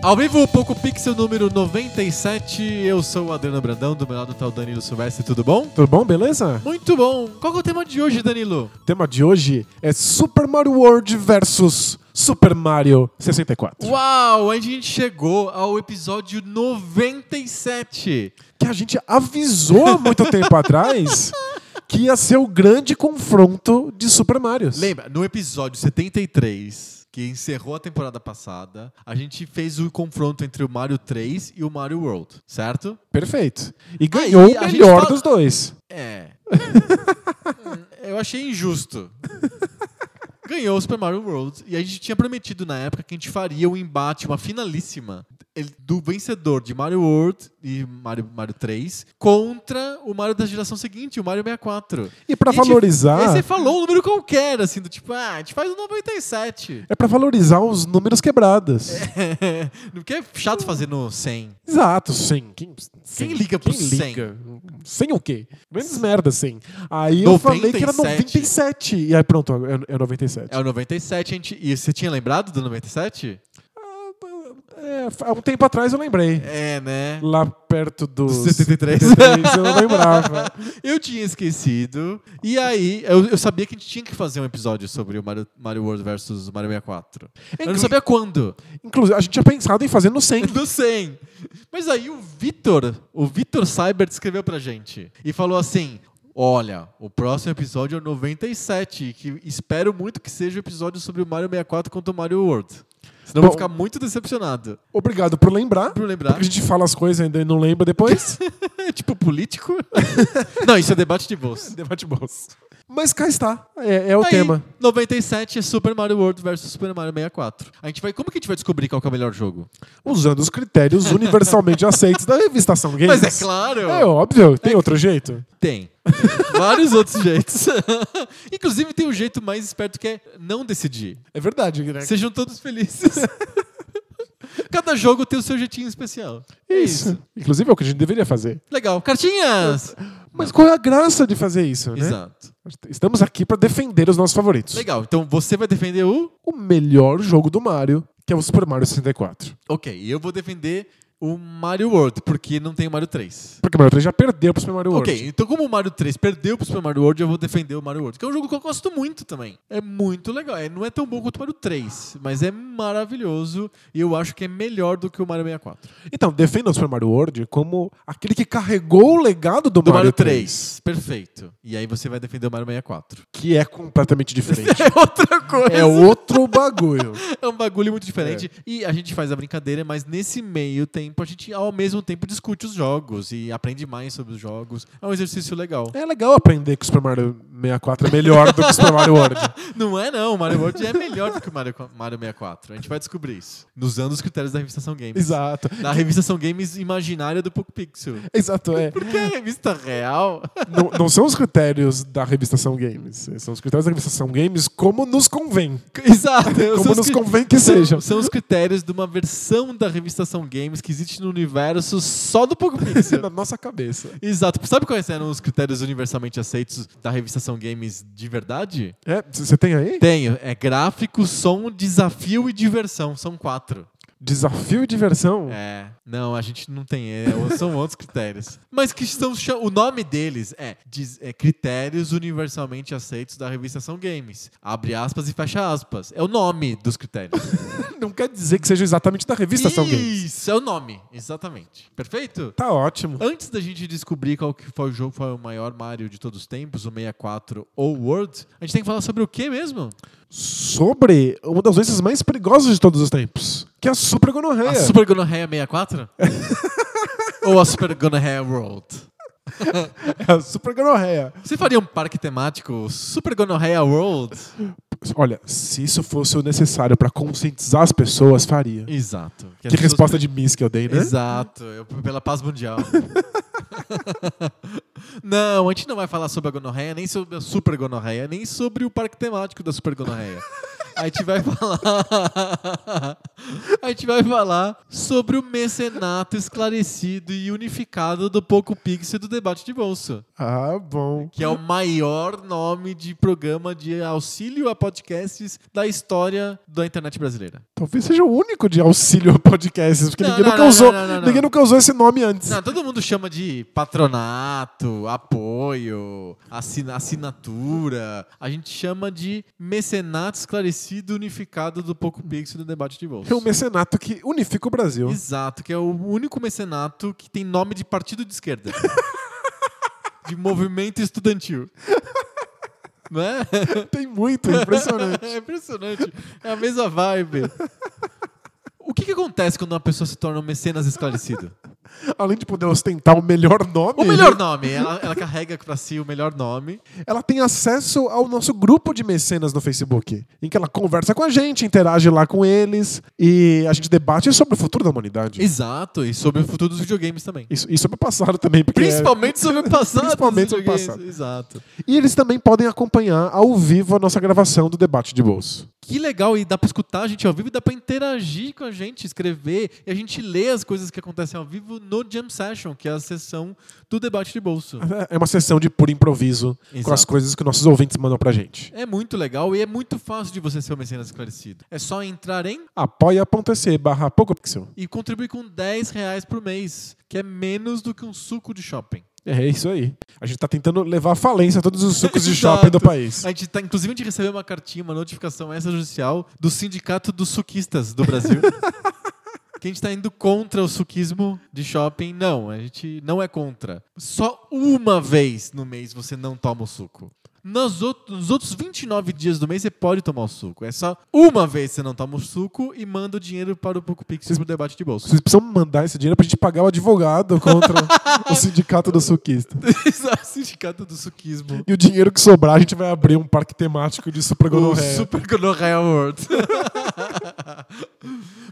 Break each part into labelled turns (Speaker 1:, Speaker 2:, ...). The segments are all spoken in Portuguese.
Speaker 1: Ao vivo, Poco Pixel número 97, eu sou o Adriano Brandão, do meu lado tá o Danilo Silvestre, tudo bom?
Speaker 2: Tudo bom, beleza?
Speaker 1: Muito bom! Qual que é o tema de hoje, Danilo?
Speaker 2: O tema de hoje é Super Mario World versus Super Mario 64.
Speaker 1: Uau, a gente chegou ao episódio 97.
Speaker 2: Que a gente avisou há muito tempo atrás que ia ser o grande confronto de Super Marios.
Speaker 1: Lembra, no episódio 73, que encerrou a temporada passada, a gente fez o confronto entre o Mario 3 e o Mario World, certo?
Speaker 2: Perfeito. E ganhou
Speaker 1: a
Speaker 2: o
Speaker 1: gente
Speaker 2: melhor
Speaker 1: fala-
Speaker 2: dos dois.
Speaker 1: É. Eu achei injusto. Ganhou o Super Mario World e a gente tinha prometido na época que a gente faria um embate, uma finalíssima ele- do vencedor de Mario World e Mario, Mario 3 contra o Mario da geração seguinte, o Mario 64.
Speaker 2: E
Speaker 1: E
Speaker 2: pra
Speaker 1: a gente- Aí
Speaker 2: valorizar,
Speaker 1: você falou um número qualquer, assim, do tipo, ah, a gente faz o 97.
Speaker 2: é pra valorizar os números quebrados.
Speaker 1: É. Porque é chato fazer no 100.
Speaker 2: Exato, sim. Quem, sim.
Speaker 1: liga pro
Speaker 2: Quem liga? Sem o quê? Grandes merda, sim. Aí eu falei que era
Speaker 1: 97.
Speaker 2: 97. E aí pronto, é- é 97.
Speaker 1: É o 97, a gente... E você tinha lembrado do 97?
Speaker 2: É, há um tempo atrás eu lembrei.
Speaker 1: É, né?
Speaker 2: Lá perto dos
Speaker 1: 73.
Speaker 2: 73, eu não lembrava.
Speaker 1: Eu tinha esquecido. E aí, eu, eu sabia que a gente tinha que fazer um episódio sobre o Mario, Mario World versus Mario 64. Eu não
Speaker 2: Inclu-
Speaker 1: sabia quando.
Speaker 2: Inclusive, a gente tinha pensado em fazer no 100.
Speaker 1: Do 100. Mas aí o Vitor, o Vitor Seibert escreveu pra gente e falou assim: Olha, o próximo episódio é o 97, que espero muito que seja o episódio sobre o Mario 64 contra o Mario World. Senão eu vou
Speaker 2: Bom.
Speaker 1: ficar muito decepcionado.
Speaker 2: Obrigado por lembrar.
Speaker 1: Por lembrar.
Speaker 2: Porque a gente fala as coisas e ainda não lembra depois.
Speaker 1: É tipo político? não, isso é debate de bolsa.
Speaker 2: Debate bolso. Mas cá está. É, é o
Speaker 1: Aí,
Speaker 2: tema.
Speaker 1: 97 é Super Mario World versus Super Mario 64. A gente vai, como que a gente vai descobrir qual que é o melhor jogo?
Speaker 2: Usando os critérios universalmente aceitos da revistação Games.
Speaker 1: Mas é claro.
Speaker 2: É óbvio. Tem outro jeito?
Speaker 1: Tem. Vários outros jeitos. Inclusive tem um jeito mais esperto que é não decidir.
Speaker 2: É verdade, Guilherme.
Speaker 1: Sejam todos felizes. Cada jogo tem o seu jeitinho especial. É
Speaker 2: Isso. Inclusive é o que a gente deveria fazer.
Speaker 1: Legal. Cartinhas!
Speaker 2: Mas qual é a graça de fazer isso, né?
Speaker 1: Exato.
Speaker 2: Estamos aqui para defender os nossos favoritos.
Speaker 1: Legal. Então você vai defender o.
Speaker 2: O melhor jogo do Mario, que é o Super Mario 64.
Speaker 1: Ok, e eu vou defender o Mario World, porque não tem o Mario 3.
Speaker 2: Porque o Mario 3 já perdeu pro Super Mario World.
Speaker 1: Ok, então como o Mario 3 perdeu pro Super Mario World, eu vou defender o Mario World, que é um jogo que eu gosto muito também. É muito legal. É, não é tão bom quanto o Mario 3, mas é maravilhoso e eu acho que é melhor do que o Mario 64.
Speaker 2: Então, defenda o Super Mario World como aquele que carregou o legado do,
Speaker 1: Do Mario 3. Perfeito. E aí você vai defender o Mario 64.
Speaker 2: Que é completamente diferente.
Speaker 1: É outra coisa.
Speaker 2: é outro bagulho.
Speaker 1: É um bagulho muito diferente. E a gente faz a brincadeira, mas nesse meio tempo a gente ao mesmo tempo discute os jogos e aprende mais sobre os jogos. É um exercício legal.
Speaker 2: É legal aprender que o Super Mario 64 é melhor do que o Super Mario World.
Speaker 1: Não é não, o Mario World é melhor do que o Mario, Mario 64. A gente vai descobrir isso. Nos anos critérios da revistação Games.
Speaker 2: Exato.
Speaker 1: Da revistação Games imaginária do Poco Pixel.
Speaker 2: Exato, é.
Speaker 1: Porque a revista real.
Speaker 2: Não, não são os critérios da revistação Games. São os critérios da revistação Games como nos convém.
Speaker 1: Exato.
Speaker 2: Como
Speaker 1: são os
Speaker 2: nos
Speaker 1: cri-
Speaker 2: convém que
Speaker 1: são-
Speaker 2: sejam.
Speaker 1: São os critérios de uma versão da revistação Games que existe no universo só do Poco Pixel.
Speaker 2: Na nossa cabeça.
Speaker 1: Exato. Sabe quais eram os critérios universalmente aceitos da revistação Games de verdade?
Speaker 2: É, c- Você tem aí?
Speaker 1: Tenho. É gráfico, som, desafio e diversão. São quatro.
Speaker 2: Desafio e diversão.
Speaker 1: É, não, a gente não tem, é, ou- são outros critérios. Mas que estão cha- o nome deles é, diz- é Critérios Universalmente Aceitos da Revista São Games. Abre aspas e fecha aspas. É o nome dos critérios.
Speaker 2: Não quer dizer que seja exatamente da revistação Games.
Speaker 1: Isso, é o nome, exatamente. Perfeito?
Speaker 2: Tá ótimo.
Speaker 1: Antes da gente descobrir qual que foi o jogo que foi o maior Mario de todos os tempos, o 64 ou o World, a gente tem que falar sobre o que mesmo?
Speaker 2: sobre uma das doenças mais perigosas de todos os tempos, que é a supergonorreia.
Speaker 1: A Super Gonorreia 64? Ou a Super Gonorreia World?
Speaker 2: É a supergonorreia.
Speaker 1: Você faria um parque temático Super Gonorreia World?
Speaker 2: Olha, se isso fosse o necessário pra conscientizar as pessoas, faria.
Speaker 1: Exato. as
Speaker 2: Que
Speaker 1: pessoas-
Speaker 2: resposta de miss que eu dei, né?
Speaker 1: Exato, eu- pela paz mundial. não, a gente não vai falar sobre a gonorreia, nem sobre a super gonorreia, nem sobre o parque temático da super gonorreia. A gente vai falar. A gente vai falar sobre o mecenato esclarecido e unificado do Poco Pix e do debate de bolso,
Speaker 2: Ah, bom.
Speaker 1: que é o maior nome de programa de auxílio a podcasts da história da internet brasileira.
Speaker 2: Talvez seja o único de auxílio a podcasts, porque
Speaker 1: Não,
Speaker 2: ninguém,
Speaker 1: não,
Speaker 2: nunca
Speaker 1: não,
Speaker 2: usou,
Speaker 1: não, não, não.
Speaker 2: ninguém nunca usou esse nome antes.
Speaker 1: Não, todo mundo chama de patronato, apoio, assina- assinatura. A gente chama de mecenato esclarecido unificado do Poco Pix e do debate de bolsa.
Speaker 2: É um mecenato que unifica o Brasil.
Speaker 1: Exato, que é o único mecenato que tem nome de partido de esquerda. de movimento estudantil. Né?
Speaker 2: Tem muito, impressionante.
Speaker 1: É impressionante. É a mesma vibe. O que, que acontece quando uma pessoa se torna um mecenas esclarecido?
Speaker 2: Além de poder ostentar o melhor nome,
Speaker 1: O melhor nome. Ela, ela carrega pra si o melhor nome.
Speaker 2: ela tem acesso ao nosso grupo de mecenas no Facebook, em que ela conversa com a gente, interage lá com eles e a gente debate sobre o futuro da humanidade.
Speaker 1: Exato, e sobre o futuro dos videogames também.
Speaker 2: Isso, e sobre o passado também, porque
Speaker 1: Principalmente sobre o passado.
Speaker 2: É. Principalmente
Speaker 1: dos
Speaker 2: sobre o
Speaker 1: videogames.
Speaker 2: passado.
Speaker 1: Exato.
Speaker 2: E eles também podem acompanhar ao vivo a nossa gravação do debate de bolso.
Speaker 1: Que legal, e dá pra escutar a gente ao vivo, e dá pra interagir com a gente, escrever, e a gente lê as coisas que acontecem ao vivo no Jam Session, que é a sessão do debate de bolso.
Speaker 2: É uma sessão de puro improviso com
Speaker 1: Exato.
Speaker 2: as coisas que nossos ouvintes mandam pra gente.
Speaker 1: É muito legal e é muito fácil de você ser um mecenas esclarecido. É só entrar em
Speaker 2: apoia.se barra PocoPixel.
Speaker 1: e contribuir com 10 reais por mês, que é menos do que um suco de shopping.
Speaker 2: É isso aí. A gente tá tentando levar à falência todos os sucos de
Speaker 1: Exato.
Speaker 2: shopping do país.
Speaker 1: A gente tá, inclusive, a gente recebeu uma cartinha, uma notificação extrajudicial do Sindicato dos Suquistas do Brasil. que a gente tá indo contra o suquismo de shopping. Não, a gente não é contra. Só uma vez no mês você não toma o suco. Nos, out- nos outros 29 dias do mês você pode tomar o suco. É só uma vez que você não toma o suco e manda o dinheiro para o PocoPix pro debate de bolsa.
Speaker 2: Vocês precisam mandar esse dinheiro pra gente pagar o advogado contra o sindicato do suquista.
Speaker 1: Sindicato do Suquismo.
Speaker 2: E o dinheiro que sobrar, a gente vai abrir um parque temático de super
Speaker 1: O
Speaker 2: gonorreia.
Speaker 1: Super Gonorreia World.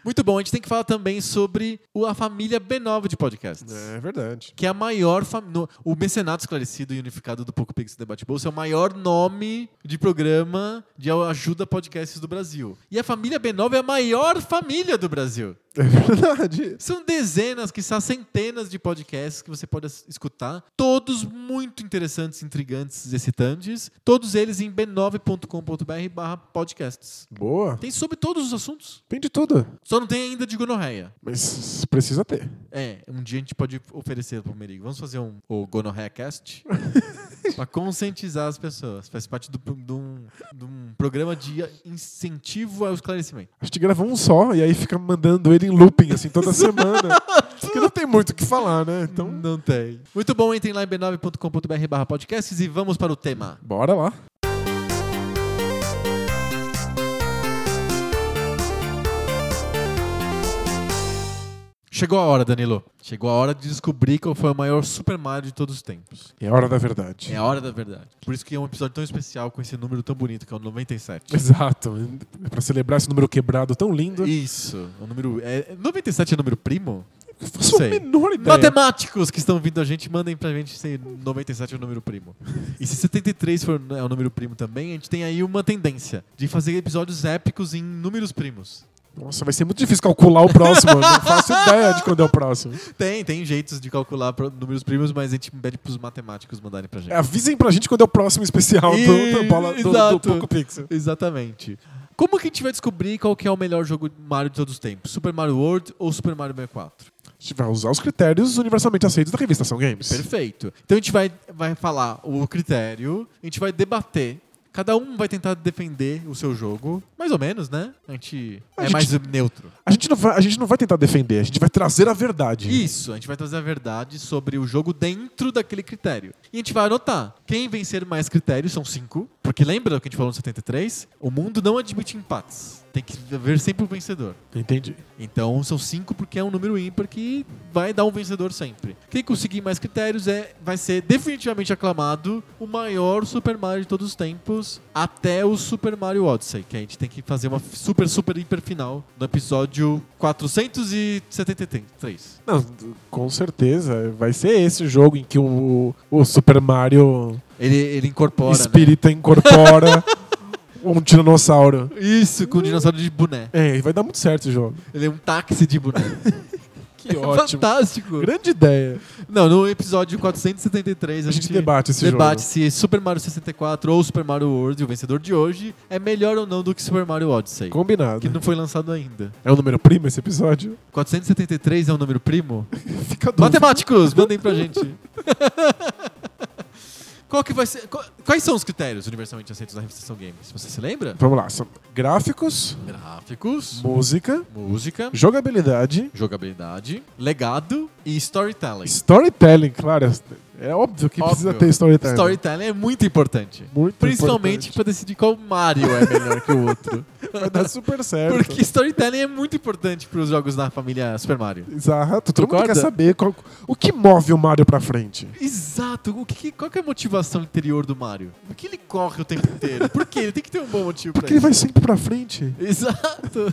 Speaker 1: Muito bom, a gente tem que falar também sobre o- a família B9 de podcasts.
Speaker 2: É verdade.
Speaker 1: Que é a maior família. O Mecenato Esclarecido e Unificado do Poco Pix Debate Bolsa é o maior nome de programa de ajuda a podcasts do Brasil. E a família B9 é a maior família do Brasil.
Speaker 2: É verdade.
Speaker 1: São dezenas, quiçá centenas de podcasts que você pode as- escutar, todos muito interessantes, intrigantes, excitantes, todos eles em b9.com.br barra podcasts.
Speaker 2: Boa.
Speaker 1: Tem sobre todos os assuntos,
Speaker 2: Tem de tudo.
Speaker 1: só não tem ainda de gonorreia.
Speaker 2: Mas precisa ter.
Speaker 1: É, um dia a gente pode oferecer pro Merigo. Vamos fazer um o gonorreia cast pra conscientizar as pessoas. Faz parte do pro- de um- de um programa de incentivo ao esclarecimento.
Speaker 2: A gente grava um só e aí fica mandando ele em looping, assim, toda semana. Porque não tem muito o que falar, né?
Speaker 1: Então
Speaker 2: Então,
Speaker 1: não tem. Muito bom, entrem lá em b9.com.br barra podcasts e vamos para o tema.
Speaker 2: bora lá.
Speaker 1: Chegou a hora, Danilo. Chegou a hora de descobrir qual foi o maior Super Mario de todos os tempos.
Speaker 2: É a hora da verdade.
Speaker 1: É a hora da verdade. Por isso que é um episódio tão especial com esse número tão bonito, que é o 97.
Speaker 2: Exato. É Pra celebrar esse número quebrado tão lindo.
Speaker 1: Isso. O número é 97 é número primo?
Speaker 2: Faço a
Speaker 1: sei.
Speaker 2: menor ideia.
Speaker 1: Matemáticos que estão vindo a gente, mandem pra gente se 97 é o número primo. E se 73 for é o número primo também, a gente tem aí uma tendência de fazer episódios épicos em números primos.
Speaker 2: Nossa, vai ser muito difícil calcular o próximo. Eu não faço ideia de quando é o próximo.
Speaker 1: Tem, tem jeitos de calcular pro- números primos, mas a gente pede pros matemáticos mandarem pra gente.
Speaker 2: É, avisem pra gente quando é o próximo especial do, do, bola, do, do
Speaker 1: Exato.
Speaker 2: Poco Pixel.
Speaker 1: Exatamente. Como que a gente vai descobrir qual que é o melhor jogo de Mario de todos os tempos? Super Mario World ou Super Mario 64?
Speaker 2: A gente vai usar os critérios universalmente aceitos da revista São Games.
Speaker 1: Perfeito. Então a gente vai, vai falar o critério, a gente vai debater Cada um vai tentar defender o seu jogo, mais ou menos, né? A gente
Speaker 2: A
Speaker 1: é
Speaker 2: gente-
Speaker 1: mais neutro.
Speaker 2: A gente, não vai, a gente não vai tentar defender, a gente vai trazer a verdade.
Speaker 1: Isso, a gente vai trazer a verdade sobre o jogo dentro daquele critério. E a gente vai anotar. Quem vencer mais critérios são cinco. Porque lembra o que a gente falou no 73? O mundo não admite empates. Tem que haver sempre um vencedor.
Speaker 2: Entendi.
Speaker 1: Então são cinco porque é um número ímpar que vai dar um vencedor sempre. Quem conseguir mais critérios é, vai ser definitivamente aclamado o maior Super Mario de todos os tempos até o Super Mario Odyssey, que a gente tem que fazer uma super, super, hiper final no episódio 473.
Speaker 2: Não, com certeza vai ser esse o jogo em que o, o Super Mario
Speaker 1: Ele, ele incorpora. né?
Speaker 2: espírita incorpora um tiranossauro.
Speaker 1: Isso, com o dinossauro de boné.
Speaker 2: É, vai dar muito certo esse jogo.
Speaker 1: Ele é um táxi de boné.
Speaker 2: Que
Speaker 1: É
Speaker 2: ótimo.
Speaker 1: Fantástico.
Speaker 2: Grande ideia.
Speaker 1: Não, no episódio 473
Speaker 2: A gente debate esse
Speaker 1: debate
Speaker 2: jogo.
Speaker 1: se Super Mario 64 ou Super Mario World, o vencedor de hoje, é melhor ou não do que Super Mario Odyssey.
Speaker 2: Combinado.
Speaker 1: Que não foi lançado ainda.
Speaker 2: É o número primo esse episódio?
Speaker 1: 473 é um número primo?
Speaker 2: Fica dúvida.
Speaker 1: Matemáticos, mandem pra gente. Qual que vai ser, qual- quais são os critérios universalmente aceitos na revistação games? Você se lembra?
Speaker 2: Vamos lá. São gráficos,
Speaker 1: Gráficos,
Speaker 2: música,
Speaker 1: música,
Speaker 2: jogabilidade,
Speaker 1: jogabilidade, legado e storytelling.
Speaker 2: storytelling, claro. É óbvio que
Speaker 1: Óbvio.
Speaker 2: precisa ter storytelling.
Speaker 1: Storytelling é muito importante.
Speaker 2: Muito
Speaker 1: Principalmente
Speaker 2: importante.
Speaker 1: pra decidir qual Mario é melhor que o outro.
Speaker 2: Vai dar super certo.
Speaker 1: Porque storytelling é muito importante pros jogos da família Super Mario.
Speaker 2: Exato. Todo mundo
Speaker 1: Concorda?
Speaker 2: quer saber qual- o que move o Mario pra frente.
Speaker 1: Exato. O que, que- qual que é a motivação interior do Mario? Por que ele corre o tempo inteiro? Por que? Ele tem que ter um bom motivo
Speaker 2: Porque
Speaker 1: pra
Speaker 2: ele
Speaker 1: isso.
Speaker 2: vai sempre pra frente.
Speaker 1: Exato.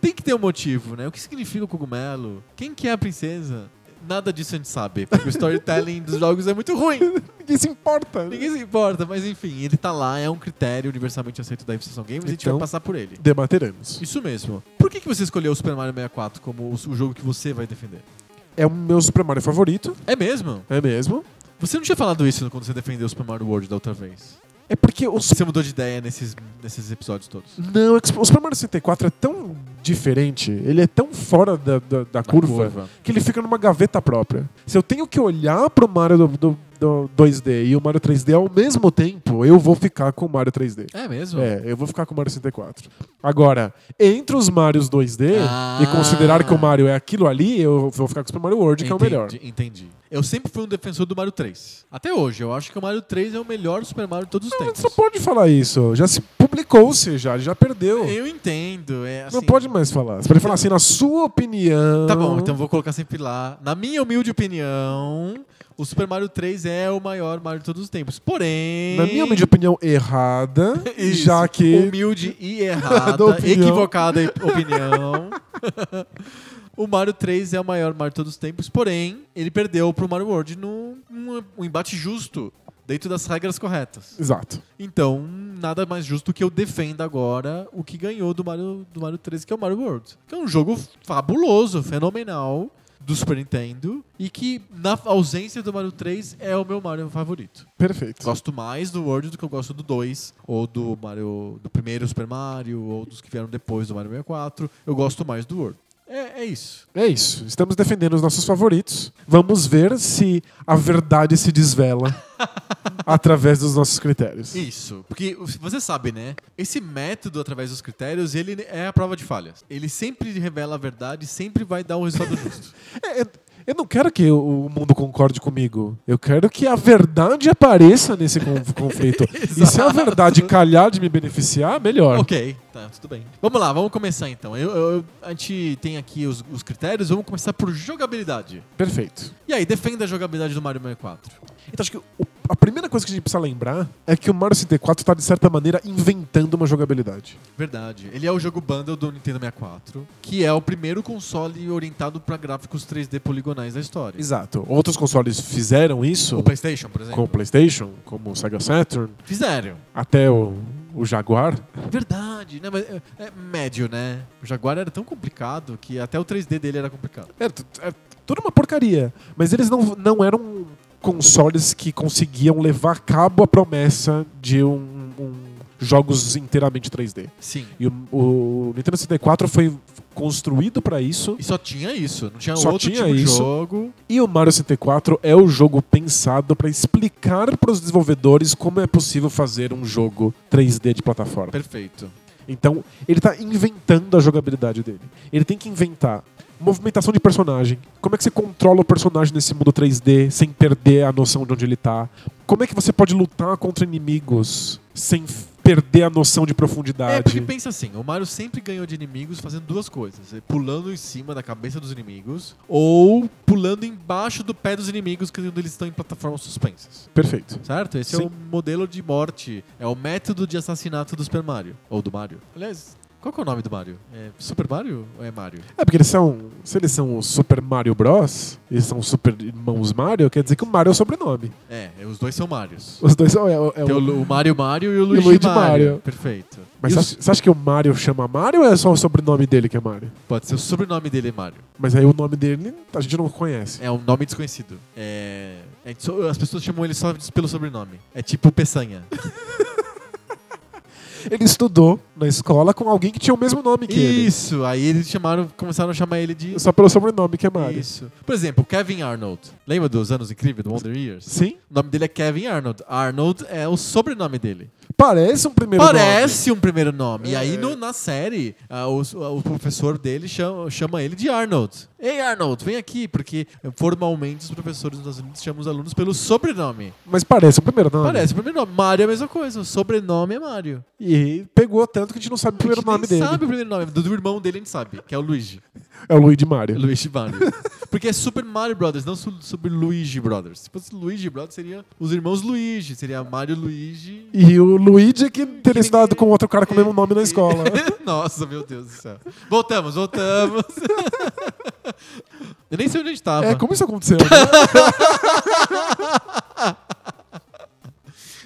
Speaker 1: tem que ter um motivo, né? O que significa o cogumelo? Quem que é a princesa? Nada disso a gente sabe, porque o storytelling dos jogos é muito ruim.
Speaker 2: Ninguém se importa.
Speaker 1: Ninguém se importa, mas enfim, ele tá lá, é um critério universalmente aceito da Revistação Games e a gente
Speaker 2: Então-
Speaker 1: vai passar por ele.
Speaker 2: Debateremos.
Speaker 1: Isso mesmo. Por que, que você escolheu o Super Mario 64 como o, o jogo que você vai defender?
Speaker 2: É o meu Super Mario favorito.
Speaker 1: É mesmo?
Speaker 2: É mesmo?
Speaker 1: Você não tinha falado isso quando você defendeu o Super Mario World da outra vez.
Speaker 2: É porque o
Speaker 1: Você mudou de ideia nesses, nesses episódios todos.
Speaker 2: Não, é que o Super Mario 64 é tão diferente, ele é tão fora da, da- da curva, que ele fica numa gaveta própria. Se eu tenho que olhar pro Mario do, do- do 2D e o Mario 3D ao mesmo tempo, eu vou ficar com o Mario 3D.
Speaker 1: É mesmo?
Speaker 2: É, eu vou ficar com o Mario 64. Agora, entre os Marios 2D
Speaker 1: Ah.
Speaker 2: e considerar que o Mario é aquilo ali, eu vou ficar com o Super Mario World, que é o melhor.
Speaker 1: Entendi, entendi. Eu sempre fui um defensor do Mario 3. Até hoje, eu acho que o Mario 3 é o melhor Super Mario de todos os
Speaker 2: Não,
Speaker 1: tempos.
Speaker 2: Ah, você não pode falar isso. Já se publicou-se, já, ele já perdeu.
Speaker 1: Eu entendo. É, assim,
Speaker 2: não pode mais falar. Você pode falar assim, na sua opinião.
Speaker 1: Tá bom, então vou colocar sempre lá. Na minha humilde opinião, o Super Mario 3 é o maior Mario de todos os tempos. Porém.
Speaker 2: Na minha humilde opinião, errada.
Speaker 1: Isso.
Speaker 2: Já que.
Speaker 1: Humilde e errada,
Speaker 2: Da opinião.
Speaker 1: equivocada e- opinião. o Mario 3 é o maior Mario de todos os tempos, porém, ele perdeu pro Mario World num num- um embate justo, dentro das regras corretas.
Speaker 2: Exato.
Speaker 1: Então, nada mais justo que eu defenda agora o que ganhou do Mario, do Mario 3, que é o Mario World. Que é um jogo fabuloso, fenomenal, do Super Nintendo, e que, na ausência do Mario 3, é o meu Mario favorito.
Speaker 2: Perfeito.
Speaker 1: Gosto mais do World do que eu gosto do 2, ou do Mario, do primeiro Super Mario, ou dos que vieram depois do Mario 64. Eu gosto mais do World. É, é isso.
Speaker 2: É isso. Estamos defendendo os nossos favoritos. Vamos ver se a verdade se desvela através dos nossos critérios.
Speaker 1: Isso. Porque você sabe, né? Esse método através dos critérios, ele é a prova de falhas. Ele sempre revela a verdade, sempre vai dar um resultado justo.
Speaker 2: É, é- eu não quero que o o mundo concorde comigo. Eu quero que a verdade apareça nesse con- conflito. e se a verdade calhar de me beneficiar, melhor.
Speaker 1: ok, tá, tudo bem. Vamos lá, vamos começar então. Eu- eu- eu- a gente tem aqui os, os critérios, vamos começar por jogabilidade.
Speaker 2: Perfeito.
Speaker 1: E aí, defenda a jogabilidade do Mario 64.
Speaker 2: Então acho que o- a primeira coisa que a gente precisa lembrar é que o Mario 64 está, de certa maneira, inventando uma jogabilidade.
Speaker 1: Verdade. Ele é o jogo bundle do Nintendo 64, que é o primeiro console orientado pra gráficos 3D poligonais da história.
Speaker 2: Exato. Outros consoles fizeram isso
Speaker 1: O PlayStation, por
Speaker 2: com
Speaker 1: exemplo.
Speaker 2: o PlayStation, como o Sega Saturn,
Speaker 1: Fizeram.
Speaker 2: até o, o Jaguar.
Speaker 1: Verdade. Né? Mas é, é médio, né? O Jaguar era tão complicado que até o 3D dele era complicado.
Speaker 2: É, t- é tudo uma porcaria. Mas eles não, não eram consoles que conseguiam levar a cabo a promessa de um, um jogos inteiramente 3D.
Speaker 1: Sim.
Speaker 2: E o, o Nintendo 64 foi construído pra isso.
Speaker 1: E só tinha isso, não tinha
Speaker 2: Só
Speaker 1: outro
Speaker 2: tinha
Speaker 1: tipo de
Speaker 2: isso.
Speaker 1: jogo.
Speaker 2: E o Mario 64 é o jogo pensado pra explicar pros desenvolvedores como é possível fazer um jogo 3D de plataforma.
Speaker 1: Perfeito.
Speaker 2: Então, ele tá inventando a jogabilidade dele. Ele tem que inventar movimentação de personagem. Como é que você controla o personagem nesse mundo 3D sem perder a noção de onde ele tá? Como é que você pode lutar contra inimigos sem f- perder a noção de
Speaker 1: É, porque
Speaker 2: profundidade?
Speaker 1: pensa assim, o Mario sempre ganhou de inimigos fazendo duas coisas. eh, Pulando em cima da cabeça dos inimigos ou pulando embaixo do pé dos inimigos quando eles estão em plataformas suspensas.
Speaker 2: Perfeito.
Speaker 1: Certo? Esse é
Speaker 2: Sim.
Speaker 1: o modelo de morte, é o método de assassinato do Super Mario. Ou do Mario. Aliás, qual que é o nome do Mario? É Super Mario ou é Mario?
Speaker 2: É porque eles são. Se eles são o Super Mario Bros., eles são super irmãos Mario, quer dizer que o Mario é o sobrenome.
Speaker 1: É, os dois são Marios.
Speaker 2: Os dois são. É, o- é
Speaker 1: Tem o,
Speaker 2: o-
Speaker 1: Lu- o Mario Mario e o Luigi,
Speaker 2: Luigi
Speaker 1: Mario.
Speaker 2: Mario.
Speaker 1: Perfeito.
Speaker 2: Mas
Speaker 1: E
Speaker 2: você
Speaker 1: o-
Speaker 2: acha- você acha que o Mario chama Mario ou é só o sobrenome dele que é Mario?
Speaker 1: Pode ser o sobrenome dele é Mario.
Speaker 2: Mas aí o nome dele a gente não conhece.
Speaker 1: É um nome desconhecido. É... é só- as pessoas chamam ele só pelo sobrenome. É tipo Peçanha.
Speaker 2: Ele estudou na escola com alguém que tinha o mesmo nome que
Speaker 1: Isso, aí eles chamaram, começaram a chamar ele de.
Speaker 2: ele. Só pelo sobrenome que é Mario.
Speaker 1: Isso. Por exemplo, Kevin Arnold. Lembra dos anos incríveis do Wonder Years?
Speaker 2: Sim?
Speaker 1: O nome dele é Kevin Arnold. Arnold é o sobrenome dele.
Speaker 2: Parece um primeiro nome.
Speaker 1: Parece um primeiro nome. E aí no- na série, ah, o, o professor dele chama, chama ele de Arnold. Ei, Arnold, vem aqui, porque formalmente os professores nos Estados Unidos chamam os alunos pelo sobrenome.
Speaker 2: Mas parece um primeiro nome.
Speaker 1: Parece o primeiro nome. Mario é a mesma coisa. O sobrenome é Mario.
Speaker 2: E pegou tanto que a gente não sabe o primeiro
Speaker 1: a gente nem
Speaker 2: nome dele.
Speaker 1: sabe o primeiro nome. Do, do irmão dele a gente sabe, que é o Luigi.
Speaker 2: É o Luigi Mario.
Speaker 1: Luigi Mario. Porque é Super Mario Brothers, não su- Super Luigi Brothers. Se fosse Luigi Brothers, seria os irmãos Luigi. Seria Mario Luigi.
Speaker 2: E o Luigi que teria estudado com outro cara É com o mesmo nome na escola.
Speaker 1: Nossa, meu Deus do céu. Voltamos, voltamos. Eu nem sei onde a gente tava.
Speaker 2: É, como isso aconteceu? né?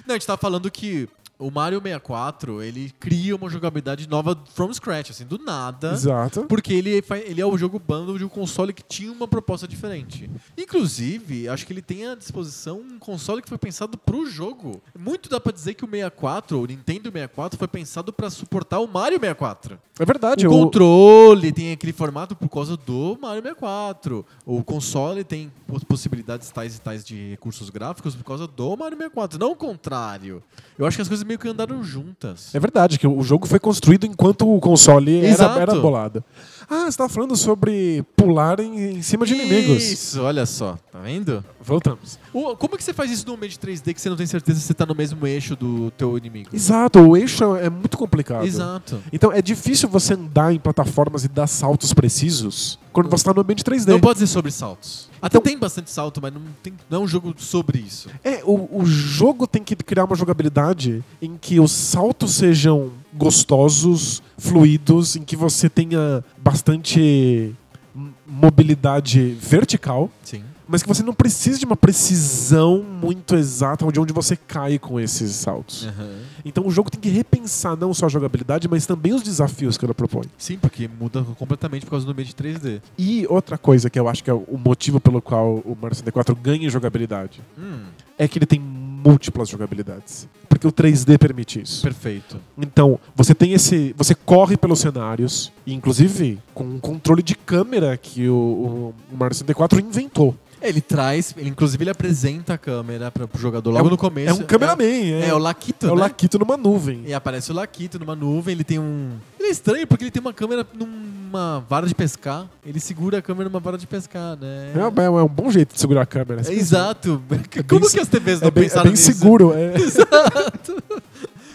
Speaker 1: Não, a gente tava falando que o Mario 64, ele cria uma jogabilidade nova from scratch, assim, do nada.
Speaker 2: Exato.
Speaker 1: Porque ele, fa- ele é o jogo bundle de um console que tinha uma proposta diferente. Inclusive, acho que ele tem à disposição um console que foi pensado pro jogo. Muito dá pra dizer que o 64, o Nintendo 64, foi pensado pra suportar o Mario 64.
Speaker 2: É verdade.
Speaker 1: O
Speaker 2: o-
Speaker 1: controle tem aquele formato por causa do Mario 64. O console tem pos- possibilidades tais e tais de recursos gráficos por causa do Mario 64. Não o contrário. Eu acho que as coisas meio que andaram juntas.
Speaker 2: É verdade que o jogo foi construído enquanto o console era,
Speaker 1: Exato.
Speaker 2: era bolado. Ah, você tava falando sobre pular em, em cima de inimigos.
Speaker 1: Isso, olha só. Tá vendo?
Speaker 2: Voltamos.
Speaker 1: O- como é que você faz isso num meio de 3D que você não tem certeza se você tá no mesmo eixo do teu inimigo?
Speaker 2: Exato, o eixo é muito complicado.
Speaker 1: Exato.
Speaker 2: Então é difícil você andar em plataformas e dar saltos precisos quando você está no ambiente 3D.
Speaker 1: Não pode ser sobre saltos. Até
Speaker 2: Então-
Speaker 1: tem bastante salto, mas não, tem, não é um jogo sobre isso.
Speaker 2: É, o, o jogo tem que criar uma jogabilidade em que os saltos sejam gostosos, fluidos, em que você tenha bastante m- mobilidade vertical,
Speaker 1: Sim.
Speaker 2: mas que você não precise de uma precisão muito exata de onde você cai com esses
Speaker 1: É.
Speaker 2: saltos. Então o jogo tem que repensar não só a jogabilidade, mas também os desafios que ela propõe.
Speaker 1: Sim, porque muda completamente por causa do meio de 3D.
Speaker 2: E outra coisa que eu acho que é o motivo pelo qual o Mario 64 ganha em jogabilidade
Speaker 1: Hum,
Speaker 2: é que ele tem múltiplas jogabilidades. Porque o 3D permite isso.
Speaker 1: perfeito.
Speaker 2: Então, você tem esse. Você corre pelos cenários, e inclusive com um controle de câmera que o, o Mario 64 inventou.
Speaker 1: É, Ele traz, ele, inclusive ele apresenta a câmera para o jogador
Speaker 2: É
Speaker 1: logo
Speaker 2: um-
Speaker 1: no começo.
Speaker 2: é um cameraman, é,
Speaker 1: É, o Laquito,
Speaker 2: é o
Speaker 1: né? É.
Speaker 2: Laquito numa nuvem.
Speaker 1: E aparece o Laquito numa nuvem, ele tem um... Ele é estranho porque ele tem uma câmera numa vara de pescar. Ele segura a câmera numa vara de pescar, né?
Speaker 2: É, um- é um bom jeito de segurar a câmera.
Speaker 1: É, Exato.
Speaker 2: bem
Speaker 1: Como
Speaker 2: se-
Speaker 1: que as TVs não
Speaker 2: É bem, é
Speaker 1: pensaram
Speaker 2: bem
Speaker 1: nisso?
Speaker 2: seguro. é.
Speaker 1: Exato.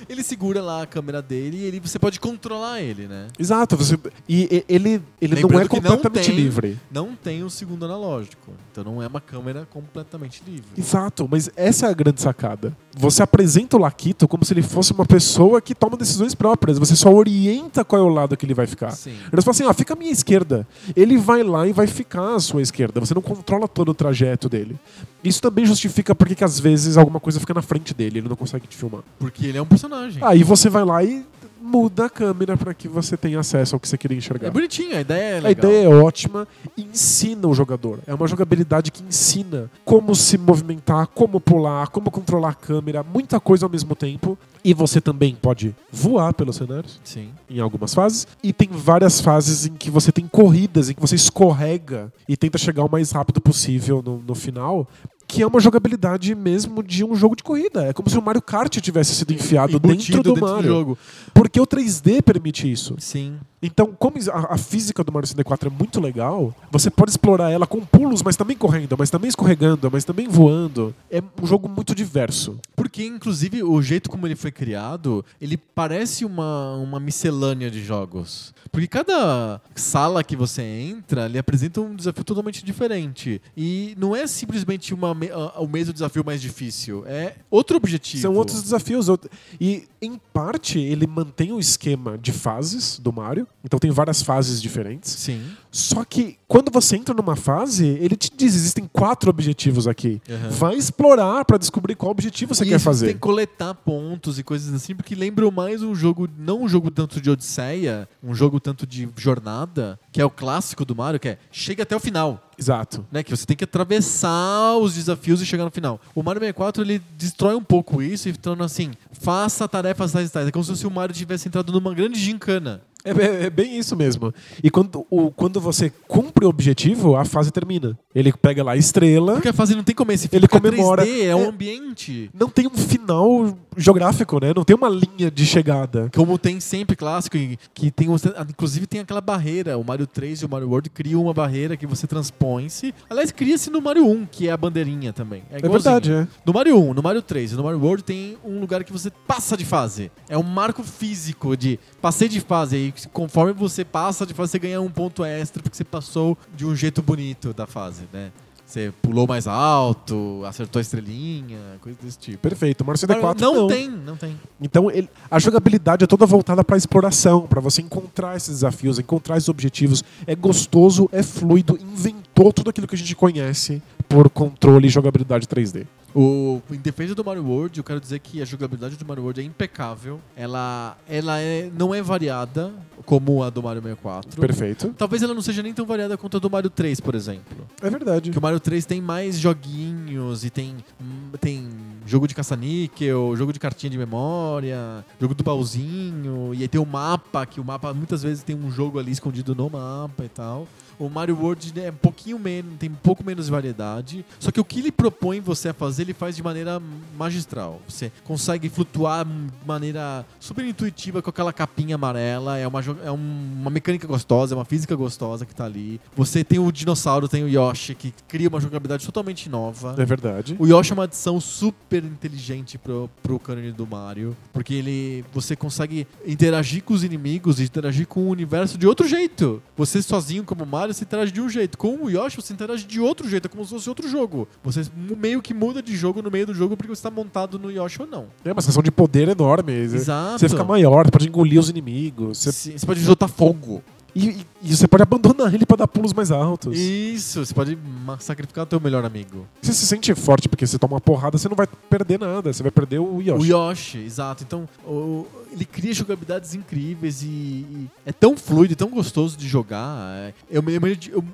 Speaker 1: Ele segura lá a câmera dele e ele, você pode controlar ele, né?
Speaker 2: Exato. você- e, e- ele, ele não
Speaker 1: Lembrando
Speaker 2: é
Speaker 1: que não
Speaker 2: completamente
Speaker 1: tem-
Speaker 2: livre.
Speaker 1: Não tem um segundo analógico. Então não é uma câmera completamente livre.
Speaker 2: Exato, mas essa é a grande sacada. Você apresenta o Laquito como se ele fosse uma pessoa que toma decisões próprias. Você só orienta qual é o lado que ele vai ficar.
Speaker 1: Sim.
Speaker 2: Eles falam assim, ó, fica à minha esquerda. Ele vai lá e vai ficar à sua esquerda. Você não controla todo o trajeto dele. Isso também justifica porque que às vezes alguma coisa fica na frente dele, ele não consegue te filmar. Ah,
Speaker 1: Porque ele é um personagem.
Speaker 2: Aí você vai lá e muda a câmera para que você tenha acesso ao que você queria enxergar.
Speaker 1: É bonitinho, a ideia é legal.
Speaker 2: A ideia é ótima e ensina o jogador. É uma jogabilidade que ensina como se movimentar, como pular, como controlar a câmera, muita coisa ao mesmo tempo. E você também pode voar pelos cenários
Speaker 1: Sim.
Speaker 2: em algumas fases. E tem várias fases em que você tem corridas, em que você escorrega e tenta chegar o mais rápido possível no, no final. Que é uma jogabilidade mesmo de um jogo de corrida. É como se o Mario Kart tivesse sido enfiado dentro
Speaker 1: Embutido
Speaker 2: do
Speaker 1: dentro do
Speaker 2: Mario.
Speaker 1: jogo.
Speaker 2: Porque o 3D permite isso.
Speaker 1: Sim.
Speaker 2: Então, como is- a, a física do Mario 64 é muito legal, você pode explorar ela com pulos, mas também correndo, mas também escorregando, mas também voando. É um jogo muito diverso.
Speaker 1: Porque, inclusive, o jeito como ele foi criado, ele parece uma, uma miscelânea de jogos. Porque cada sala que você entra, ele apresenta um desafio totalmente diferente. E não é simplesmente uma, me- a- o mesmo desafio mais difícil. É outro objetivo.
Speaker 2: São outros desafios. out- E, em parte, ele mantém o esquema de fases do Mario. Então, tem várias fases diferentes.
Speaker 1: Sim.
Speaker 2: Só que, quando você entra numa fase, ele te diz: existem quatro objetivos aqui.
Speaker 1: Aham.
Speaker 2: Vai explorar pra descobrir qual objetivo você
Speaker 1: E
Speaker 2: quer
Speaker 1: isso Tem
Speaker 2: fazer.
Speaker 1: que coletar pontos e coisas assim, porque lembram mais um jogo, não um jogo tanto de Odisseia, um jogo tanto de jornada, que é o clássico do Mario, que é chega até o final.
Speaker 2: Exato.
Speaker 1: né, Que você tem que atravessar os desafios e chegar no final. O Mario 64 ele destrói um pouco isso e torna assim: faça tarefas tais e tais. É como se o Mario tivesse entrado numa grande gincana.
Speaker 2: É, é- é bem isso mesmo. E quando, o, quando você cumpre o objetivo, a fase termina. Ele pega lá a estrela.
Speaker 1: Porque a fase não tem como esse
Speaker 2: Ele
Speaker 1: fica
Speaker 2: comemora.
Speaker 1: 3D, é um
Speaker 2: É.
Speaker 1: ambiente.
Speaker 2: Não tem um final geográfico, né? Não tem uma linha de chegada.
Speaker 1: Como tem sempre clássico, e que tem um- inclusive tem aquela barreira. O Mario 3 e o Mario World criam uma barreira que você transpõe-se. Aliás, cria-se no Mario 1, que é a bandeirinha também. É,
Speaker 2: É,
Speaker 1: igualzinho.
Speaker 2: verdade, é.
Speaker 1: No Mario 1, no Mario 3 e no Mario World tem um lugar que você passa de fase. É um marco físico de passei de fase. E conforme você passa de fase, você ganha um ponto extra porque você passou de um jeito bonito da fase, né? Você pulou mais alto, acertou a estrelinha, coisa desse tipo.
Speaker 2: Perfeito. Mario 64
Speaker 1: não,
Speaker 2: é não,
Speaker 1: tem, não tem.
Speaker 2: Então ele- a jogabilidade é toda voltada pra exploração, pra você encontrar esses desafios, encontrar esses objetivos. É gostoso, é fluido, inventou tudo aquilo que a gente conhece por controle e jogabilidade 3D.
Speaker 1: O, em defesa do Mario World, eu quero dizer que a jogabilidade do Mario World é impecável. Ela, ela é- não é variada como a do Mario 64.
Speaker 2: Perfeito.
Speaker 1: Talvez ela não seja nem tão variada quanto a do Mario 3, por exemplo.
Speaker 2: É verdade.
Speaker 1: Que o Mario 3 tem mais joguinhos e tem, hum, tem jogo de caça-níquel, jogo de cartinha de memória, jogo do pauzinho, e aí tem o mapa, que o mapa muitas vezes tem um jogo ali escondido no mapa e tal. O Mario World né, é um pouquinho menos, tem um pouco menos variedade. Só que o que ele propõe você a fazer, ele faz de maneira magistral. Você consegue flutuar de maneira super intuitiva com aquela capinha amarela. É uma, jo- é um- uma mecânica gostosa, é uma física gostosa que tá ali. Você tem o dinossauro, tem o Yoshi, que cria uma jogabilidade totalmente nova.
Speaker 2: É verdade.
Speaker 1: O Yoshi é uma adição super inteligente pro, pro cânone do Mario, porque ele você consegue interagir com os inimigos, interagir com o universo de outro jeito. Você sozinho como Mario se interage de um jeito, com o Yoshi você interage de outro jeito, é como se fosse outro jogo. Você mu- meio que muda de jogo no meio do jogo porque você tá montado no Yoshi ou não.
Speaker 2: É uma sensação de poder enorme.
Speaker 1: Exato.
Speaker 2: Você fica maior, você pode engolir os inimigos. você-
Speaker 1: Você você pode jotar fogo.
Speaker 2: E, e- e você pode abandonar ele pra dar pulos mais altos.
Speaker 1: Isso, você pode ma- sacrificar o teu melhor amigo.
Speaker 2: Você se sente forte porque você toma uma porrada, você não vai perder nada. Você vai perder o Yoshi.
Speaker 1: O Yoshi, exato. Então, o- ele cria jogabilidades incríveis e, e é tão fluido, e tão gostoso de jogar. É, Eu me lembro de eu-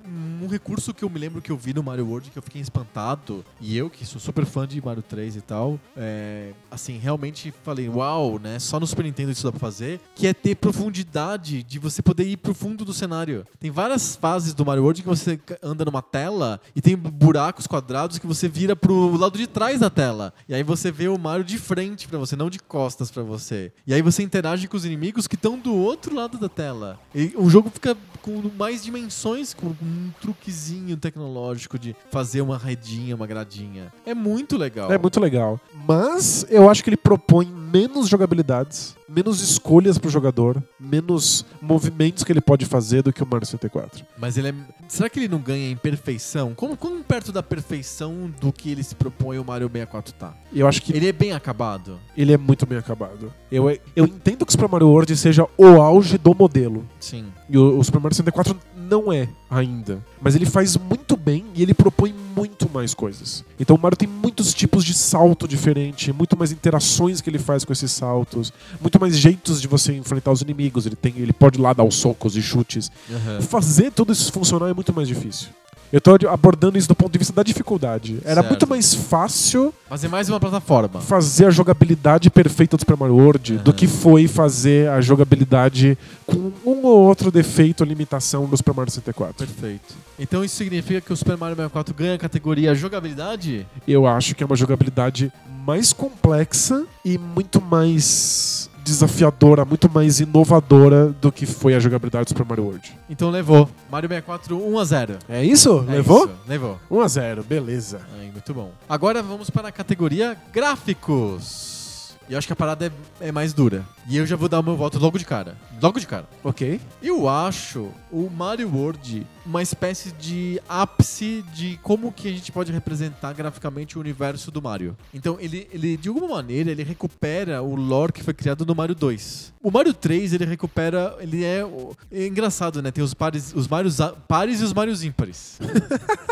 Speaker 1: um recurso que eu me lembro que eu vi no Mario World que eu fiquei espantado. E eu, que sou super fã de Mario 3 e tal, é, assim, realmente falei, uau, né? Só no Super Nintendo isso dá pra fazer. Que é ter profundidade de você poder ir pro fundo do cenário. Tem várias fases do Mario World que você ca- anda numa tela e tem buracos quadrados que você vira pro lado de trás da tela. E aí você vê o Mario de frente pra você, não de costas pra você. E aí você interage com os inimigos que estão do outro lado da tela. E o jogo fica com mais dimensões, com um truquezinho tecnológico de fazer uma redinha, uma gradinha. É muito legal.
Speaker 2: É muito legal. Mas eu acho que ele propõe menos jogabilidades, menos escolhas pro jogador, menos movimentos que ele pode fazer do que o Mario 64.
Speaker 1: Mas ele é. Será que ele não ganha em perfeição? Como, como perto da perfeição do que ele se propõe o Mario 64 tá?
Speaker 2: E eu acho que
Speaker 1: Ele é bem acabado.
Speaker 2: ele é muito bem acabado. Eu, eu entendo que o Super Mario World seja o auge do modelo.
Speaker 1: Sim.
Speaker 2: E o, o Super Mario 64 não é ainda. Mas ele faz muito bem e ele propõe muito mais coisas. Então o Mario tem muitos tipos de salto diferente, muito mais interações que ele faz com esses saltos, muito mais jeitos de você enfrentar os inimigos. Ele, tem, ele pode lá dar os socos e chutes.
Speaker 1: Aham.
Speaker 2: Fazer tudo isso funcionar é muito mais difícil. Eu tô abordando isso do ponto de vista da dificuldade. Era
Speaker 1: Certo.
Speaker 2: muito mais fácil
Speaker 1: Fazer mais uma plataforma.
Speaker 2: fazer a jogabilidade perfeita do Super Mario World do
Speaker 1: Aham.
Speaker 2: que foi fazer a jogabilidade com um ou outro defeito ou limitação do Super Mario 64.
Speaker 1: Perfeito. Então isso significa que o Super Mario 64 ganha a categoria jogabilidade?
Speaker 2: Eu acho que é uma jogabilidade mais complexa e muito mais desafiadora, muito mais inovadora do que foi a jogabilidade do Super Mario World.
Speaker 1: Então levou. Mario 64 1 a 0.
Speaker 2: É isso?
Speaker 1: É
Speaker 2: Levou?
Speaker 1: isso, Levou.
Speaker 2: 1 a 0, beleza.
Speaker 1: Ai, muito bom. Agora vamos para a categoria gráficos. E eu acho que a parada é, é mais dura. E eu já vou dar o meu voto logo de cara. Logo de cara.
Speaker 2: OK.
Speaker 1: Eu acho o Mario World uma espécie de ápice de como que a gente pode representar graficamente o universo do Mario. Então ele, ele de alguma maneira, ele recupera o lore que foi criado no Mario 2. O Mario 3, ele recupera, ele é, o- é engraçado, né? Tem os pares, os Marios a- pares e os Marios ímpares.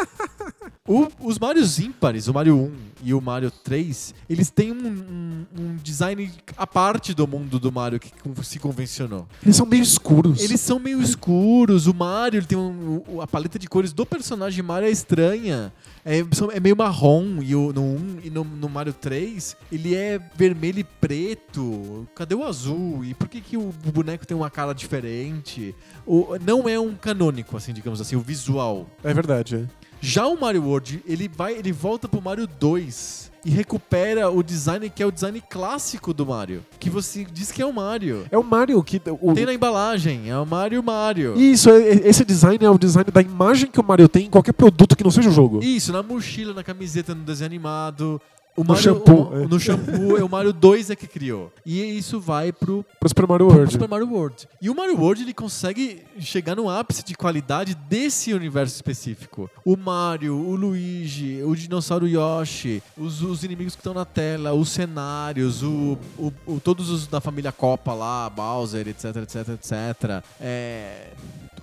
Speaker 1: O- os Marios ímpares, o Mario 1 e o Mario 3, eles têm um, um- um design à parte do mundo do Mario que con- se convencionou.
Speaker 2: Eles são meio escuros.
Speaker 1: Eles são meio escuros, o Mario ele tem um- o- a paleta de cores do personagem Mario é estranha. É, são- é meio marrom e o- no 1 e no, no Mario 3 ele é vermelho e preto. Cadê o azul? E por que, que o boneco tem uma cara diferente? O- não é um canônico, assim, digamos assim, o visual.
Speaker 2: É verdade. é.
Speaker 1: Já o Mario World, ele vai, ele volta pro Mario 2 e recupera o design que é o design clássico do Mario, que você diz que é o Mario.
Speaker 2: É o Mario que o,
Speaker 1: Tem na embalagem, é o Mario Mario.
Speaker 2: Isso, é- é- esse design é o design da imagem que o Mario tem em qualquer produto que não seja o jogo.
Speaker 1: Isso, na mochila, na camiseta, no desenho animado. O
Speaker 2: No
Speaker 1: Mario-
Speaker 2: shampoo,
Speaker 1: o-
Speaker 2: é.
Speaker 1: no shampoo é o Mario 2 é que criou. E isso vai pro,
Speaker 2: Pro Super Mario
Speaker 1: pro
Speaker 2: World.
Speaker 1: Super Mario World. E o Mario World ele consegue chegar no ápice de qualidade desse universo específico. O Mario, o Luigi, o dinossauro Yoshi, os, os inimigos que estão na tela, os cenários, o, o- o- todos os da família Copa lá, Bowser, etc, etc, etc. É,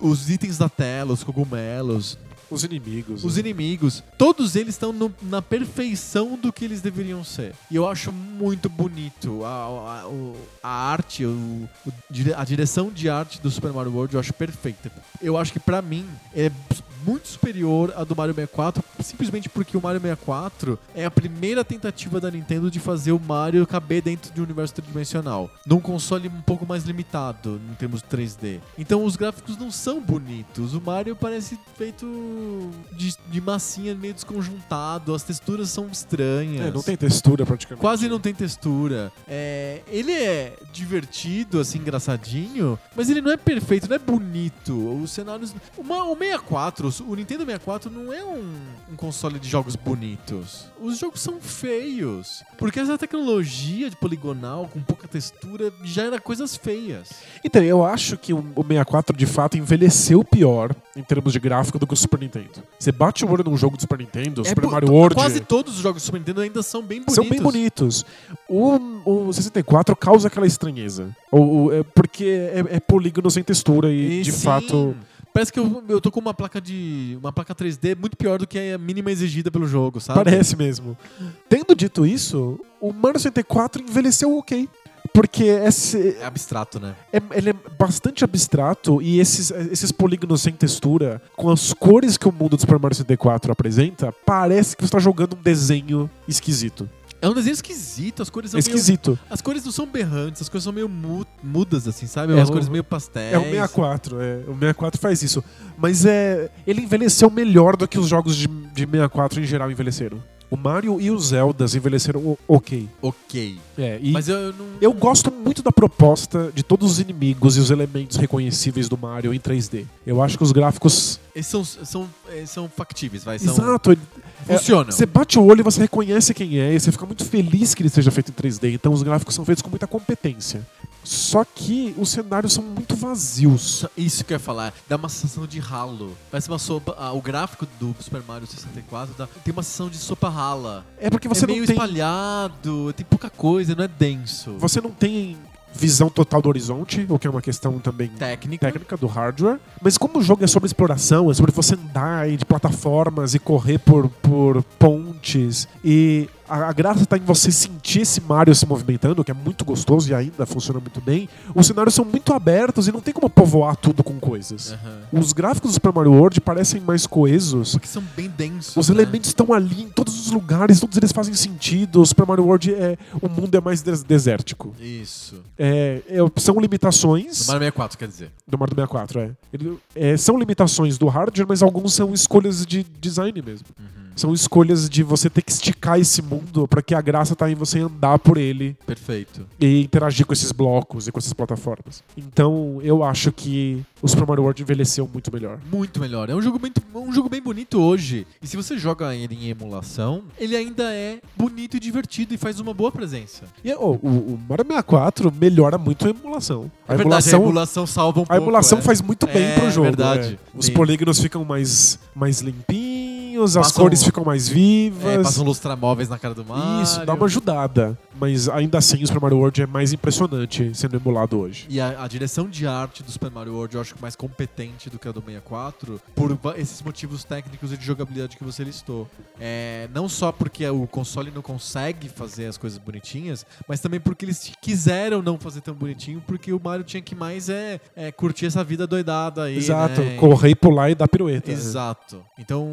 Speaker 1: os itens da tela, os cogumelos.
Speaker 2: Os inimigos. né?
Speaker 1: Os inimigos, todos eles estão no- na perfeição do que eles deveriam ser. E eu acho muito bonito a, a- o- a arte, o- o dire- a direção de arte do Super Mario World eu acho perfeita. Eu acho que pra mim é muito superior à do Mario 64, simplesmente porque o Mario 64 é a primeira tentativa da Nintendo de fazer o Mario caber dentro de um universo tridimensional, num console um pouco mais limitado em termos 3D. Então os gráficos não são bonitos, o Mario parece feito de, de massinha meio desconjuntado, as texturas são estranhas.
Speaker 2: É, não tem textura praticamente.
Speaker 1: Quase não tem textura. É, ele é divertido, assim, engraçadinho, mas ele não é perfeito, não é bonito. Os cenários. Uma, o 64, o Nintendo 64 não é um, um console de jogos bonitos. Os jogos são feios. Porque essa tecnologia de poligonal com pouca textura já era coisas feias.
Speaker 2: Então, eu acho que o o 64 de fato envelheceu pior em termos de gráfico do que o Super Nintendo. Você bate o olho num jogo do Super Nintendo, Super
Speaker 1: É bo-
Speaker 2: Mario
Speaker 1: to-
Speaker 2: World.
Speaker 1: Quase todos os jogos do Super Nintendo ainda são bem bonitos.
Speaker 2: São bem bonitos. O, o 64 causa aquela estranheza. O, o- é porque é, é polígono sem textura e,
Speaker 1: E
Speaker 2: de
Speaker 1: sim,
Speaker 2: fato.
Speaker 1: Parece que eu, eu tô com uma placa de. uma placa 3D muito pior do que a mínima exigida pelo jogo, sabe?
Speaker 2: Parece mesmo. Tendo dito isso, o Mario 64 envelheceu ok. Porque esse,
Speaker 1: É abstrato, né?
Speaker 2: é- ele é bastante abstrato e esses, esses polígonos sem textura, com as cores que o mundo do Super Mario 64 apresenta, parece que você está jogando um desenho esquisito.
Speaker 1: É um desenho esquisito, as cores são
Speaker 2: esquisito.
Speaker 1: meio. As cores não são berrantes, as cores são meio mu- mudas, assim, sabe?
Speaker 2: É
Speaker 1: as
Speaker 2: o-
Speaker 1: cores meio pastéis.
Speaker 2: É o 64, é, o 64 faz isso. Mas é, ele envelheceu melhor do que os jogos de, de 64 em geral envelheceram. O Mario e os Zeldas envelheceram o- ok.
Speaker 1: Ok.
Speaker 2: É, e
Speaker 1: Mas eu, eu não.
Speaker 2: Eu gosto muito da proposta de todos os inimigos e os elementos reconhecíveis do Mario em 3D. Eu acho que os gráficos.
Speaker 1: Eles são, são, eh, são factíveis, vai. São...
Speaker 2: Exato. ele- é,
Speaker 1: Funcionam.
Speaker 2: Você bate o olho e você reconhece quem é, e você fica muito feliz que ele seja feito em 3D. Então os gráficos são feitos com muita competência. Só que os cenários são muito vazios.
Speaker 1: Só- Isso que eu ia falar, dá uma sensação de ralo. Parece uma sopa. ah, o gráfico do Super Mario 64 dá- tá, tem uma sensação de sopa rala.
Speaker 2: É porque você
Speaker 1: é meio
Speaker 2: não tem.
Speaker 1: espalhado, tem pouca coisa, não é denso.
Speaker 2: Você não tem visão total do horizonte, o que é uma questão também
Speaker 1: Técnica.
Speaker 2: técnica do hardware. Mas como o jogo é sobre exploração, é sobre você andar e de plataformas e correr por, por pontes e a, a graça está em você sentir esse Mario se movimentando, que é muito gostoso e ainda funciona muito bem. Os cenários são muito abertos e não tem como povoar tudo com coisas.
Speaker 1: Aham.
Speaker 2: Os gráficos do Super Mario World parecem mais coesos
Speaker 1: Porque são bem densos.
Speaker 2: os
Speaker 1: né?
Speaker 2: elementos estão ali em todos os lugares, todos eles fazem sentido. O Super Mario World é. O mundo é mais des- desértico.
Speaker 1: Isso.
Speaker 2: É, é- são
Speaker 1: No
Speaker 2: limitações.
Speaker 1: Mario 64, quer dizer.
Speaker 2: Do Mario 64, é. Ele- é, São limitações do hardware, mas alguns são escolhas de design mesmo.
Speaker 1: Uhum.
Speaker 2: São escolhas de você ter que esticar esse mundo para que a graça tá em você andar por ele
Speaker 1: Perfeito.
Speaker 2: e interagir com esses blocos e com essas plataformas. Então, eu acho que o Super Mario World envelheceu muito melhor.
Speaker 1: Muito melhor. É um jogo, muito, um jogo bem bonito hoje. E se você joga ele em emulação, ele ainda é bonito e divertido e faz uma boa presença.
Speaker 2: E ô, o, o Mario 64 melhora muito a emulação. A
Speaker 1: É verdade, a
Speaker 2: emulação,
Speaker 1: emulação salva um
Speaker 2: a
Speaker 1: pouco.
Speaker 2: emulação
Speaker 1: é.
Speaker 2: faz muito bem
Speaker 1: É,
Speaker 2: pro jogo.
Speaker 1: verdade.
Speaker 2: é. Os
Speaker 1: Sim.
Speaker 2: polígonos ficam mais, mais limpinhos, as
Speaker 1: Passam-
Speaker 2: cores ficam mais
Speaker 1: É,
Speaker 2: vivas.
Speaker 1: passam lustramóveis na cara do Mario.
Speaker 2: Isso, dá uma ajudada. Mas ainda assim, o Super Mario World é mais impressionante sendo emulado hoje.
Speaker 1: E a, a direção de arte do Super Mario World eu acho mais competente do que a do 64 por va- esses motivos técnicos e de jogabilidade que você listou. É, não só porque o console não consegue fazer as coisas bonitinhas, mas também porque eles quiseram não fazer tão bonitinho, porque o Mario tinha que mais é, é curtir essa vida doidada aí.
Speaker 2: Exato,
Speaker 1: né?
Speaker 2: correr, pular e dar pirueta. né?
Speaker 1: Exato. Então,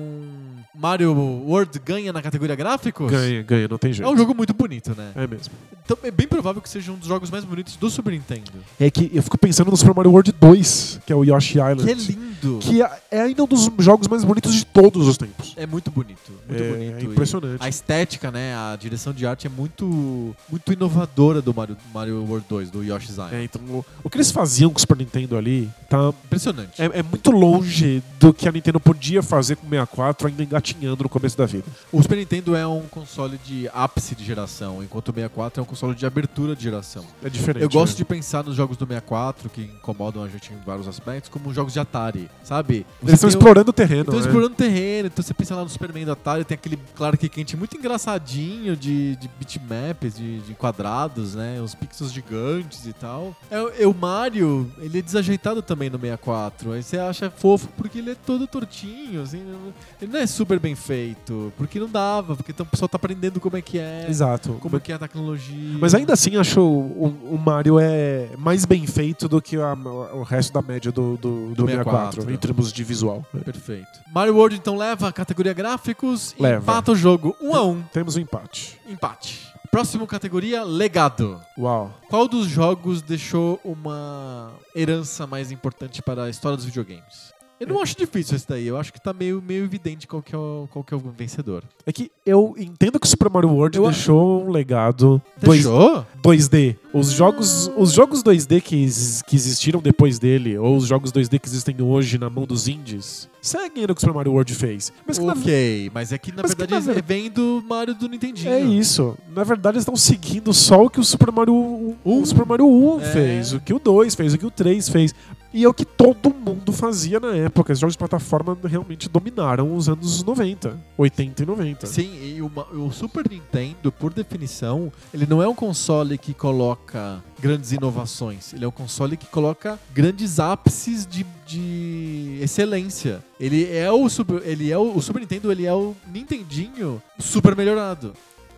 Speaker 1: Mario World ganha na categoria gráficos?
Speaker 2: Ganha, ganha, não tem
Speaker 1: É
Speaker 2: jeito.
Speaker 1: um jogo muito bonito, né?
Speaker 2: É mesmo.
Speaker 1: Então, é bem provável que seja um dos jogos mais bonitos do Super Nintendo.
Speaker 2: É que eu fico pensando no Super Mario World 2, que é o Yoshi Island.
Speaker 1: Que é lindo!
Speaker 2: que é- é ainda um dos jogos mais bonitos de todos os tempos.
Speaker 1: É muito bonito, muito
Speaker 2: É,
Speaker 1: bonito.
Speaker 2: é
Speaker 1: E
Speaker 2: impressionante.
Speaker 1: A estética, né, a direção de arte é muito muito inovadora do Mario, Mario World 2, do Yoshi's Island.
Speaker 2: É, então, o, o que eles faziam com o Super Nintendo ali tá,
Speaker 1: Impressionante.
Speaker 2: é, é muito longe do que a Nintendo podia fazer com o 64, ainda engatinhando no começo da vida.
Speaker 1: O Super Nintendo é um console de ápice de geração, enquanto o 64 é um console de abertura de geração.
Speaker 2: É diferente.
Speaker 1: Eu gosto
Speaker 2: né?
Speaker 1: de pensar nos jogos do 64, que incomodam a gente em vários aspectos, como jogos de Atari, sabe? Você
Speaker 2: Eles estão
Speaker 1: tem o-
Speaker 2: explorando o terreno.
Speaker 1: Então
Speaker 2: né?
Speaker 1: explorando terreno, então você pensa lá no Superman do Atari, tem aquele Clark Kent muito engraçadinho de, de bitmaps, de, de quadrados, né? Uns pixels gigantes e tal. É, o- é o Mario, ele é desajeitado também no 64. Aí você acha fofo porque ele é todo tortinho, assim. não- Ele não é super bem feito, porque não dava, porque então o pessoal tá aprendendo como é que é,
Speaker 2: Exato.
Speaker 1: como é que é a tecnologia.
Speaker 2: Mas ainda assim, acho o, o Mario é mais bem feito do que a- o resto da média do, do, do 64,
Speaker 1: 64,
Speaker 2: em termos de visual.
Speaker 1: Perfeito. Mario World então leva a categoria gráficos e
Speaker 2: Leva.
Speaker 1: empata o jogo um a um.
Speaker 2: Temos um empate.
Speaker 1: Empate. Próximo categoria, legado.
Speaker 2: Uau.
Speaker 1: Qual dos jogos deixou uma herança mais importante para a história dos videogames? Eu não acho difícil esse daí, eu acho que tá meio, meio evidente qual que, é o, qual que é o vencedor.
Speaker 2: É que eu entendo que o Super Mario World
Speaker 1: Eu a-
Speaker 2: deixou um legado dois-
Speaker 1: Deixou?
Speaker 2: 2D. Os jogos, os jogos 2D que, ex- que existiram depois dele, ou os jogos 2D que existem hoje na mão dos indies, seguem ainda o que o Super Mario World fez. Mas que na verdade
Speaker 1: ok, mas é que na
Speaker 2: mas que
Speaker 1: verdade
Speaker 2: na
Speaker 1: eles-
Speaker 2: ver-
Speaker 1: vem do Mario do Nintendinho.
Speaker 2: é isso. Na verdade, eles estão seguindo só o que o Super Mario 1,
Speaker 1: Um.
Speaker 2: o Super Mario 1
Speaker 1: É.
Speaker 2: fez, o que o 2 fez, o que o 3 fez. E é o que todo mundo fazia na época. Os jogos de plataforma realmente dominaram os anos 90, 80 e 90.
Speaker 1: Sim, e o Ma- o Super Nintendo, por definição, ele não é um console que coloca grandes inovações. Ele é um console que coloca grandes ápices de, de excelência. Ele é o Super, ele é o, o Super Nintendo, ele é o Nintendinho super melhorado.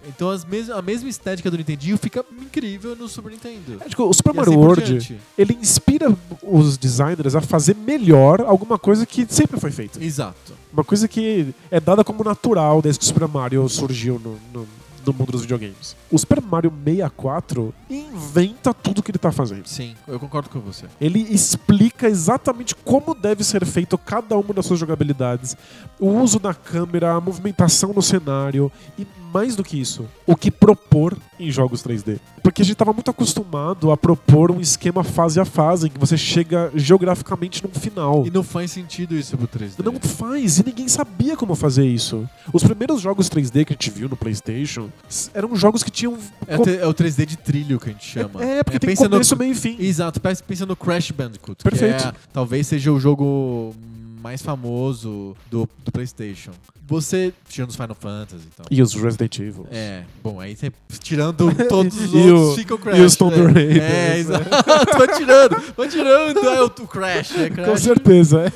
Speaker 1: Então as mes a mesma estética do Nintendinho fica incrível no Super Nintendo.
Speaker 2: É, tipo, o Super
Speaker 1: E
Speaker 2: Mario
Speaker 1: assim por
Speaker 2: World,
Speaker 1: diante.
Speaker 2: ele inspira os designers a fazer melhor alguma coisa que sempre foi feita.
Speaker 1: Exato.
Speaker 2: Uma coisa que é dada como natural desde que o Super Mario surgiu no, no- no mundo dos videogames. O Super Mario 64 inventa tudo que ele tá fazendo.
Speaker 1: Sim, eu concordo com você.
Speaker 2: Ele explica exatamente como deve ser feito cada uma das suas jogabilidades, o uso da câmera, a movimentação no cenário e mais do que isso, o que propor em jogos 3D. Porque a gente estava muito acostumado a propor um esquema fase a fase em que você chega geograficamente num final.
Speaker 1: E não faz sentido isso pro É 3D.
Speaker 2: Não faz, e ninguém sabia como fazer isso. Os primeiros jogos 3D que a gente viu no PlayStation s- eram jogos que tinham.
Speaker 1: É, o te- é o 3D de trilho que a gente chama.
Speaker 2: É, porque tem
Speaker 1: pensa no-
Speaker 2: começo, meio e fim.
Speaker 1: Exato, pensa- pensa no Crash Bandicoot. que
Speaker 2: Perfeito.
Speaker 1: é- talvez seja o jogo mais famoso do, do PlayStation. Você, tirando os Final Fantasy e tal.
Speaker 2: E os Resident Evil.
Speaker 1: É, bom, aí você, tirando todos os
Speaker 2: E
Speaker 1: outros,
Speaker 2: o-
Speaker 1: fica o Crash.
Speaker 2: e os Tomb
Speaker 1: né?
Speaker 2: Raiders,
Speaker 1: É,
Speaker 2: né?
Speaker 1: exato. Vai tirando, vai tirando é, o, o Crash, né? Crash.
Speaker 2: Com certeza, é.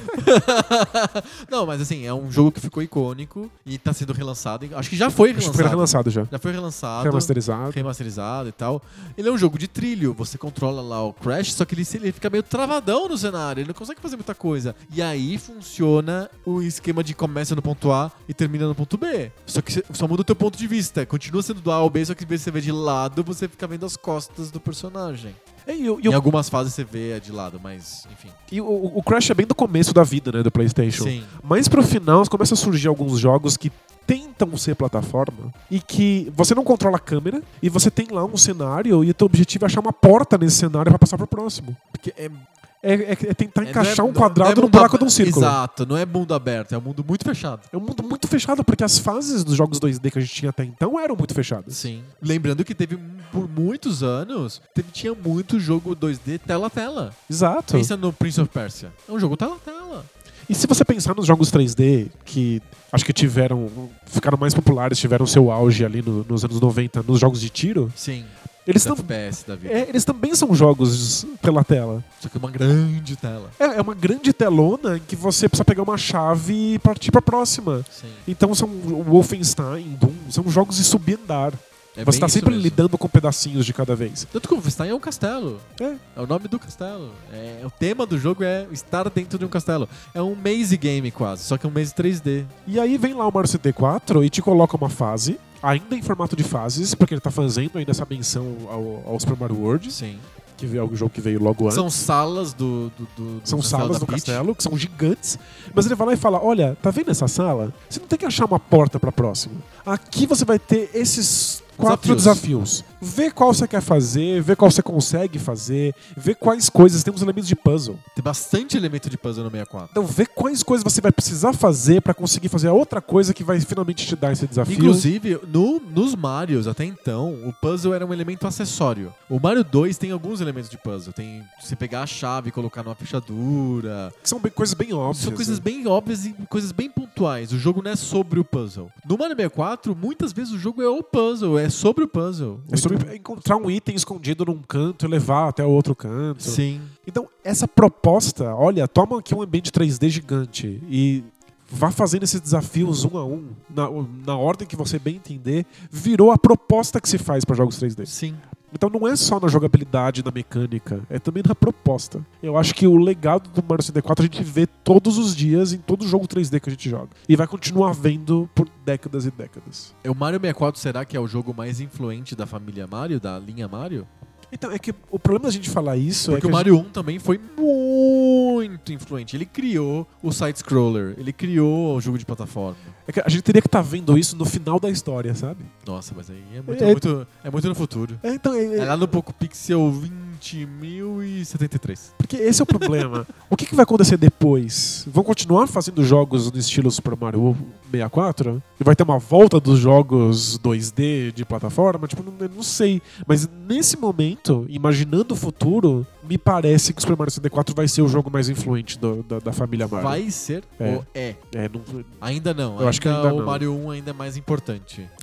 Speaker 1: Não, mas assim, é um jogo que ficou icônico e tá sendo relançado. Acho que já foi
Speaker 2: Acho
Speaker 1: relançado.
Speaker 2: que foi relançado já.
Speaker 1: Já foi relançado.
Speaker 2: Remasterizado.
Speaker 1: remasterizado e tal. Ele é um jogo de trilho, você controla lá o Crash, só que ele, se- ele fica meio travadão no cenário, ele não consegue fazer muita coisa. E aí funciona o esquema de começa no ponto A e termina no ponto B. Só que cê- só muda o teu ponto de vista. Continua sendo do A ao B, só que em vez de você ver de lado, você fica vendo as costas do personagem.
Speaker 2: É, E, o- e
Speaker 1: Em
Speaker 2: o,
Speaker 1: algumas fases você vê a de lado, mas enfim.
Speaker 2: e o- o Crash é bem do começo da vida, né, do PlayStation.
Speaker 1: Sim.
Speaker 2: Mas pro final começa a surgir alguns jogos que tentam ser plataforma e que você não controla a câmera e você tem lá um cenário e o teu objetivo é achar uma porta nesse cenário pra passar pro próximo.
Speaker 1: Porque é
Speaker 2: É, é- é tentar
Speaker 1: É,
Speaker 2: encaixar
Speaker 1: não é-
Speaker 2: um
Speaker 1: não- não
Speaker 2: quadrado
Speaker 1: é
Speaker 2: no
Speaker 1: mundo
Speaker 2: buraco de um
Speaker 1: ab-
Speaker 2: círculo.
Speaker 1: Exato, não é mundo aberto, é um mundo muito fechado.
Speaker 2: É um mundo muito fechado, porque as fases dos jogos 2D que a gente tinha até então eram muito fechadas.
Speaker 1: Sim. Lembrando que teve mu- por muitos anos, teve, tinha muito jogo 2D tela a tela.
Speaker 2: Exato.
Speaker 1: Pensa no Prince of Persia. É um jogo tela a tela.
Speaker 2: E se você pensar nos jogos 3D, que acho que tiveram. ficaram mais populares, tiveram seu auge ali no- nos anos 90, nos jogos de tiro,
Speaker 1: Sim.
Speaker 2: eles,
Speaker 1: Os
Speaker 2: tam-
Speaker 1: FPS da vida.
Speaker 2: é, eles também são jogos pela tela.
Speaker 1: Só que é uma grande tela.
Speaker 2: É, é uma grande telona em que você precisa pegar uma chave e partir pra próxima.
Speaker 1: Sim.
Speaker 2: Então são o Wolfenstein, Doom, são jogos de subir andar.
Speaker 1: É
Speaker 2: você
Speaker 1: bem
Speaker 2: tá
Speaker 1: isso
Speaker 2: sempre
Speaker 1: mesmo.
Speaker 2: lidando com pedacinhos de cada vez.
Speaker 1: Tanto que o Wolfenstein é um castelo.
Speaker 2: É.
Speaker 1: É o nome do castelo. É, o tema do jogo é estar dentro de um castelo. É um maze game quase, só que é um maze 3D.
Speaker 2: E aí vem lá o Mario 64 e te coloca uma fase, ainda em formato de fases, porque ele tá fazendo ainda essa menção ao, ao Super Mario World,
Speaker 1: Sim.
Speaker 2: que é o jogo que veio logo antes.
Speaker 1: São salas do, do, do- do
Speaker 2: São
Speaker 1: castelo da
Speaker 2: salas do
Speaker 1: Peach.
Speaker 2: castelo, que são gigantes, mas ele vai lá e fala: Olha, tá vendo essa sala? Você não tem que achar uma porta pra próxima. Aqui você vai ter esses quatro desafios. Vê qual você quer fazer, vê qual você consegue fazer, vê quais coisas, tem uns elementos de puzzle.
Speaker 1: Tem bastante elemento de puzzle no 64.
Speaker 2: Então vê quais coisas você vai precisar fazer pra conseguir fazer a outra coisa que vai finalmente te dar esse desafio.
Speaker 1: Inclusive, no- nos Marios até então, o puzzle era um elemento acessório. O Mario 2 tem alguns elementos de puzzle. Tem você pegar a chave e colocar numa fechadura.
Speaker 2: que são bem- coisas bem óbvias.
Speaker 1: São coisas
Speaker 2: né?
Speaker 1: bem óbvias e coisas bem pontuais. O jogo não é sobre o puzzle. No Mario 64, muitas vezes o jogo é o puzzle, é sobre o puzzle.
Speaker 2: É sobre encontrar um item escondido num canto e levar até o outro canto.
Speaker 1: Sim.
Speaker 2: Então, essa proposta, olha, toma aqui um ambiente 3D gigante e vá fazendo esses desafios um a um, na, na ordem que você bem entender, virou a proposta que se faz para jogos 3D.
Speaker 1: Sim.
Speaker 2: Então não é só na jogabilidade, na mecânica, é também na proposta. Eu acho que o legado do Mario 64 a gente vê todos os dias em todo jogo 3D que a gente joga. E vai continuar vendo por décadas e décadas.
Speaker 1: O Mario 64 será que é o jogo mais influente da família Mario, da linha Mario?
Speaker 2: Então, é que o problema da gente falar isso é
Speaker 1: Porque
Speaker 2: que
Speaker 1: o
Speaker 2: a gente-
Speaker 1: Mario 1 também foi muito influente. Ele criou o side-scroller, ele criou o jogo de plataforma.
Speaker 2: é que a gente teria que estar vendo isso no final da história, sabe?
Speaker 1: Nossa, mas aí é muito,
Speaker 2: É-
Speaker 1: muito- é muito no futuro.
Speaker 2: É, então, é-
Speaker 1: É lá no Poco Pixel 20.073.
Speaker 2: Porque esse é o problema. o que, que vai acontecer depois? Vão continuar fazendo jogos no estilo Super Mario 64? E vai ter uma volta dos jogos 2D de plataforma? Tipo, não, eu não sei. Mas nesse momento, imaginando o futuro, me parece que o Super Mario 64 vai ser o jogo mais influente do- da, da família Mario.
Speaker 1: Vai ser
Speaker 2: É.
Speaker 1: ou é?
Speaker 2: É, não-
Speaker 1: Ainda não.
Speaker 2: Eu acho que ainda
Speaker 1: o
Speaker 2: não.
Speaker 1: Mario 1 ainda é mais importante.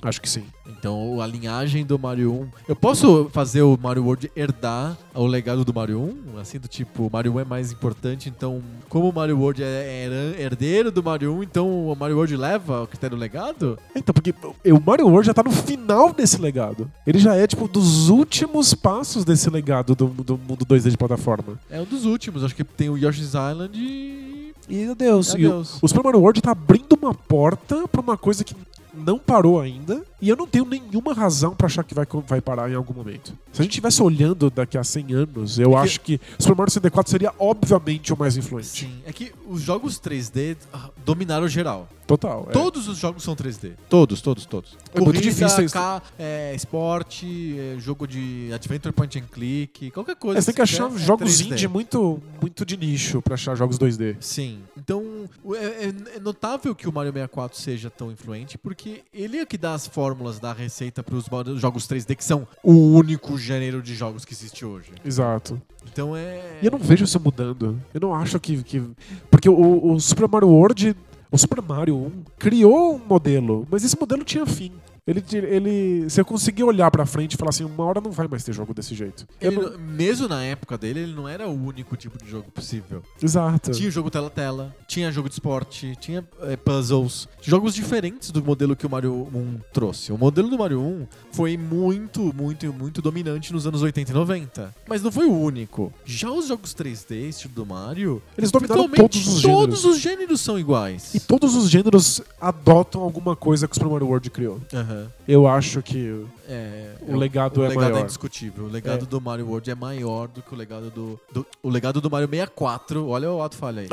Speaker 2: acho que sim.
Speaker 1: Então, a linhagem do Mario 1. Eu posso fazer o Mario World herdar o legado do Mario 1? Assim, do tipo, o Mario 1 é mais importante, então, como o Mario World é heran- herdeiro do Mario 1, então o Mario World leva o critério legado?
Speaker 2: Então, porque o Mario World já tá no final desse legado. Ele já é, tipo, dos últimos passos desse legado do, do mundo 2D de plataforma.
Speaker 1: É um dos últimos. Acho que tem o Yoshi's Island e.
Speaker 2: E adeus. E o-
Speaker 1: Adeus.
Speaker 2: O Super Mario World tá abrindo uma porta pra uma coisa que não parou ainda, e eu não tenho nenhuma razão pra achar que vai, vai parar em algum momento. Se a gente estivesse olhando daqui a 100 anos, eu acho que Super Mario 64 seria obviamente o mais influente.
Speaker 1: Sim, é que os jogos 3D ah, dominaram geral.
Speaker 2: Total. é.
Speaker 1: Todos os jogos são 3D. Todos, todos, todos.
Speaker 2: É muito difícil isso.
Speaker 1: Ca, é, esporte, é, jogo de adventure point and click, qualquer coisa.
Speaker 2: Você tem que
Speaker 1: se
Speaker 2: achar
Speaker 1: quer, é
Speaker 2: jogos
Speaker 1: 3D.
Speaker 2: indie muito, muito de nicho pra achar jogos 2D.
Speaker 1: Sim. Então, o- é, é- é notável que o Mario 64 seja tão influente, porque ele é que dá as fórmulas da receita para os jogos 3D, que são o único gênero de jogos que existe hoje.
Speaker 2: Exato.
Speaker 1: Então é.
Speaker 2: E eu não vejo isso mudando. Eu não acho que. que... Porque o, o Super Mario World, o Super Mario 1, criou um modelo, mas esse modelo tinha fim. Ele, ele, se eu conseguir olhar pra frente e falar assim, uma hora não vai mais ter jogo desse jeito. Eu
Speaker 1: Ele
Speaker 2: não-
Speaker 1: não- Mesmo na época dele, ele não era o único tipo de jogo possível.
Speaker 2: Exato.
Speaker 1: Tinha o jogo tela-tela, tinha jogo de esporte, tinha eh, puzzles, jogos diferentes do modelo que o Mario 1 trouxe. O modelo do Mario 1 foi muito, muito, muito dominante nos anos 80 e 90. Mas não foi o único. Já os jogos 3D, estilo do Mario,
Speaker 2: Eles dominaram
Speaker 1: virtualmente
Speaker 2: todos os
Speaker 1: todos
Speaker 2: gêneros.
Speaker 1: os gêneros são iguais.
Speaker 2: E todos os gêneros adotam alguma coisa que o Super Mario World criou.
Speaker 1: Aham.
Speaker 2: Eu acho que
Speaker 1: É,
Speaker 2: O legado
Speaker 1: o
Speaker 2: é
Speaker 1: legado
Speaker 2: maior.
Speaker 1: é indiscutível. O legado
Speaker 2: É.
Speaker 1: do Mario World é maior do que o legado do, do- O legado do Mario 64. Olha o ato falha aí.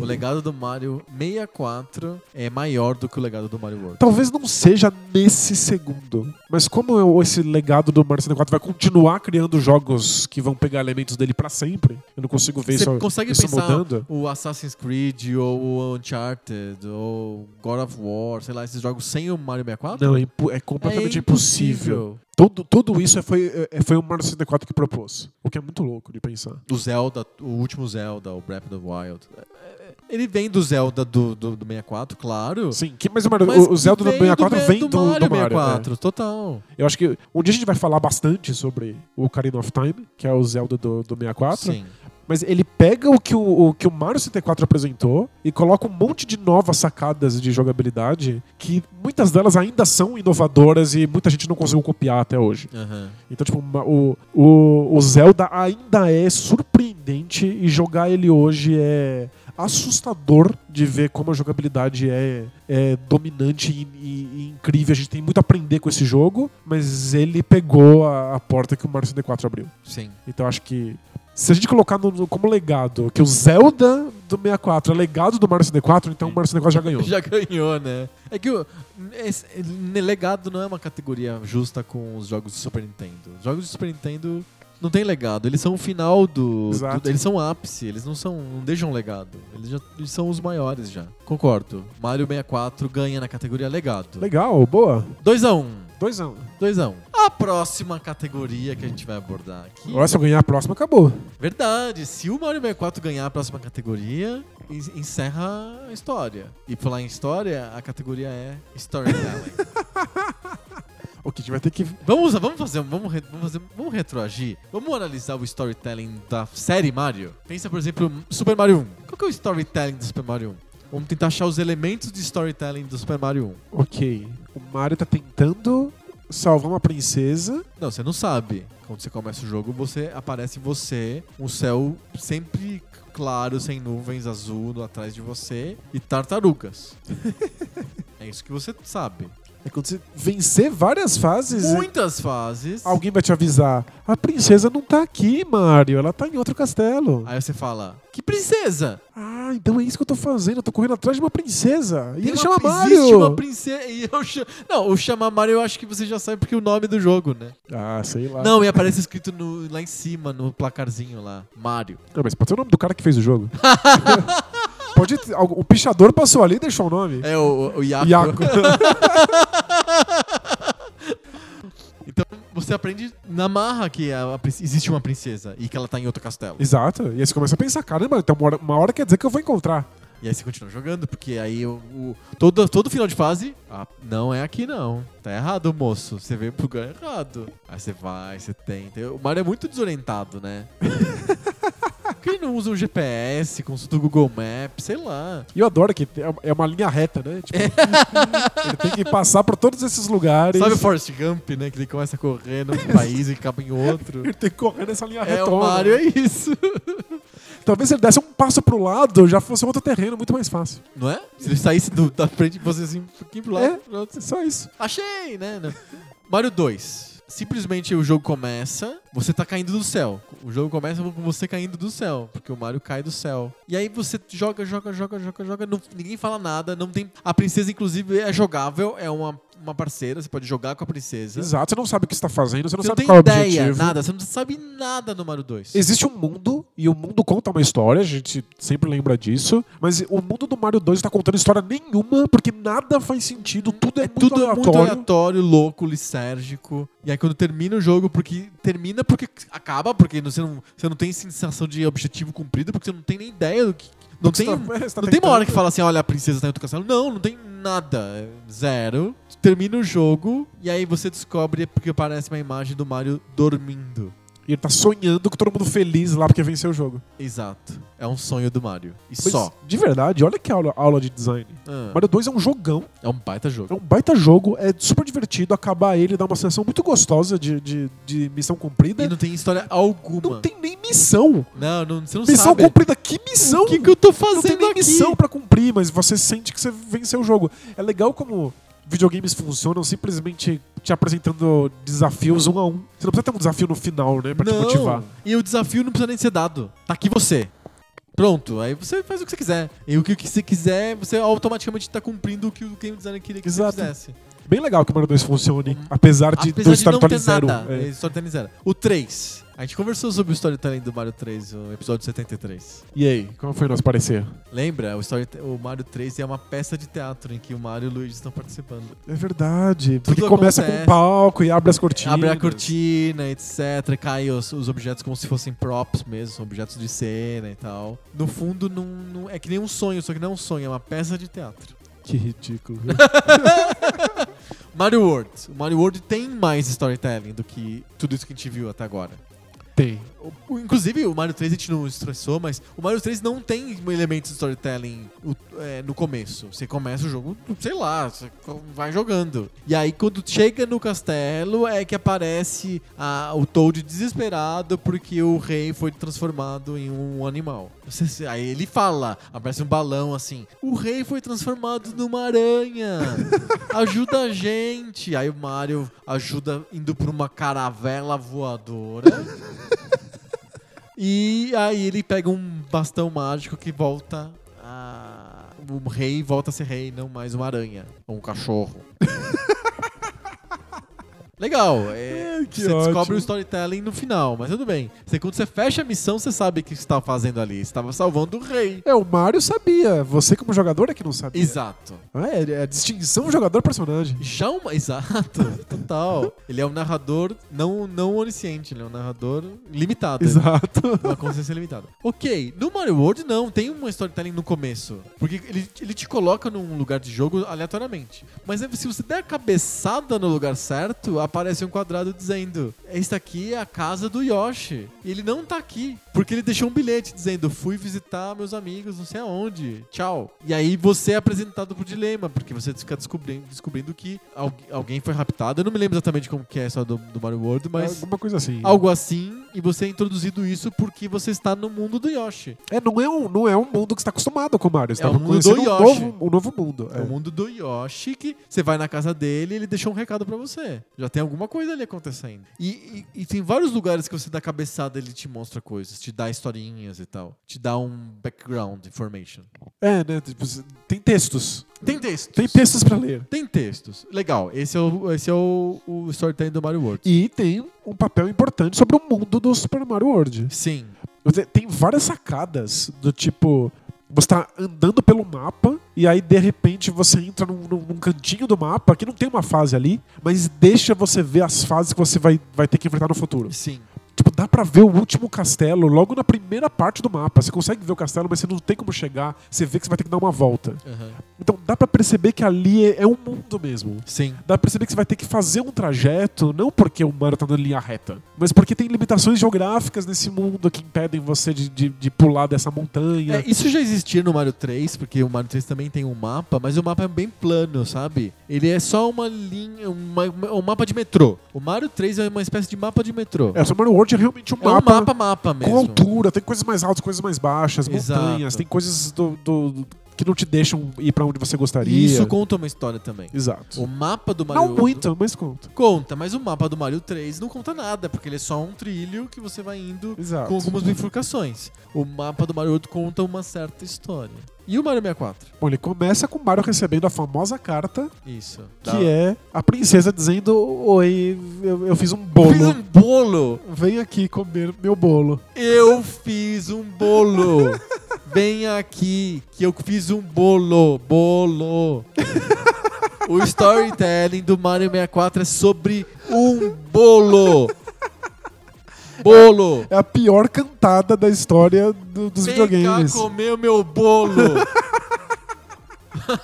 Speaker 1: o legado do Mario 64 é maior do que o legado do Mario World.
Speaker 2: talvez não seja nesse segundo. Mas como eu- esse legado do Mario 64 vai continuar criando jogos que vão pegar elementos dele pra sempre, eu não consigo ver
Speaker 1: Você
Speaker 2: isso,
Speaker 1: consegue
Speaker 2: isso
Speaker 1: pensar
Speaker 2: mudando.
Speaker 1: o Assassin's Creed ou o Uncharted ou God of War, sei lá, esses jogos sem o Mario 64?
Speaker 2: Não, é, impo- é completamente
Speaker 1: É
Speaker 2: impossível. Tudo, tudo isso é- foi, é- foi o Mario 64 que propôs. O que é muito louco de pensar.
Speaker 1: O Zelda, o último Zelda, o Breath of the Wild. É, Ele vem do Zelda do, do, do 64, claro.
Speaker 2: Sim, que- mas o, Mario-
Speaker 1: Mas
Speaker 2: o- o Zelda do
Speaker 1: veio
Speaker 2: 64 vem do, do Mario.
Speaker 1: Mario
Speaker 2: né?
Speaker 1: 64, total.
Speaker 2: Eu acho que um dia a gente vai falar bastante sobre o Ocarina of Time, que é o Zelda do, do 64.
Speaker 1: Sim.
Speaker 2: Mas ele pega o que o, o que o Mario 64 apresentou e coloca um monte de novas sacadas de jogabilidade que muitas delas ainda são inovadoras e muita gente não conseguiu copiar até hoje.
Speaker 1: Aham.
Speaker 2: Então, tipo, ma- o, o, o Zelda ainda é surpreendente e jogar ele hoje é assustador de ver como a jogabilidade é, é dominante e, e- e incrível. A gente tem muito a aprender com esse jogo, mas ele pegou a, a porta que o Mario 64 abriu.
Speaker 1: Sim.
Speaker 2: Então acho que se a gente colocar no- no- como legado que o Zelda do 64 é legado do Mario 64, então o Mario 64 já ganhou.
Speaker 1: Já ganhou, né? É que o esse- ne- legado não é uma categoria justa com os jogos de Super Nintendo. Os jogos de Super Nintendo não tem legado, eles são o final do,
Speaker 2: Exato.
Speaker 1: do- eles são o ápice, eles não são, não deixam um legado. Eles já eles são os maiores já. Concordo. Mario 64 ganha na categoria legado.
Speaker 2: Legal, boa.
Speaker 1: 2 a 1.
Speaker 2: Dois um. anos.
Speaker 1: 2 a 1. A próxima categoria que a gente vai abordar aqui.
Speaker 2: Agora se eu ganhar a próxima, acabou.
Speaker 1: Verdade, se o Mario 64 ganhar a próxima categoria, en- encerra a história. E por lá em história, a categoria é Storytelling.
Speaker 2: O que a gente vai ter que.
Speaker 1: vamos, vamos fazer, um- vamos, re- vamos fazer, vamos retroagir. Vamos analisar o storytelling da série Mario. Pensa, por exemplo, Super Mario 1. Qual que é o storytelling do Super Mario 1? Vamos tentar achar os elementos de storytelling do Super Mario 1.
Speaker 2: Ok. O Mario tá tentando salvar uma princesa.
Speaker 1: Não, você não sabe. Quando você começa o jogo, você aparece você, um céu sempre claro, sem nuvens, azul no- atrás de você e tartarugas. é isso que você sabe.
Speaker 2: É quando você vencer várias fases.
Speaker 1: Muitas fases.
Speaker 2: é. Alguém vai te avisar. A princesa não tá aqui, Mario. Ela tá em outro castelo.
Speaker 1: Aí você fala: Que princesa!
Speaker 2: Ah, então é isso que eu tô fazendo. Eu tô correndo atrás de uma princesa. E
Speaker 1: Tem
Speaker 2: ele
Speaker 1: uma-
Speaker 2: chama
Speaker 1: Existe
Speaker 2: Mario.
Speaker 1: uma princesa. E eu cha- Não, o chamar Mario eu acho que você já sabe porque é o nome do jogo, né?
Speaker 2: Ah, sei lá.
Speaker 1: Não, e aparece escrito no- lá em cima, no placarzinho lá: Mario.
Speaker 2: Não, mas pode ser o nome do cara que fez o jogo. pode ter- algu- O pichador passou ali e deixou o nome.
Speaker 1: É o, o Yaku.
Speaker 2: Iaco.
Speaker 1: Então você aprende na marra que é a- a prin- existe uma princesa e que ela tá em outro castelo.
Speaker 2: Exato. E aí você começa a pensar, caramba, então uma hora, uma hora quer dizer que eu vou encontrar.
Speaker 1: E aí você continua jogando, porque aí o, o- todo, todo final de fase. ah, não é aqui não. Tá errado, moço. Você veio pro lugar errado. Aí você vai, você tenta. O Mario é muito desorientado, né? Quem não usa um GPS, consulta o Google Maps, sei lá.
Speaker 2: E eu adoro que é uma- é uma linha reta, né? Tipo, ele tem que passar por todos esses lugares.
Speaker 1: Sabe o Forrest Gump, né? Que ele começa a correr num país e acaba em outro.
Speaker 2: Ele tem que correr nessa linha
Speaker 1: É,
Speaker 2: reta.
Speaker 1: o Mario é isso.
Speaker 2: Talvez se ele desse um passo pro lado, já fosse um outro terreno muito mais fácil.
Speaker 1: Não é? Se ele saísse do- da frente de você assim, um pouquinho pro lado,
Speaker 2: É.
Speaker 1: pro outro,
Speaker 2: É só isso.
Speaker 1: Achei, né? Não. Mario 2. Simplesmente o jogo começa, você tá caindo do céu. O jogo começa com você caindo do céu, porque o Mario cai do céu. E aí você joga, joga, joga, joga, joga, não- ninguém fala nada, não tem. A princesa, inclusive, é jogável, é uma uma parceira, você pode jogar com a princesa.
Speaker 2: Exato, você não sabe o que está fazendo, você não
Speaker 1: Você não
Speaker 2: sabe
Speaker 1: tem
Speaker 2: qual é o
Speaker 1: ideia,
Speaker 2: objetivo.
Speaker 1: nada. Você não sabe nada do Mario 2.
Speaker 2: Existe um mundo, e o mundo conta uma história, a gente sempre lembra disso, mas o mundo do Mario 2 tá contando história nenhuma, porque nada faz sentido, tudo é, muito
Speaker 1: Tudo é
Speaker 2: aleatório.
Speaker 1: muito aleatório, louco, lisérgico. E aí quando termina o jogo, porque termina porque acaba, porque você não, você não tem sensação de objetivo cumprido, porque você não tem nem ideia do que. Não,
Speaker 2: Você
Speaker 1: tem,
Speaker 2: tá- você tá
Speaker 1: não tem uma hora que
Speaker 2: tentando-
Speaker 1: fala assim, olha, a princesa tá em outro castelo. Não, não tem nada. É Zero. Termina o jogo e aí você descobre porque aparece uma imagem do Mario dormindo.
Speaker 2: E ele tá sonhando com todo mundo feliz lá porque venceu o jogo.
Speaker 1: Exato. É um sonho do Mario. E
Speaker 2: Pois,
Speaker 1: só.
Speaker 2: De verdade, olha que aula, aula de design.
Speaker 1: Ah,
Speaker 2: Mario 2 é um jogão,
Speaker 1: é um baita
Speaker 2: é
Speaker 1: jogo.
Speaker 2: um baita jogo, é super divertido, acabar ele dá uma sensação muito gostosa de, de, de missão cumprida.
Speaker 1: E não tem história alguma.
Speaker 2: Não tem nem missão.
Speaker 1: Não, não- você não
Speaker 2: missão
Speaker 1: sabe.
Speaker 2: cumprida, que missão?
Speaker 1: O que, que eu tô fazendo
Speaker 2: não tem nem
Speaker 1: aqui?
Speaker 2: missão pra cumprir, mas você sente que você venceu o jogo. É legal como videogames funcionam simplesmente te apresentando desafios um a um. Você não precisa ter um desafio no final, né, pra te motivar.
Speaker 1: E o desafio não precisa nem ser dado. Tá aqui você. Pronto, aí você faz o que você quiser. E o que o que você quiser, você automaticamente tá cumprindo o que o game designer queria que
Speaker 2: Exato.
Speaker 1: você fizesse.
Speaker 2: Bem legal que o Mario 2 funcione, apesar de
Speaker 1: Apesar
Speaker 2: do
Speaker 1: de não
Speaker 2: Storytelling
Speaker 1: ter
Speaker 2: zero.
Speaker 1: nada.
Speaker 2: É.
Speaker 1: É. Storytelling zero. O 3. A gente conversou sobre o storytelling do Mario 3, no episódio 73.
Speaker 2: E aí, como foi o nosso parecer?
Speaker 1: Lembra? O, story, o Mario 3 é uma peça de teatro em que o Mario e o Luigi estão participando.
Speaker 2: É verdade. Porque
Speaker 1: Tudo
Speaker 2: começa com
Speaker 1: acontece.
Speaker 2: um palco e abre as cortinas.
Speaker 1: Abre a cortina, etc. Cai os, os objetos como se fossem props mesmo, são objetos de cena e tal. No fundo, não, não- é que nem um sonho, só que não é um sonho, é uma peça de teatro.
Speaker 2: Que ridículo.
Speaker 1: Mario World. O Mario World tem mais storytelling do que tudo isso que a gente viu até agora.
Speaker 2: Tem.
Speaker 1: O- o- Inclusive, o Mario 3 a gente não estressou, mas o Mario 3 não tem elementos de storytelling o- é, no começo. Você começa o jogo, sei lá, você co- vai jogando. E aí, quando chega no castelo, é que aparece a- o Toad desesperado porque o rei foi transformado em um animal. Você- você- aí ele fala, aparece um balão assim: O rei foi transformado numa aranha. Ajuda a gente. Aí o Mario ajuda indo por uma caravela voadora. E aí ele pega um bastão mágico que volta a. O rei volta a ser rei, não mais uma aranha. Ou um cachorro. Legal, é,
Speaker 2: É, que
Speaker 1: você descobre
Speaker 2: ótimo.
Speaker 1: o storytelling no final, mas tudo bem. Você, quando você fecha a missão, você sabe o que você estava fazendo ali. Você estava salvando o rei.
Speaker 2: É, o Mario sabia. Você como jogador é que não sabia.
Speaker 1: Exato.
Speaker 2: Ah, É, é a distinção jogador-personagem.
Speaker 1: Já uma. Exato, total. Ele é um narrador não, não onisciente, ele é um narrador limitado. Ele
Speaker 2: Exato.
Speaker 1: Uma consciência limitada. Ok, no Mario World não, tem uma storytelling no começo. Porque ele, ele te coloca num lugar de jogo aleatoriamente. Mas se você der a cabeçada no lugar certo, aparece um quadrado dizendo: Esta aqui é a casa do Yoshi. E ele não tá aqui. Porque ele deixou um bilhete dizendo: Fui visitar meus amigos, não sei aonde. Tchau. E aí você é apresentado pro dilema, porque você fica descobrindo, descobrindo que al- alguém foi raptado. Eu não me lembro exatamente como que é só do, do Mario World, mas
Speaker 2: Alguma coisa assim.
Speaker 1: algo assim, e você é introduzido isso porque você está no mundo do Yoshi.
Speaker 2: É, não é um, não é um mundo que você tá acostumado com o Mario. Você
Speaker 1: É
Speaker 2: tá
Speaker 1: o mundo do
Speaker 2: conhecendo um
Speaker 1: Yoshi.
Speaker 2: novo, um novo mundo.
Speaker 1: É.
Speaker 2: é.
Speaker 1: o mundo do Yoshi que você vai na casa dele e ele deixou um recado pra você. Já tem alguma coisa ali acontecendo. E, e- e tem vários lugares que você dá cabeçada ele te mostra coisas, te dá historinhas e tal. Te dá um background information.
Speaker 2: É, né? Tipo, c- tem textos.
Speaker 1: Tem textos.
Speaker 2: Tem textos pra ler.
Speaker 1: Tem textos. Legal. Esse é o, esse é o, o storytelling do Mario World.
Speaker 2: E tem um papel importante sobre o mundo do Super Mario World.
Speaker 1: Sim.
Speaker 2: Você- Tem várias sacadas do tipo. Você tá andando pelo mapa e aí de repente você entra num, num- num cantinho do mapa que não tem uma fase ali, mas deixa você ver as fases que você vai, vai ter que enfrentar no futuro.
Speaker 1: Sim.
Speaker 2: Tipo, dá pra ver o último castelo logo na primeira parte do mapa. Você consegue ver o castelo, mas você não tem como chegar. Você vê que você vai ter que dar uma volta.
Speaker 1: Aham.
Speaker 2: Então dá pra perceber que ali é, é um mundo mesmo.
Speaker 1: Sim.
Speaker 2: Dá pra perceber que você vai ter que fazer um trajeto, não porque o Mario tá na linha reta, mas porque tem limitações geográficas nesse mundo que impedem você de, de- de pular dessa montanha.
Speaker 1: É, isso já existia no Mario 3, porque o Mario 3 também tem um mapa, mas o mapa é bem plano, sabe? Ele é só uma linha, uma- uma- um mapa de metrô. O Mario 3 é uma espécie de mapa de metrô.
Speaker 2: É, o Super Mario World é realmente um
Speaker 1: É um
Speaker 2: mapa.
Speaker 1: mapa, mapa
Speaker 2: com
Speaker 1: mesmo.
Speaker 2: altura, tem coisas mais altas, coisas mais baixas,
Speaker 1: Exato.
Speaker 2: montanhas, tem coisas do, do- do- que não te deixam ir pra onde você gostaria.
Speaker 1: E isso conta uma história também.
Speaker 2: Exato.
Speaker 1: O mapa do Mario
Speaker 2: Não muito, mas conta.
Speaker 1: conta, mas o mapa do Mario 3 não conta nada, porque ele é só um trilho que você vai indo
Speaker 2: Exato.
Speaker 1: com algumas bifurcações. O mapa do Mario 8 conta uma certa história. E o Mario 64?
Speaker 2: Bom, ele começa com o Mario recebendo a famosa carta,
Speaker 1: Isso.
Speaker 2: que é a princesa dizendo: Oi, eu, eu fiz um
Speaker 1: Eu fiz
Speaker 2: bolo.
Speaker 1: um bolo!
Speaker 2: Vem aqui comer meu bolo.
Speaker 1: Eu fiz um bolo! Vem aqui que eu fiz um bolo! Bolo! O storytelling do Mario 64 é sobre um bolo! Bolo!
Speaker 2: É a pior cantada da história do- dos
Speaker 1: Vem
Speaker 2: videogames.
Speaker 1: cá comer o meu bolo.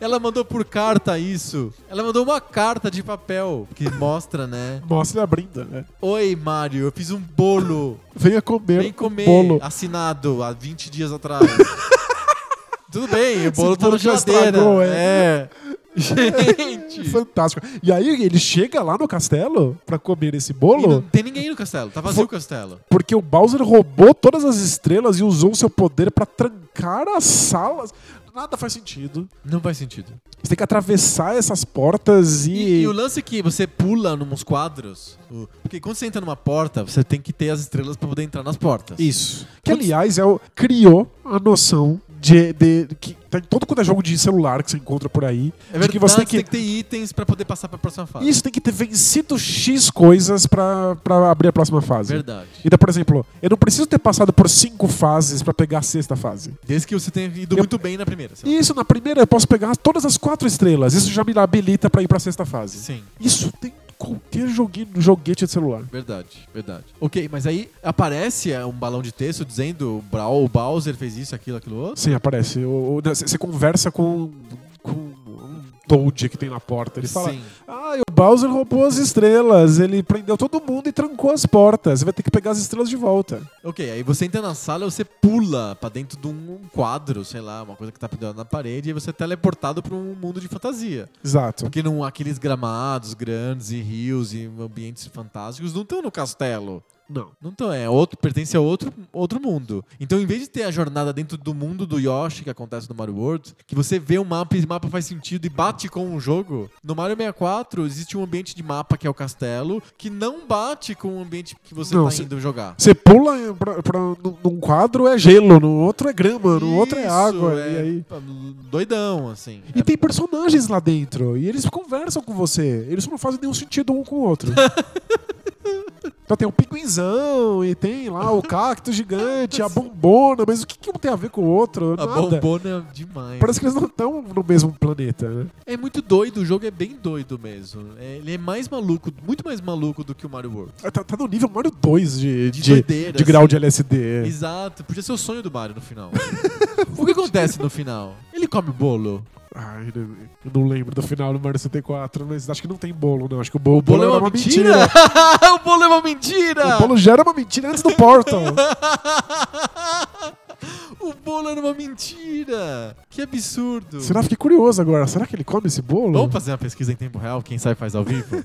Speaker 1: Ela mandou por carta isso. Ela mandou uma carta de papel que mostra, né?
Speaker 2: Mostra ele abrindo, né?
Speaker 1: Oi, Mário, eu fiz um bolo.
Speaker 2: Venha comer,
Speaker 1: Vem comer.
Speaker 2: bolo.
Speaker 1: Assinado há 20 dias atrás. Tudo bem, o bolo tá
Speaker 2: bolo
Speaker 1: na
Speaker 2: já
Speaker 1: geladeira.
Speaker 2: estragou, um
Speaker 1: é. Gente.
Speaker 2: É Fantástico. E aí ele chega lá no castelo pra comer esse
Speaker 1: E não
Speaker 2: bolo,
Speaker 1: tem ninguém no castelo. Tá vazio o castelo.
Speaker 2: porque o Bowser roubou todas as estrelas e usou o seu poder pra trancar as salas. Nada faz sentido.
Speaker 1: Não faz sentido.
Speaker 2: Você tem que atravessar essas portas e.
Speaker 1: E, e o lance é que você pula nos quadros. o- Porque quando você entra numa porta, você tem que ter as estrelas pra poder entrar nas portas.
Speaker 2: Isso. Que, aliás, é o- criou a noção de, de- que tá em todo quanto é jogo de celular que você encontra por aí.
Speaker 1: É
Speaker 2: de
Speaker 1: verdade,
Speaker 2: que você tem que.
Speaker 1: ter itens pra poder passar pra próxima fase.
Speaker 2: Isso tem que ter vencido X coisas pra, pra abrir a próxima fase.
Speaker 1: Verdade.
Speaker 2: Então, por exemplo, eu não preciso ter passado por cinco fases pra pegar a sexta fase.
Speaker 1: Desde que você tenha ido
Speaker 2: Eu-
Speaker 1: muito bem na primeira. sei lá.
Speaker 2: Isso, na primeira eu posso pegar todas as quatro estrelas. Isso já me habilita pra ir pra sexta fase.
Speaker 1: Sim,
Speaker 2: Isso tem qualquer joguinho, joguete de celular.
Speaker 1: verdade, verdade. Ok, mas aí aparece é, um balão de texto dizendo o Bra- o Bowser fez isso, aquilo, aquilo outro.
Speaker 2: Sim, aparece. Você conversa com, com um Toad que tem na porta. Ele fala:
Speaker 1: Sim.
Speaker 2: Ah, o Bowser roubou as estrelas. Ele prendeu todo mundo e trancou as portas. Você vai ter que pegar as estrelas de volta.
Speaker 1: Ok, aí você entra na sala e você pula pra dentro de um quadro, sei lá, uma coisa que tá pendurada na parede, e você é teleportado pra um mundo de fantasia.
Speaker 2: Exato.
Speaker 1: Porque não, aqueles gramados grandes e rios e ambientes fantásticos não estão no castelo.
Speaker 2: Não.
Speaker 1: Não estão, é outro, pertence a outro, outro mundo. Então, em vez de ter a jornada dentro do mundo do Yoshi que acontece no Mario World, que você vê o mapa e o mapa faz sentido e bate com o jogo, no Mario 64 existe um ambiente de mapa que é o castelo, que não bate com o ambiente que você
Speaker 2: Não,
Speaker 1: está
Speaker 2: se-
Speaker 1: indo jogar.
Speaker 2: Você pula em- pra, pra- num num quadro é gelo, no outro é grama, no outro é
Speaker 1: Isso,
Speaker 2: água.
Speaker 1: é
Speaker 2: E aí.
Speaker 1: Doidão, assim.
Speaker 2: E tem personagens lá dentro. E eles conversam com você. Eles só não fazem nenhum sentido um com o outro. então tem o pinguinzão e tem lá o cacto gigante, a bombona, mas o que, que um tem a ver com o outro?
Speaker 1: a
Speaker 2: Nada.
Speaker 1: bombona é demais.
Speaker 2: Parece que eles não estão no mesmo planeta, né?
Speaker 1: É muito doido, o jogo é bem doido mesmo. É, ele é mais maluco, muito mais maluco do que o Mario World.
Speaker 2: Tá, tá no nível Mario 2
Speaker 1: De
Speaker 2: de, de, de,
Speaker 1: doideira,
Speaker 2: grau
Speaker 1: assim.
Speaker 2: de LSD.
Speaker 1: Exato, podia ser o sonho do Mario no final. o que acontece no final? Ele come bolo.
Speaker 2: Ai, eu não lembro do final do Mario 64, mas acho que não tem bolo, não. Acho que o bolo, era uma mentira.
Speaker 1: é o bolo é uma mentira!
Speaker 2: O bolo já era uma mentira antes do Portal.
Speaker 1: O bolo era uma mentira! Que absurdo!
Speaker 2: Será? Fiquei curioso agora. Será que ele come esse bolo?
Speaker 1: Vamos fazer uma pesquisa em tempo real, quem sabe faz ao vivo?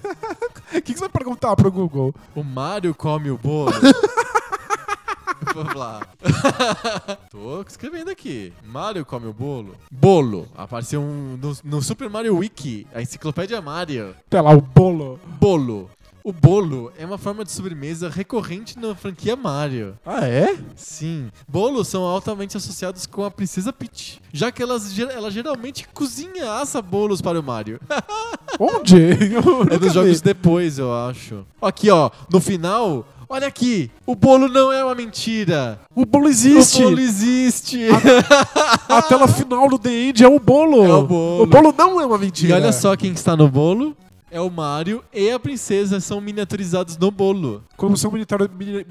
Speaker 2: O que, que você vai perguntar pro Google?
Speaker 1: O Mario come o bolo. Vamos lá. Tô escrevendo aqui. Mario come o bolo. Bolo. Apareceu um, no, no Super Mario Wiki, a enciclopédia Mario.
Speaker 2: Tá lá, o bolo.
Speaker 1: Bolo. O bolo é uma forma de sobremesa recorrente na franquia Mario.
Speaker 2: Ah, é?
Speaker 1: Sim, bolos são altamente associados com a princesa Peach, já que elas, ge- ela geralmente cozinha assa bolos para o Mario.
Speaker 2: Onde? Eu
Speaker 1: É
Speaker 2: nunca vi.
Speaker 1: dos jogos depois, eu acho. Aqui, ó, no final, olha aqui, o bolo não é uma mentira.
Speaker 2: O bolo existe.
Speaker 1: O bolo existe.
Speaker 2: A tela final do The End é o bolo.
Speaker 1: É o bolo.
Speaker 2: O bolo não é uma
Speaker 1: E
Speaker 2: mentira.
Speaker 1: olha só quem está no bolo. É o Mario e a princesa são miniaturizados no bolo.
Speaker 2: Como são miniatura- mini-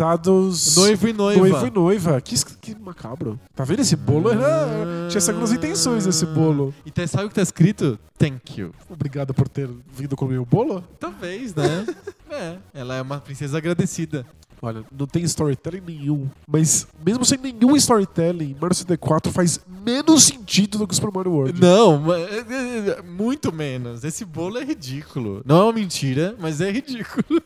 Speaker 2: miniaturizados...
Speaker 1: Noivo e noiva.
Speaker 2: Noivo e noiva. Que, es- que macabro. Tá vendo? Esse bolo era... tinha segundas intenções esse bolo.
Speaker 1: E tá- sabe o que tá escrito? Thank you.
Speaker 2: Obrigado por ter vindo comer o bolo.
Speaker 1: Talvez, né? é, ela é uma princesa agradecida.
Speaker 2: Olha, não tem storytelling nenhum. Mas mesmo sem nenhum storytelling, Mario 64 faz menos sentido do que o Super Mario World.
Speaker 1: Não, ma- é, é, é, muito menos. Esse bolo é ridículo. Não é uma mentira, mas é ridículo.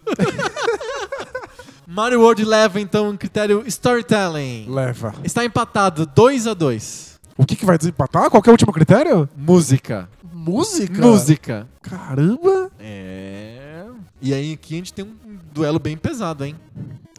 Speaker 1: Mario World leva então o critério storytelling.
Speaker 2: Leva.
Speaker 1: Está empatado 2 a 2.
Speaker 2: O que, que vai desempatar? Qual que é o último critério?
Speaker 1: Música.
Speaker 2: Música?
Speaker 1: Música.
Speaker 2: Caramba!
Speaker 1: É. E aí aqui a gente tem um duelo bem pesado, hein?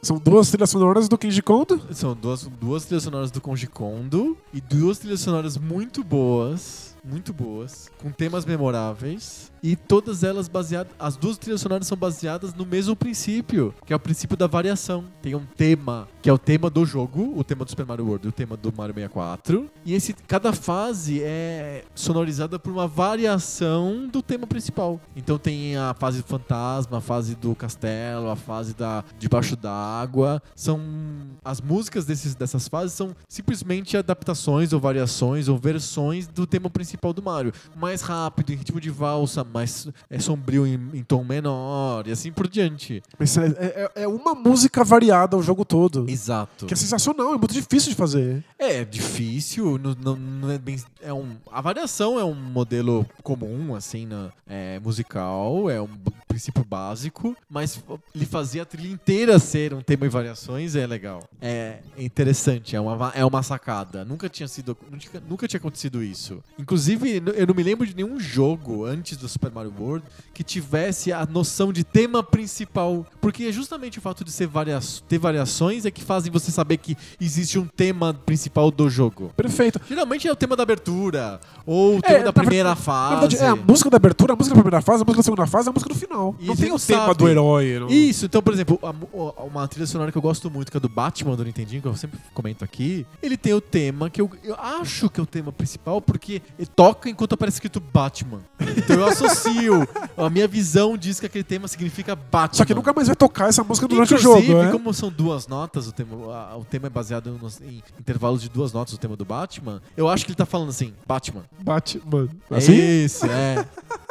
Speaker 2: São duas trilhas sonoras do Kenji Kondo.
Speaker 1: São duas, duas trilhas sonoras do Konji Kondo e duas trilhas sonoras muito boas. Muito boas, com temas memoráveis, e todas elas baseadas. As duas trilhas sonoras são baseadas no mesmo princípio, que é o princípio da variação. Tem um tema, que é o tema do jogo, o tema do Super Mario World e o tema do Mario 64. E esse, cada fase é sonorizada por uma variação do tema principal. Então tem a fase do fantasma, a fase do castelo, a fase da debaixo d'água. São. As músicas desses, dessas fases são simplesmente adaptações ou variações ou versões do tema principal do Mario. Mais rápido, em ritmo de valsa, mais é sombrio em, em tom menor e assim por diante.
Speaker 2: Mas é, é- é uma música variada o jogo todo.
Speaker 1: Exato.
Speaker 2: Que é sensacional, é muito difícil de fazer.
Speaker 1: É difícil, não, não- não é bem. É um, a variação é um modelo comum, assim, na, é, musical, é um b- princípio básico, mas ele fazer a trilha inteira ser um tema e variações é legal. É interessante, é uma, va- é uma sacada. Nunca tinha sido. Nunca, nunca tinha acontecido isso. Inclusive, n- eu não me lembro de nenhum jogo antes do Super Mario World que tivesse a noção de tema principal. Porque é justamente o fato de ser varia ter variações é que fazem você saber que existe um tema principal do jogo.
Speaker 2: Perfeito.
Speaker 1: Geralmente é o tema da abertura, ou o tema
Speaker 2: É,
Speaker 1: da
Speaker 2: na
Speaker 1: primeira
Speaker 2: Na
Speaker 1: fase.
Speaker 2: verdade, é a música da abertura, a música da primeira fase, a música da segunda fase, a música do final.
Speaker 1: E
Speaker 2: não
Speaker 1: você
Speaker 2: tem
Speaker 1: não
Speaker 2: o tema
Speaker 1: sabe.
Speaker 2: do herói. Não...
Speaker 1: Isso, então, por exemplo, a mu- o- uma trilha sonora que eu gosto muito, que é do Batman do Nintendinho, que eu sempre comento aqui, ele tem o tema que eu, eu acho que é o tema principal, porque ele toca enquanto aparece escrito Batman. Então eu associo. a minha visão diz que aquele tema significa Batman.
Speaker 2: Só que nunca mais vai tocar essa música durante o
Speaker 1: Inclusive,
Speaker 2: jogo. né?
Speaker 1: como são duas notas, o tema, a- o tema é baseado nos- em intervalos de duas notas, o tema do Batman, eu acho que ele tá falando assim, Batman.
Speaker 2: Bate, mano.
Speaker 1: É
Speaker 2: Assim?
Speaker 1: Isso, é.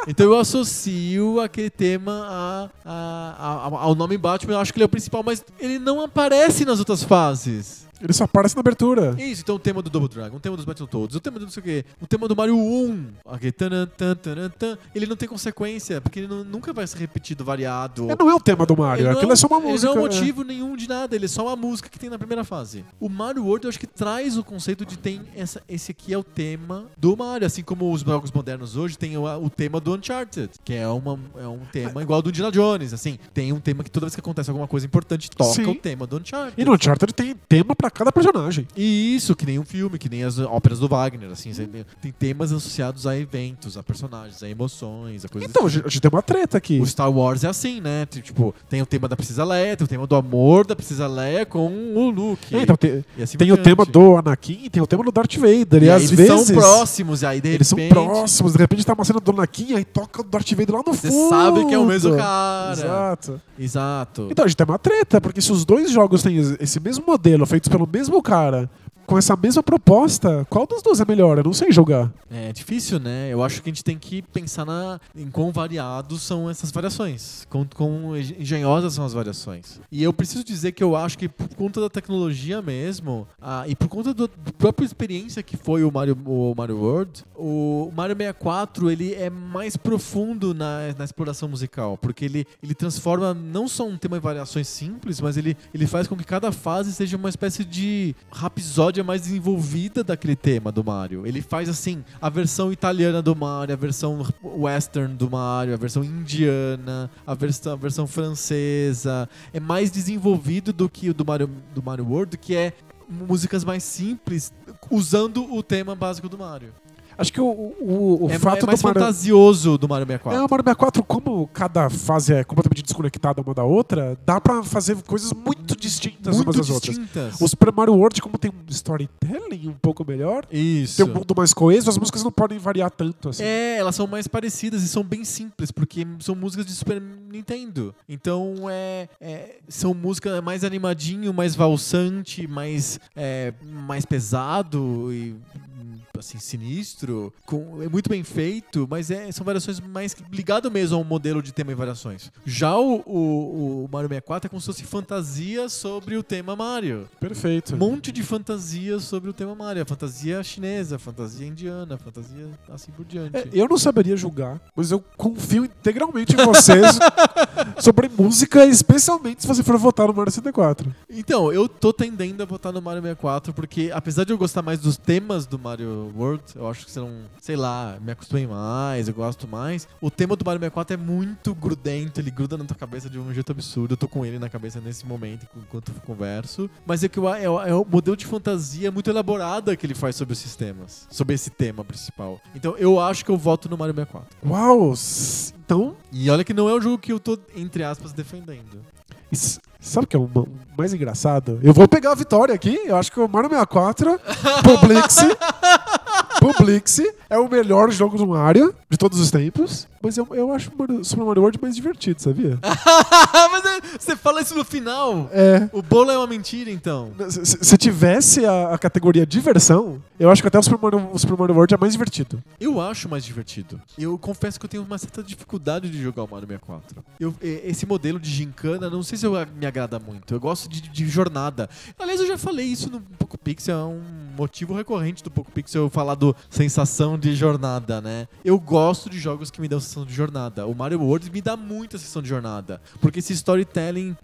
Speaker 1: Então eu associo aquele tema a- a- a- a- ao nome Batman, eu acho que ele é o principal, mas ele não aparece nas outras fases.
Speaker 2: Ele só aparece na abertura.
Speaker 1: Isso, então o tema do Double Dragon, o tema dos Battle Toads, o tema do não sei o quê, o tema do Mario 1, aquele tanan, tan, tanan, tan, ele não tem consequência, porque ele não- nunca vai ser repetido, variado.
Speaker 2: É, não é o tema do Mario,
Speaker 1: Ele não-
Speaker 2: aquilo é só uma
Speaker 1: ele
Speaker 2: música.
Speaker 1: não é
Speaker 2: é.
Speaker 1: motivo nenhum de nada, ele é só uma música que tem na primeira fase. O Mario World eu acho que traz o conceito de tem essa, esse aqui é o tema do Mario, assim como os jogos modernos hoje tem o, o tema do Uncharted, que é, uma, é um tema igual ao do Indiana Jones, assim, tem um tema que toda vez que acontece alguma coisa importante toca
Speaker 2: Sim.
Speaker 1: o tema do Uncharted.
Speaker 2: E no Uncharted tem tema pra cada personagem.
Speaker 1: E isso, que nem um filme, que nem as óperas do Wagner, assim, você tem, tem temas associados a eventos, a personagens, a emoções, a coisas assim.
Speaker 2: Então, a gente a gente tem uma treta aqui.
Speaker 1: o Star Wars é assim, né? Tem, Tipo, tem o tema da Princesa Leia, tem o tema do amor da Princesa Leia com o Luke.
Speaker 2: É, então, tem,
Speaker 1: E assim
Speaker 2: tem
Speaker 1: por
Speaker 2: o tema
Speaker 1: diante.
Speaker 2: do Anakin, tem o tema do Darth Vader. E,
Speaker 1: E aí
Speaker 2: às
Speaker 1: eles
Speaker 2: vezes.
Speaker 1: são próximos, e aí de
Speaker 2: eles são
Speaker 1: repente
Speaker 2: próximos, de repente tá uma cena do Anakin, aí toca o Darth Vader lá no
Speaker 1: você
Speaker 2: fundo.
Speaker 1: sabe que é o mesmo cara. Exato.
Speaker 2: Exato. Então a gente tem uma treta, porque se os dois jogos têm es- esse mesmo modelo, feitos pelo mesmo cara, com essa mesma proposta, qual dos dois é melhor? Eu não sei jogar.
Speaker 1: É difícil, né? Eu acho que a gente tem que pensar na, em quão variados são essas variações, quão, quão engenhosas são as variações. E eu preciso dizer que eu acho que por conta da tecnologia mesmo, ah, e por conta do- da própria experiência que foi o Mario, o Mario World, o Mario 64 ele é mais profundo na, na exploração musical, porque ele, ele transforma não só um tema em variações simples, mas ele, ele faz com que cada fase seja uma espécie de rapsódia mais desenvolvida daquele tema do Mario. Ele faz assim, a versão italiana do Mario, a versão western do Mario, a versão indiana, a versão, a versão francesa. É mais desenvolvido do que o do Mario, do Mario World, que é músicas mais simples, usando o tema básico do Mario.
Speaker 2: Acho que o, o, o
Speaker 1: é,
Speaker 2: fato
Speaker 1: é mais
Speaker 2: do Mario.
Speaker 1: fantasioso do Mario
Speaker 2: É,
Speaker 1: 64.
Speaker 2: o Mario 64, como cada fase é completamente desconectada uma da outra, dá pra fazer coisas muito distintas
Speaker 1: muito
Speaker 2: umas das outras.
Speaker 1: distintas.
Speaker 2: O Super Mario World, como tem um storytelling um pouco melhor,
Speaker 1: Isso.
Speaker 2: tem um mundo mais coeso, as músicas não podem variar tanto assim.
Speaker 1: É, elas são mais parecidas e são bem simples, porque são músicas de Super Nintendo. Então, é, é, são músicas mais animadinho, mais valsante, mais, é, mais pesado e hum, assim, sinistro. Com, é muito bem feito, mas é, são variações mais ligado mesmo ao modelo de tema e variações. Já o, o- o Mario 64 é como se fosse fantasia sobre o tema Mario
Speaker 2: Perfeito.
Speaker 1: um monte de fantasias sobre o tema Mario. Fantasia chinesa, fantasia indiana, fantasia assim por diante.
Speaker 2: É, eu não saberia julgar, mas eu confio integralmente em vocês sobre música, especialmente se você for votar no Mario 64.
Speaker 1: Então, eu tô tendendo a votar no Mario 64, porque apesar de eu gostar mais dos temas do Mario World. Eu acho que você não. Sei lá, me acostumei mais, eu gosto mais. O tema do Mario 64 é muito grudento, ele gruda na tua cabeça de um jeito absurdo. Eu tô com ele na cabeça nesse momento enquanto eu converso. Mas é que o- é o, é o modelo de fantasia é muito elaborada que ele faz sobre os sistemas, sobre esse tema principal. Então eu acho que eu voto no Mario 64.
Speaker 2: Uau! s- Então,
Speaker 1: E olha que não é um jogo que eu tô, entre aspas, defendendo.
Speaker 2: s- sabe o que é o ma- mais engraçado? Eu vou pegar a vitória aqui. Eu acho que o Mario 64, Publix, Publix é o melhor jogo do Mario de todos os tempos. Mas eu, eu acho o Mario- Super Mario World mais divertido, sabia?
Speaker 1: Mas é- você fala isso no final.
Speaker 2: É.
Speaker 1: O bolo é uma mentira, então.
Speaker 2: Se- Se se tivesse a, a categoria diversão, eu acho que até o Super Mario, o Super Mario World é mais divertido.
Speaker 1: Eu acho mais divertido. Eu confesso que eu tenho uma certa dificuldade de jogar o Mario 64. Eu- e- esse modelo de gincana, não sei se eu, me agrada muito. Eu gosto de, de jornada. Aliás, eu já falei isso no Poco Pixel, é um motivo recorrente do Poco Pixel eu falar do sensação de jornada, né? Eu gosto de jogos que me dão sensação de jornada. O Mario World me dá muita sensação de jornada. Porque esse storytelling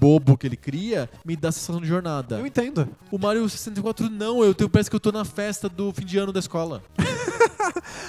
Speaker 1: bobo que ele cria me dá sensação de jornada.
Speaker 2: Eu entendo.
Speaker 1: O Mario 64 não, eu tenho, parece que eu tô na festa do fim de ano da escola.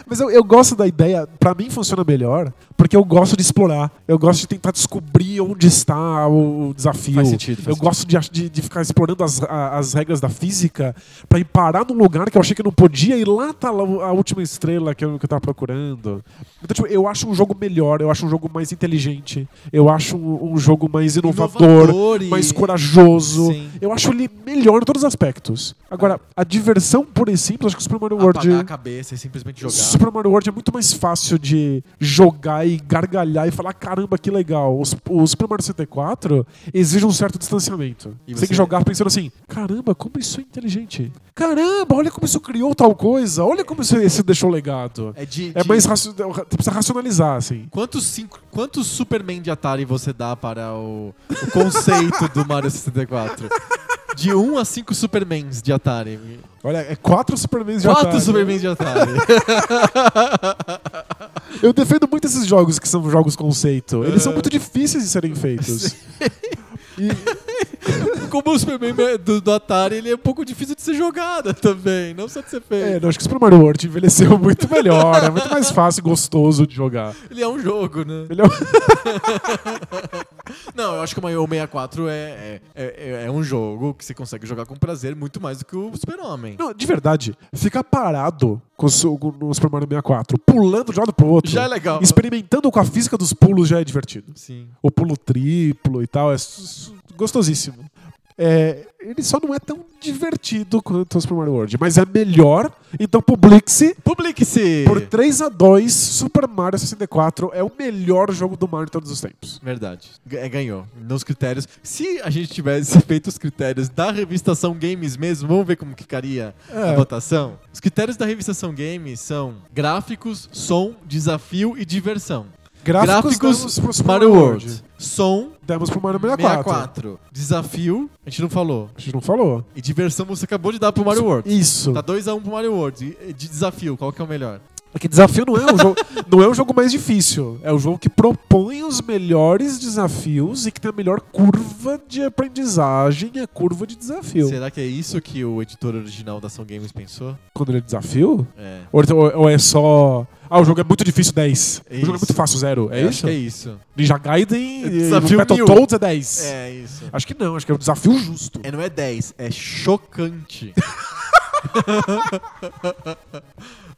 Speaker 2: Mas eu, eu gosto da ideia, pra mim funciona melhor, porque eu gosto de explorar. Eu gosto de tentar descobrir onde está o desafio.
Speaker 1: Faz sentido, faz
Speaker 2: eu gosto de, ach- de, de ficar explorando as, a- as regras da física pra ir parar num lugar que eu achei que não podia e lá tá lá o- a última estrela que eu, que eu tava procurando. Então, tipo, eu acho um jogo melhor, eu acho um jogo mais inteligente, eu acho um, um jogo mais inovador,
Speaker 1: e-
Speaker 2: mais corajoso.
Speaker 1: Sim.
Speaker 2: Eu acho ele melhor em todos os aspectos. Agora, a diversão pura e simples, acho que o Super Mario World.
Speaker 1: Apagar a cabeça e simplesmente jogar.
Speaker 2: Super Mario World é muito mais fácil de jogar e gargalhar e falar caramba, que legal. O, Sup- o Super Mario 64 exige um certo distanciamento.
Speaker 1: E
Speaker 2: você
Speaker 1: você-
Speaker 2: tem que jogar pensando assim, caramba, como isso é inteligente. Caramba, olha como isso criou tal coisa. Olha como isso, isso deixou legado.
Speaker 1: É de,
Speaker 2: É
Speaker 1: de-
Speaker 2: mais raci- você precisa racionalizar, assim.
Speaker 1: Quantos, cinco, quantos Superman de Atari você dá para o, o conceito do Mario 64? De 1 um a 5 Supermans de Atari.
Speaker 2: Olha, é quatro Supermans tá- de
Speaker 1: Quatro
Speaker 2: Atari.
Speaker 1: Supermans de Atari.
Speaker 2: Eu defendo muito esses jogos que são jogos conceito. Eles
Speaker 1: É.
Speaker 2: são muito difíceis de serem feitos. E-
Speaker 1: Como o Superman do, do Atari, ele é um pouco difícil de ser jogado também. Não só de ser
Speaker 2: é,
Speaker 1: feito.
Speaker 2: não, acho que o Super Mario World envelheceu muito melhor. É muito mais fácil e gostoso de jogar.
Speaker 1: Ele é um jogo, né?
Speaker 2: Ele é um-
Speaker 1: Não, eu acho que o Mario 64 é, é, é, é um jogo que você consegue jogar com prazer muito mais do que o Super-Homem.
Speaker 2: Não, de verdade, ficar parado com o su- com- no Super Mario 64, pulando de um lado pro outro,
Speaker 1: Já é legal.
Speaker 2: experimentando com a física dos pulos já é divertido.
Speaker 1: Sim.
Speaker 2: O pulo triplo e tal, é su- su- gostosíssimo. É, ele só não é tão divertido quanto o Super Mario World, mas é melhor. Então, Publix,
Speaker 1: Publique-se!
Speaker 2: por 3 a 2 Super Mario 64 é o melhor jogo do Mario de todos os tempos.
Speaker 1: Verdade. G- é, ganhou. Nos critérios. Se a gente tivesse feito os critérios da revistação Games mesmo, vamos ver como que ficaria
Speaker 2: É.
Speaker 1: a votação. Os critérios da revistação Games são gráficos, som, desafio e diversão.
Speaker 2: damos pro Super
Speaker 1: Mario World. Som,
Speaker 2: Demos pro Mario 64.
Speaker 1: 64. Desafio, a gente não falou.
Speaker 2: A gente não falou.
Speaker 1: E diversão você acabou de dar pro Mario World.
Speaker 2: Isso.
Speaker 1: Tá 2x1 pro Mario World. E- e De desafio, qual que é o melhor?
Speaker 2: Porque desafio não é um jogo, não é um jogo mais difícil. É o jogo que propõe os melhores desafios e que tem a melhor curva de aprendizagem e a curva de desafio.
Speaker 1: Será que é isso que o editor original da Ação Games pensou?
Speaker 2: Quando ele é desafio?
Speaker 1: É.
Speaker 2: Ou, então- ou é só. Ah, o jogo é muito difícil 10.
Speaker 1: É
Speaker 2: o jogo
Speaker 1: isso.
Speaker 2: é muito fácil 0. É
Speaker 1: Eu acho
Speaker 2: isso?
Speaker 1: que É isso.
Speaker 2: Ninja Gaiden e
Speaker 1: Desafio mil.
Speaker 2: Battletoads é 10.
Speaker 1: É isso.
Speaker 2: Acho que não, acho que é um desafio justo.
Speaker 1: É, não é 10, é chocante.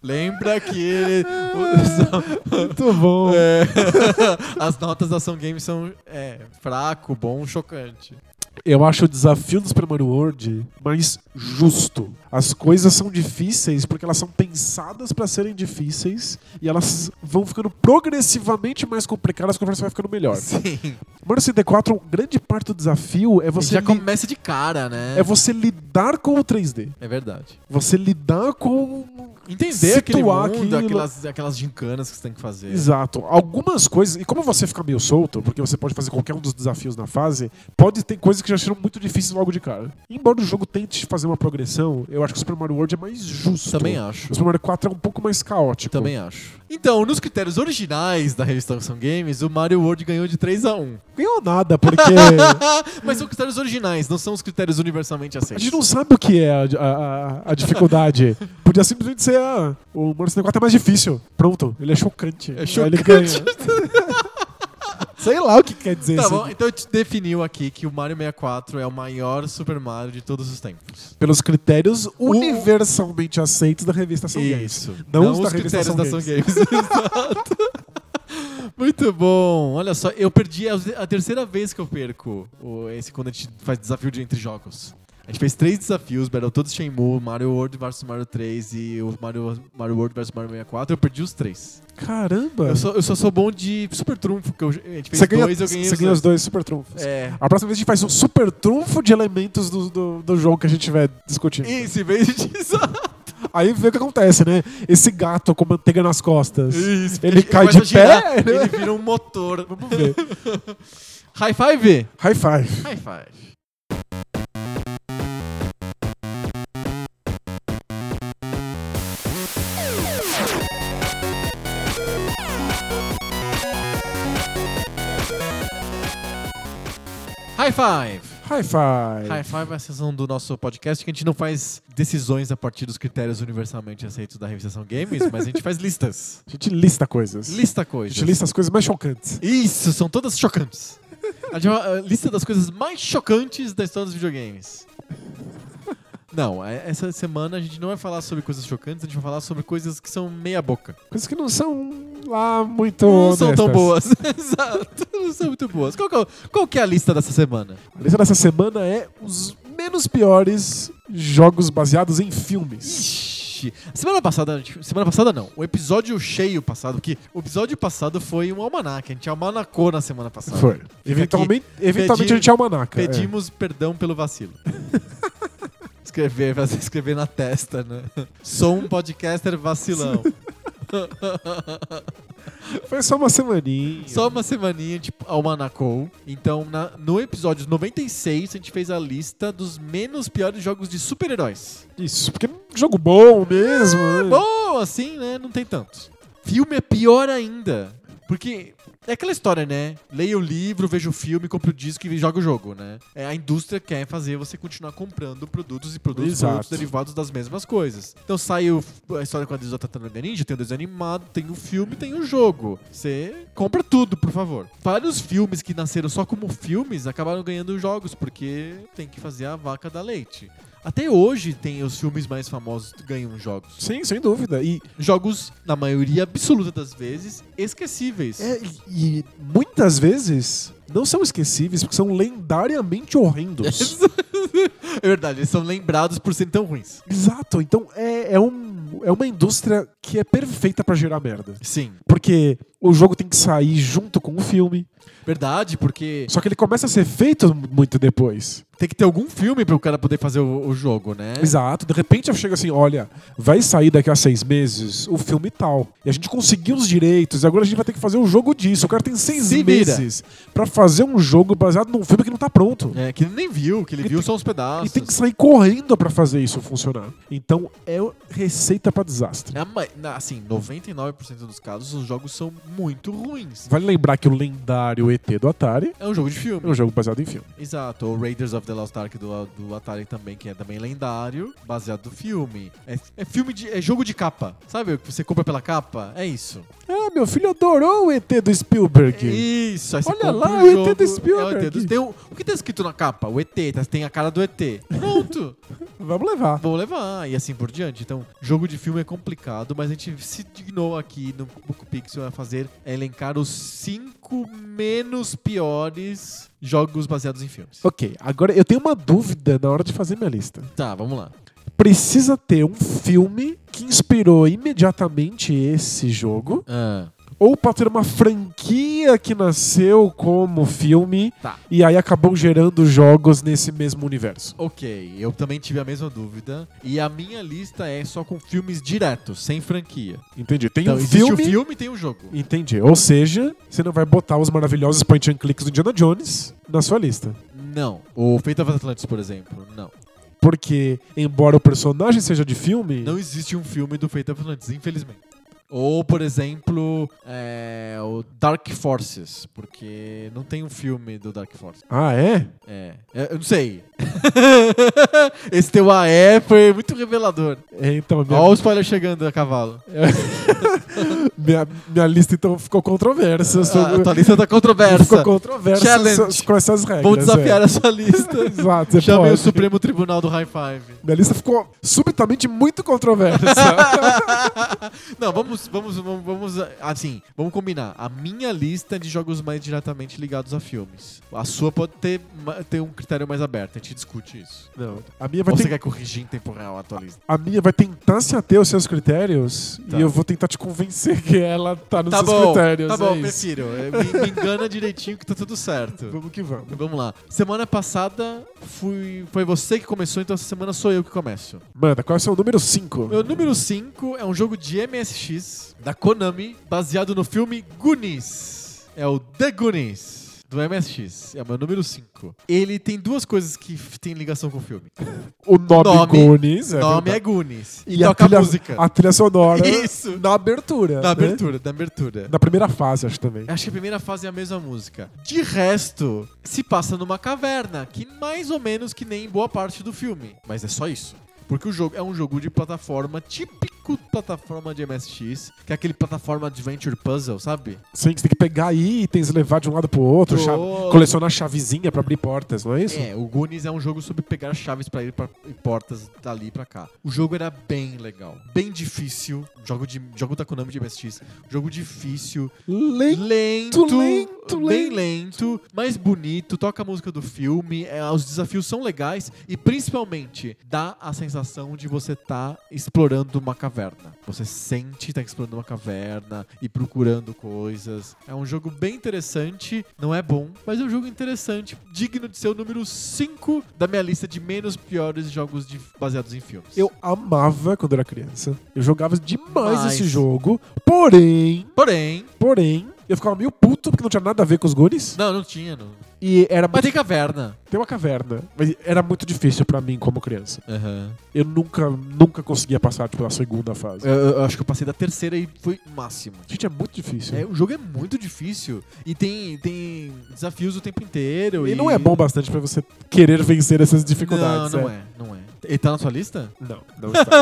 Speaker 1: Lembra que ele- os-
Speaker 2: Muito bom.
Speaker 1: é, as notas da Ação Games são é, fraco, bom, chocante.
Speaker 2: Eu acho o desafio do Super Mario World mais justo. As coisas são difíceis porque elas são pensadas para serem difíceis e elas vão ficando progressivamente mais complicadas conforme você vai ficando melhor.
Speaker 1: Sim.
Speaker 2: Mario 64, um grande parte do desafio é você,
Speaker 1: já
Speaker 2: li-
Speaker 1: começa de cara, né?
Speaker 2: é você lidar com o 3D.
Speaker 1: É verdade.
Speaker 2: Você lidar com.
Speaker 1: Entender aquele mundo,
Speaker 2: Situar aquilo.
Speaker 1: aquelas, aquelas gincanas que você tem que fazer.
Speaker 2: Exato. Algumas coisas. E como você fica meio solto, porque você pode fazer qualquer um dos desafios na fase, pode ter coisas que já serão muito difíceis logo de cara. Embora o jogo tente fazer uma progressão, eu acho que o Super Mario World é mais justo.
Speaker 1: Também acho.
Speaker 2: O Super Mario 4 é um pouco mais caótico.
Speaker 1: Também acho. Então, nos critérios originais da revista Ação Games, o Mario World ganhou de 3 a 1
Speaker 2: Ganhou nada, porque
Speaker 1: Mas são critérios originais, não são os critérios universalmente
Speaker 2: a
Speaker 1: aceitos.
Speaker 2: gente não sabe o que é a, a- a- a dificuldade. Podia simplesmente ser, ah, o Mario 64 é mais difícil. Pronto, ele é chocante.
Speaker 1: É
Speaker 2: Aí
Speaker 1: chocante.
Speaker 2: Ele ganha. Sei lá o que quer dizer
Speaker 1: Tá
Speaker 2: isso.
Speaker 1: bom, então a gente definiu aqui que o Mario 64 é o maior Super Mario de todos os tempos.
Speaker 2: Pelos critérios universalmente aceitos da revista Ação Games.
Speaker 1: Isso.
Speaker 2: Não, os
Speaker 1: os,
Speaker 2: da revista
Speaker 1: critérios da
Speaker 2: Ação
Speaker 1: Ação Games. Exato. Muito bom. Olha só, eu perdi a, a terceira vez que eu perco o- esse quando a gente faz desafio de entre jogos. A gente fez três desafios, Battle Todos Shenmue, Mario World vs Mario 3 e o Mario, Mario World vs Mario 64. Eu perdi os três.
Speaker 2: Caramba.
Speaker 1: Eu só, eu só sou bom de super trunfo, que eu, a gente fez
Speaker 2: É. Você ganha,
Speaker 1: dois eu ganhei
Speaker 2: você ganha os dois super trunfos.
Speaker 1: É.
Speaker 2: A próxima vez a gente faz um super trunfo de elementos do, do, do jogo que a gente tiver discutindo.
Speaker 1: Isso, em vez de
Speaker 2: Aí vê o que acontece, né? Esse gato com manteiga nas costas.
Speaker 1: Isso,
Speaker 2: Ele cai
Speaker 1: começa
Speaker 2: de
Speaker 1: a girar,
Speaker 2: pé, né?
Speaker 1: Ele vira um motor.
Speaker 2: Vamos ver.
Speaker 1: High five!
Speaker 2: High five.
Speaker 1: High five. High five!
Speaker 2: High five.
Speaker 1: High Five é a sessão do nosso podcast que a gente não faz decisões a partir dos critérios universalmente aceitos da revista Ação Games, mas a gente faz listas.
Speaker 2: A gente lista coisas.
Speaker 1: Lista
Speaker 2: A
Speaker 1: coisas.
Speaker 2: gente lista as coisas mais chocantes.
Speaker 1: Isso, são todas chocantes. A gente- é A lista das coisas mais chocantes da história dos videogames. Não, é- essa semana a gente não vai falar sobre coisas chocantes, a gente vai falar sobre coisas que são meia boca.
Speaker 2: Coisas que não são lá muito.
Speaker 1: não são tão
Speaker 2: honestas.
Speaker 1: boas. Exato, não são muito boas. Qual, que é o- qual que é a lista dessa semana?
Speaker 2: A lista dessa semana é os menos piores jogos baseados em filmes.
Speaker 1: Ixi. Semana passada, a gente- semana passada não, o episódio cheio passado, que o episódio passado foi um almanac, a gente almanacou na semana passada.
Speaker 2: Foi. Eventualmente, eventualmente
Speaker 1: pedi-
Speaker 2: a gente é almanaca. é.
Speaker 1: Pedimos perdão pelo vacilo. escrever, fazer escrever na testa, né? Sou um podcaster vacilão.
Speaker 2: Foi só uma semaninha.
Speaker 1: Só uma semaninha, tipo, almanacou. Então, na- no episódio 96, a gente fez a lista dos menos piores jogos de super-heróis.
Speaker 2: Isso, porque é um jogo bom mesmo. né?
Speaker 1: Bom, assim, né? Não tem tantos. Filme é pior ainda. Porque é aquela história, né? Leia o livro, veja o filme, compra o disco e joga o jogo, né? É, a indústria quer fazer você continuar comprando produtos e produtos,
Speaker 2: Exato.
Speaker 1: produtos derivados das mesmas coisas. Então sai o- a história com a da Tartaruga Ninja, tem o desenho animado, tem o filme, tem o jogo. Você compra tudo, por favor. Vários filmes que nasceram só como filmes acabaram ganhando jogos, porque tem que fazer a vaca da leite. Até hoje tem os filmes mais famosos que ganham jogos
Speaker 2: Sim, sem dúvida. E,
Speaker 1: jogos, na maioria absoluta das vezes, esquecíveis.
Speaker 2: é, e- e muitas vezes não são esquecíveis porque são lendariamente horrendos.
Speaker 1: É verdade, eles são lembrados por serem tão ruins.
Speaker 2: Exato. Então é, é, um, é uma indústria que é perfeita pra gerar merda.
Speaker 1: Sim.
Speaker 2: Porque o jogo tem que sair junto com o filme.
Speaker 1: Verdade, porque
Speaker 2: Só que ele começa a ser feito muito depois.
Speaker 1: tem que ter algum filme para o cara poder fazer o, o jogo, né?
Speaker 2: Exato. De repente chega assim: olha, vai sair daqui a seis meses o filme tal. E a gente conseguiu os direitos, e agora a gente vai ter que fazer o jogo disso. O cara tem seis
Speaker 1: Se vira.
Speaker 2: meses pra fazer um jogo baseado num filme que não tá pronto.
Speaker 1: É, que ele nem viu, que ele
Speaker 2: E
Speaker 1: viu
Speaker 2: tem-
Speaker 1: só uns pedaços.
Speaker 2: E tem que sair correndo pra fazer isso funcionar. Então é receita pra desastre.
Speaker 1: Na ma- na- assim, 99% dos casos, os jogos são muito ruins.
Speaker 2: Vale lembrar que o lendário ET do Atari
Speaker 1: É um jogo de filme.
Speaker 2: é um jogo baseado em filme.
Speaker 1: Exato, ou Raiders of the Lost Ark do, do Atari também, que é também lendário, baseado no filme. É, é filme de. É jogo de capa. Sabe? o que Você compra pela capa? É isso.
Speaker 2: Ah, meu filho adorou o ET do Spielberg.
Speaker 1: Isso, aí você
Speaker 2: Olha
Speaker 1: compra
Speaker 2: lá,
Speaker 1: um
Speaker 2: o ET
Speaker 1: jogo,
Speaker 2: do Spielberg.
Speaker 1: é o ET do- tem o, o que tá escrito na capa? O ET, tá- tem a cara do ET. Pronto,
Speaker 2: Vamos levar.
Speaker 1: vou levar, e assim por diante. Então, jogo de filme é complicado, mas a gente se dignou aqui no Book Pixel a fazer, a elencar os cinco menos piores jogos baseados em filmes.
Speaker 2: Ok, agora eu tenho uma dúvida na hora de fazer minha lista.
Speaker 1: Tá, vamos lá.
Speaker 2: Precisa ter um filme que inspirou imediatamente esse jogo?
Speaker 1: Ah,
Speaker 2: Ou pode ter uma franquia que nasceu como filme
Speaker 1: Tá.
Speaker 2: e aí acabou gerando jogos nesse mesmo universo?
Speaker 1: ok, eu também tive a mesma dúvida, e a minha lista é só com filmes diretos, sem franquia.
Speaker 2: Entendi. Tem
Speaker 1: Então,
Speaker 2: um
Speaker 1: existe
Speaker 2: filme.
Speaker 1: o filme e tem o jogo.
Speaker 2: Entendi. Ou seja, você não vai botar os maravilhosos point and clicks do Indiana Jones na sua lista.
Speaker 1: Não. O Fate of Atlantis, por exemplo, não.
Speaker 2: Porque, embora o personagem seja de filme,
Speaker 1: Não existe um filme do Fate of Atlantis, infelizmente. Ou, por exemplo, é, o Dark Forces, porque não tem um filme do Dark Forces.
Speaker 2: Ah, é?
Speaker 1: É. É, Eu não sei. Esse teu AE foi muito revelador.
Speaker 2: é então, minha,
Speaker 1: Olha o spoiler chegando a cavalo.
Speaker 2: minha, minha lista então ficou controversa.
Speaker 1: A
Speaker 2: sobre-
Speaker 1: tua lista tá controversa.
Speaker 2: Ficou controversa
Speaker 1: Challenge.
Speaker 2: so- com essas regras.
Speaker 1: Vou desafiar
Speaker 2: é.
Speaker 1: a sua lista.
Speaker 2: Exato, você
Speaker 1: Chamei
Speaker 2: pode.
Speaker 1: o Supremo Tribunal do High Five.
Speaker 2: Minha lista ficou subitamente muito controversa.
Speaker 1: Não, vamos, vamos, vamos, vamos, assim, vamos combinar. A minha lista é de jogos mais diretamente ligados a filmes. A sua pode ter, ma- ter um critério mais aberto, a gente discute isso.
Speaker 2: Não, a minha vai
Speaker 1: Ou você
Speaker 2: ter-
Speaker 1: quer corrigir em tempo real a tua lista?
Speaker 2: a minha vai tentar se ater aos seus critérios
Speaker 1: Tá.
Speaker 2: e eu vou tentar te convencer que ela tá nos
Speaker 1: Tá
Speaker 2: seus
Speaker 1: bom,
Speaker 2: critérios.
Speaker 1: tá bom,
Speaker 2: é isso.
Speaker 1: prefiro. É, Me, me engana direitinho que tá tudo certo.
Speaker 2: Vamos que vamos.
Speaker 1: Vamos lá. Semana passada fui, foi você que começou, então essa semana sou eu que começo.
Speaker 2: Manda, qual é o seu número 5?
Speaker 1: Meu número 5 é um jogo de MSX da Konami, baseado no filme Goonies. É o The Goonies. Do MSX, é o meu número 5. Ele tem duas coisas que f- tem ligação com o filme.
Speaker 2: O nome,
Speaker 1: nome-
Speaker 2: Goonies.
Speaker 1: O
Speaker 2: é
Speaker 1: nome é
Speaker 2: verdade.
Speaker 1: Goonies. E,
Speaker 2: E a
Speaker 1: toca
Speaker 2: trilha,
Speaker 1: a música.
Speaker 2: a trilha sonora
Speaker 1: Isso.
Speaker 2: na abertura.
Speaker 1: Da
Speaker 2: né?
Speaker 1: abertura, da abertura.
Speaker 2: Da primeira fase, acho também.
Speaker 1: Acho que a primeira fase é a mesma música. De resto, se passa numa caverna, que mais ou menos que nem boa parte do filme. Mas é só isso. Porque o jogo é um jogo de plataforma, típico plataforma de MSX, que é aquele plataforma adventure puzzle, sabe?
Speaker 2: Sim, que você tem que pegar itens, levar de um lado pro outro,
Speaker 1: Pro
Speaker 2: chave-
Speaker 1: outro.
Speaker 2: colecionar chavezinha pra abrir portas, não é isso?
Speaker 1: É, o Goonies é um jogo sobre pegar chaves pra ir pra, e portas dali pra cá. O jogo era bem legal, bem difícil. Jogo, de, jogo da Konami de MSX. Jogo difícil,
Speaker 2: Lem-
Speaker 1: lento,
Speaker 2: lento,
Speaker 1: bem lento, mas bonito, toca a música do filme, é, os desafios são legais e principalmente dá a sensação de você tá explorando uma caverna. Você sente tá explorando uma caverna e procurando coisas. É um jogo bem interessante, não é bom, mas é um jogo interessante, digno de ser o número 5 da minha lista de menos piores jogos de- baseados em filmes.
Speaker 2: Eu amava quando era criança. Eu jogava demais
Speaker 1: Mas-
Speaker 2: esse jogo. Porém,
Speaker 1: Porém,
Speaker 2: porém, eu ficava meio puto porque não tinha nada a ver com os Goonies.
Speaker 1: não, não tinha. Não.
Speaker 2: E era
Speaker 1: Mas
Speaker 2: muito...
Speaker 1: tem caverna.
Speaker 2: tem uma caverna. Mas era muito difícil pra mim como criança.
Speaker 1: Aham.
Speaker 2: Eu nunca, nunca conseguia passar tipo, a segunda fase.
Speaker 1: Eu, eu- eu acho que eu passei da terceira e foi o máximo.
Speaker 2: Gente, é muito difícil.
Speaker 1: É, o jogo é muito difícil e tem, tem desafios o tempo inteiro. E,
Speaker 2: E não é bom bastante pra você querer vencer essas dificuldades.
Speaker 1: Não, não é. não é. Ele tá na sua lista?
Speaker 2: Não, não está.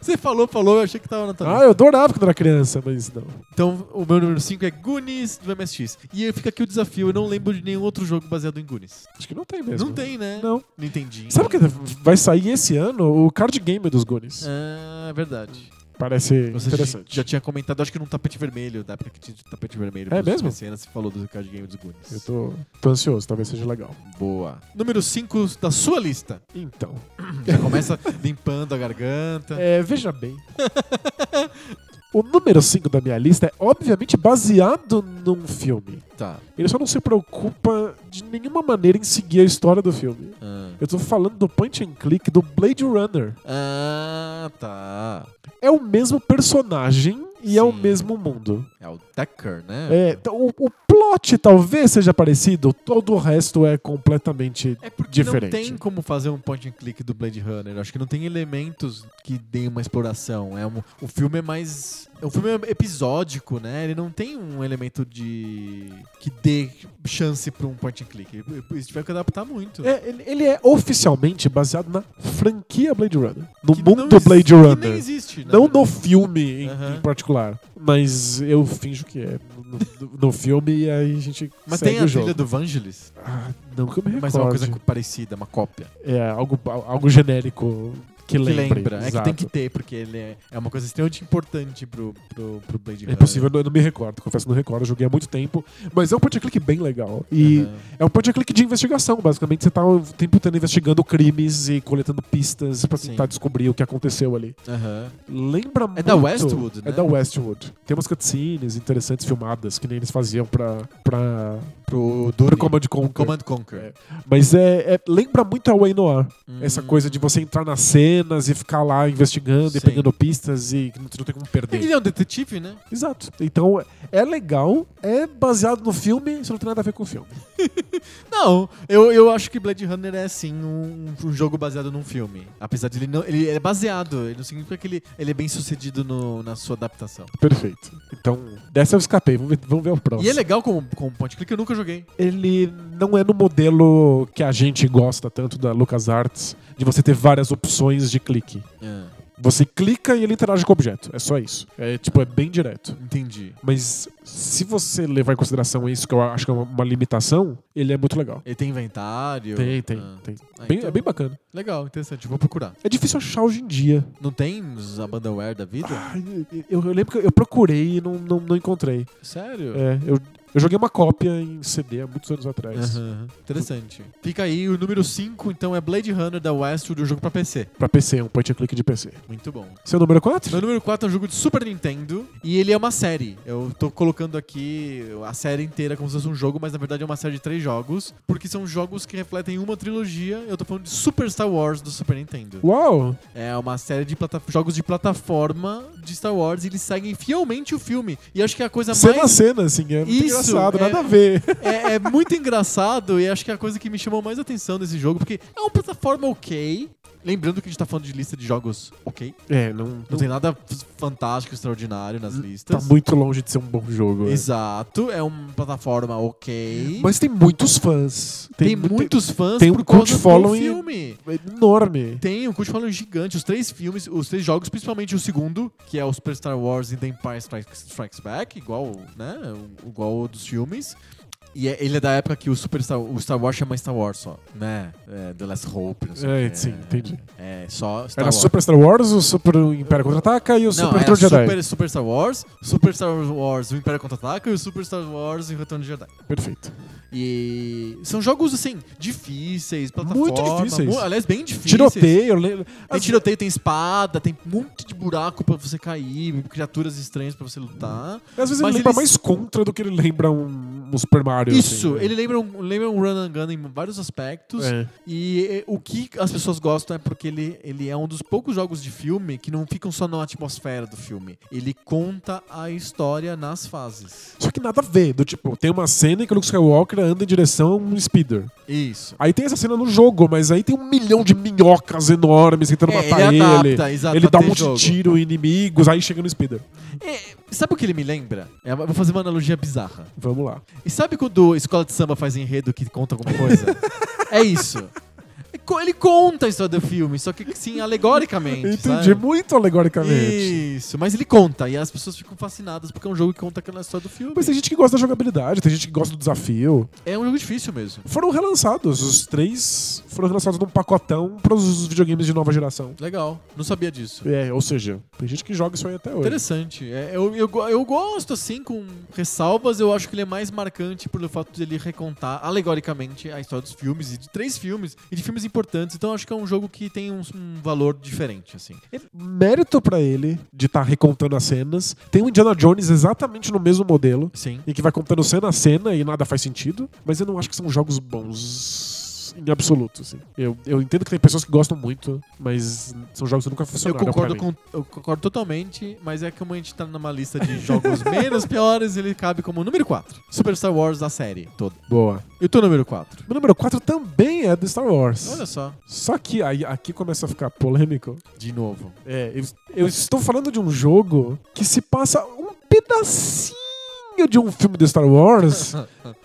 Speaker 1: Você falou, falou, eu achei que tava na tua
Speaker 2: ah,
Speaker 1: lista.
Speaker 2: eu adorava quando era criança, mas não.
Speaker 1: Então, o meu número 5 é Goonies do MSX. E aí fica aqui o desafio, eu não lembro de nenhum outro jogo baseado em Goonies.
Speaker 2: Acho que não tem mesmo.
Speaker 1: Não tem, né?
Speaker 2: Não.
Speaker 1: Não entendi.
Speaker 2: Sabe o que é vai sair esse ano? O card game dos Goonies.
Speaker 1: Ah, é verdade.
Speaker 2: Parece
Speaker 1: Você
Speaker 2: Hum, interessante.
Speaker 1: já tinha comentado, acho que num tapete vermelho, da época que tinha tapete vermelho.
Speaker 2: É
Speaker 1: pros
Speaker 2: mesmo?
Speaker 1: PCN, você falou do card game dos Goonies.
Speaker 2: Eu tô, tô ansioso, talvez seja legal.
Speaker 1: Boa. Número 5 da sua lista.
Speaker 2: Então,
Speaker 1: Já começa limpando a garganta.
Speaker 2: é, veja bem. o número 5 da minha lista é obviamente baseado num filme.
Speaker 1: Tá.
Speaker 2: Ele só não se preocupa de nenhuma maneira em seguir a história do filme.
Speaker 1: Ah.
Speaker 2: Eu tô falando do point and click do Blade Runner.
Speaker 1: Ah, tá.
Speaker 2: É o mesmo personagem e é o
Speaker 1: Sim.
Speaker 2: mesmo mundo.
Speaker 1: É o Decker, né?
Speaker 2: É, então, o, o plot talvez seja parecido, todo o resto é completamente
Speaker 1: É porque
Speaker 2: diferente.
Speaker 1: não tem como fazer um point and click do Blade Runner. Acho que não tem elementos que deem uma exploração. É um- o filme é mais. O filme é episódico, né? Ele não tem um elemento de. que dê chance pra um point and click. Isso tiver que adaptar muito.
Speaker 2: É, ele, ele é oficialmente baseado na franquia Blade Runner. No
Speaker 1: Que não
Speaker 2: mundo
Speaker 1: exi-
Speaker 2: Blade
Speaker 1: Que nem
Speaker 2: Runner.
Speaker 1: existe. né? na
Speaker 2: Não no
Speaker 1: verdade.
Speaker 2: filme em,
Speaker 1: Aham.
Speaker 2: em particular. Mas eu finjo que é no, no- no filme e aí a gente
Speaker 1: Mas
Speaker 2: segue
Speaker 1: tem a
Speaker 2: o jogo.
Speaker 1: trilha do Vangelis.
Speaker 2: Ah, não que eu me recorde.
Speaker 1: Mas é uma coisa parecida, uma cópia.
Speaker 2: É algo, algo genérico que
Speaker 1: Que
Speaker 2: lembra.
Speaker 1: lembra. É que tem que ter, porque ele é, é uma coisa extremamente importante pro, pro, pro Blade
Speaker 2: É
Speaker 1: Runner.
Speaker 2: impossível, eu não- eu não me recordo, confesso, que não recordo, eu joguei há muito tempo, mas é um point and click bem legal. E
Speaker 1: Aham.
Speaker 2: É um point and click de investigação, basicamente. Você tá o tempo todo investigando crimes e coletando pistas pra
Speaker 1: Sim.
Speaker 2: tentar descobrir o que aconteceu ali.
Speaker 1: Aham.
Speaker 2: Lembra muito...
Speaker 1: É da Westwood, né?
Speaker 2: É da Westwood. Tem umas cutscenes interessantes filmadas, que nem eles faziam pra, pra,
Speaker 1: Pro Dune.
Speaker 2: Pro Command Conquer.
Speaker 1: Um Command Conquer.
Speaker 2: Mas é, é- lembra muito a Way Noir.
Speaker 1: Hum.
Speaker 2: Essa coisa de você entrar nas cenas e ficar lá investigando e
Speaker 1: Sim.
Speaker 2: pegando pistas e que não não tem como perder.
Speaker 1: Ele é um detetive, né?
Speaker 2: Exato. Então é legal, é baseado no filme, isso não tem nada a ver com o filme.
Speaker 1: Não, eu, eu acho que Blade Runner é sim um, um jogo baseado num filme. Apesar de ele não. Ele é baseado, ele não significa que ele, ele é bem sucedido no- na sua adaptação.
Speaker 2: Perfeito. Então, dessa eu escapei. Vamos ver, vamos ver o próximo.
Speaker 1: E é legal como, como point click, eu nunca joguei.
Speaker 2: Ele não é no modelo que a gente gosta tanto da LucasArts, de você ter várias opções de clique. Você clica e ele interage com o objeto. É só isso. É tipo, é bem direto.
Speaker 1: Entendi.
Speaker 2: Mas se você levar em consideração isso, que eu acho que é uma, uma limitação, ele é muito legal.
Speaker 1: Ele tem inventário.
Speaker 2: Tem, tem,
Speaker 1: Ah.
Speaker 2: tem.
Speaker 1: Ah,
Speaker 2: Bem-
Speaker 1: então-
Speaker 2: É bem bacana.
Speaker 1: Legal, interessante, vou procurar.
Speaker 2: É difícil achar hoje em dia.
Speaker 1: Não tem os Abandonware da vida?
Speaker 2: Ai, eu, eu lembro que eu procurei e não, não, não encontrei.
Speaker 1: Sério?
Speaker 2: É, eu, eu joguei uma cópia em CD há muitos anos atrás.
Speaker 1: Aham, Interessante. Fica aí o número 5, então é Blade Runner da Westwood, o jogo pra PC.
Speaker 2: Pra PC, é um point and click de PC.
Speaker 1: Muito bom.
Speaker 2: Seu número 4?
Speaker 1: Meu número 4 é um jogo de Super Nintendo e ele é uma série. Eu tô colocando aqui a série inteira como se fosse um jogo, mas na verdade é uma série de três jogos, porque são jogos que refletem uma trilogia. Eu tô falando de Super Star Wars do Super Nintendo.
Speaker 2: Uau!
Speaker 1: É uma série de plata- jogos de plataforma de Star Wars e eles seguem fielmente o filme. E acho que é a coisa
Speaker 2: Cena a
Speaker 1: mais.
Speaker 2: cena, assim, é muito
Speaker 1: Isso,
Speaker 2: engraçado,
Speaker 1: é-
Speaker 2: nada a ver.
Speaker 1: É, é muito engraçado e acho que é a coisa que me chamou mais atenção desse jogo, porque é uma plataforma ok. Lembrando que a gente tá falando de lista de jogos ok.
Speaker 2: É, não,
Speaker 1: Não tem nada f- fantástico, extraordinário nas listas.
Speaker 2: tá muito longe de ser um bom jogo. é.
Speaker 1: Exato, é uma plataforma ok.
Speaker 2: Mas tem muitos fãs.
Speaker 1: tem,
Speaker 2: muito-
Speaker 1: muitos fãs
Speaker 2: tem um
Speaker 1: por
Speaker 2: cult
Speaker 1: causa do
Speaker 2: following-
Speaker 1: filme.
Speaker 2: É enorme.
Speaker 1: Tem um cult following gigante. Os três filmes, os três jogos, principalmente o segundo, que é o Super Star Wars e The Empire Strikes, Strikes Back, igual, né, o- igual o dos filmes. E é- ele é da época que o Super Star, o Star Wars chama Star Wars só, né? É, The Last Hope, não sei o
Speaker 2: É,
Speaker 1: quê.
Speaker 2: sim, entendi.
Speaker 1: É, só Star
Speaker 2: Era
Speaker 1: Wars.
Speaker 2: Super Star Wars, o Super Império Contra-Ataca e o Super
Speaker 1: Não, é, era
Speaker 2: Retorno de Jedi.
Speaker 1: Super, Super Star Wars, Super Star Wars, o Império Contra-Ataca e o Super Star Wars e o Retorno de Jedi.
Speaker 2: Perfeito.
Speaker 1: E são jogos, assim, difíceis, plataforma.
Speaker 2: difíceis.
Speaker 1: mu- aliás, bem difíceis.
Speaker 2: Tiroteio, eu lembro.
Speaker 1: Tem
Speaker 2: As-
Speaker 1: tiroteio, tem espada, tem um monte de buraco pra você cair, criaturas estranhas pra você lutar.
Speaker 2: Às vezes ele
Speaker 1: Mas
Speaker 2: lembra
Speaker 1: eles-
Speaker 2: mais contra do que ele lembra um, um Super Mario.
Speaker 1: Isso,
Speaker 2: assim, né?
Speaker 1: ele lembra um, lembra um Run and Gun em vários aspectos.
Speaker 2: É.
Speaker 1: E eh, o que as pessoas gostam é porque ele, ele é um dos poucos jogos de filme que não ficam só na atmosfera do filme. Ele conta a história nas fases.
Speaker 2: Só que nada a ver. Do tipo, tem uma cena em que o Luke Skywalker anda em direção a um speeder.
Speaker 1: Isso.
Speaker 2: Aí tem essa cena no jogo, mas aí tem um milhão de minhocas enormes tentando
Speaker 1: É,
Speaker 2: matar
Speaker 1: ele
Speaker 2: ele.
Speaker 1: adapta, exato,
Speaker 2: ele
Speaker 1: pra
Speaker 2: dá um
Speaker 1: ter
Speaker 2: monte
Speaker 1: jogo.
Speaker 2: de tiro em inimigos, aí chega no speeder.
Speaker 1: É, sabe o que ele me lembra? É, eu vou fazer uma analogia bizarra.
Speaker 2: Vamos lá.
Speaker 1: E sabe quando a escola de samba faz enredo que conta alguma coisa? é isso. É co- Ele conta a história do filme, só que sim, alegoricamente.
Speaker 2: Entendi,
Speaker 1: sabe?
Speaker 2: muito alegoricamente.
Speaker 1: Isso, mas ele conta, e as pessoas ficam fascinadas porque é um jogo que conta aquela história do filme.
Speaker 2: Mas tem gente que gosta da jogabilidade, tem gente que gosta do desafio.
Speaker 1: É um jogo difícil mesmo.
Speaker 2: Foram relançados, os três foram relançados num pacotão para os videogames de nova geração.
Speaker 1: Legal, não sabia disso.
Speaker 2: É, ou seja, tem gente que joga isso aí até hoje.
Speaker 1: Interessante. É, eu, eu, go- eu gosto, assim, com ressalvas. Eu acho que ele é mais marcante pelo fato de ele recontar alegoricamente a história dos filmes, e de três filmes, e de filmes importantes. Então eu acho que é um jogo que tem um, um valor diferente, assim.
Speaker 2: Mérito pra ele de estar recontando as cenas. Tem o Indiana Jones exatamente no mesmo modelo,
Speaker 1: Sim.
Speaker 2: em que vai contando cena a cena e nada faz sentido, mas eu não acho que são jogos bons em absoluto, assim. Eu, eu entendo que tem pessoas que gostam muito, mas são jogos que nunca
Speaker 1: Eu
Speaker 2: funcionaram
Speaker 1: concordo,
Speaker 2: pra mim.
Speaker 1: com, eu concordo totalmente, mas é que como a gente tá numa lista de jogos menos piores, ele cabe como número 4. Super Star Wars da série toda.
Speaker 2: Boa.
Speaker 1: E o teu número 4?
Speaker 2: Meu número 4 também é do Star Wars.
Speaker 1: Olha só.
Speaker 2: Só que aí, aqui começa a ficar polêmico.
Speaker 1: De novo.
Speaker 2: É, eu, eu estou falando de um jogo que se passa um pedacinho de um filme do Star Wars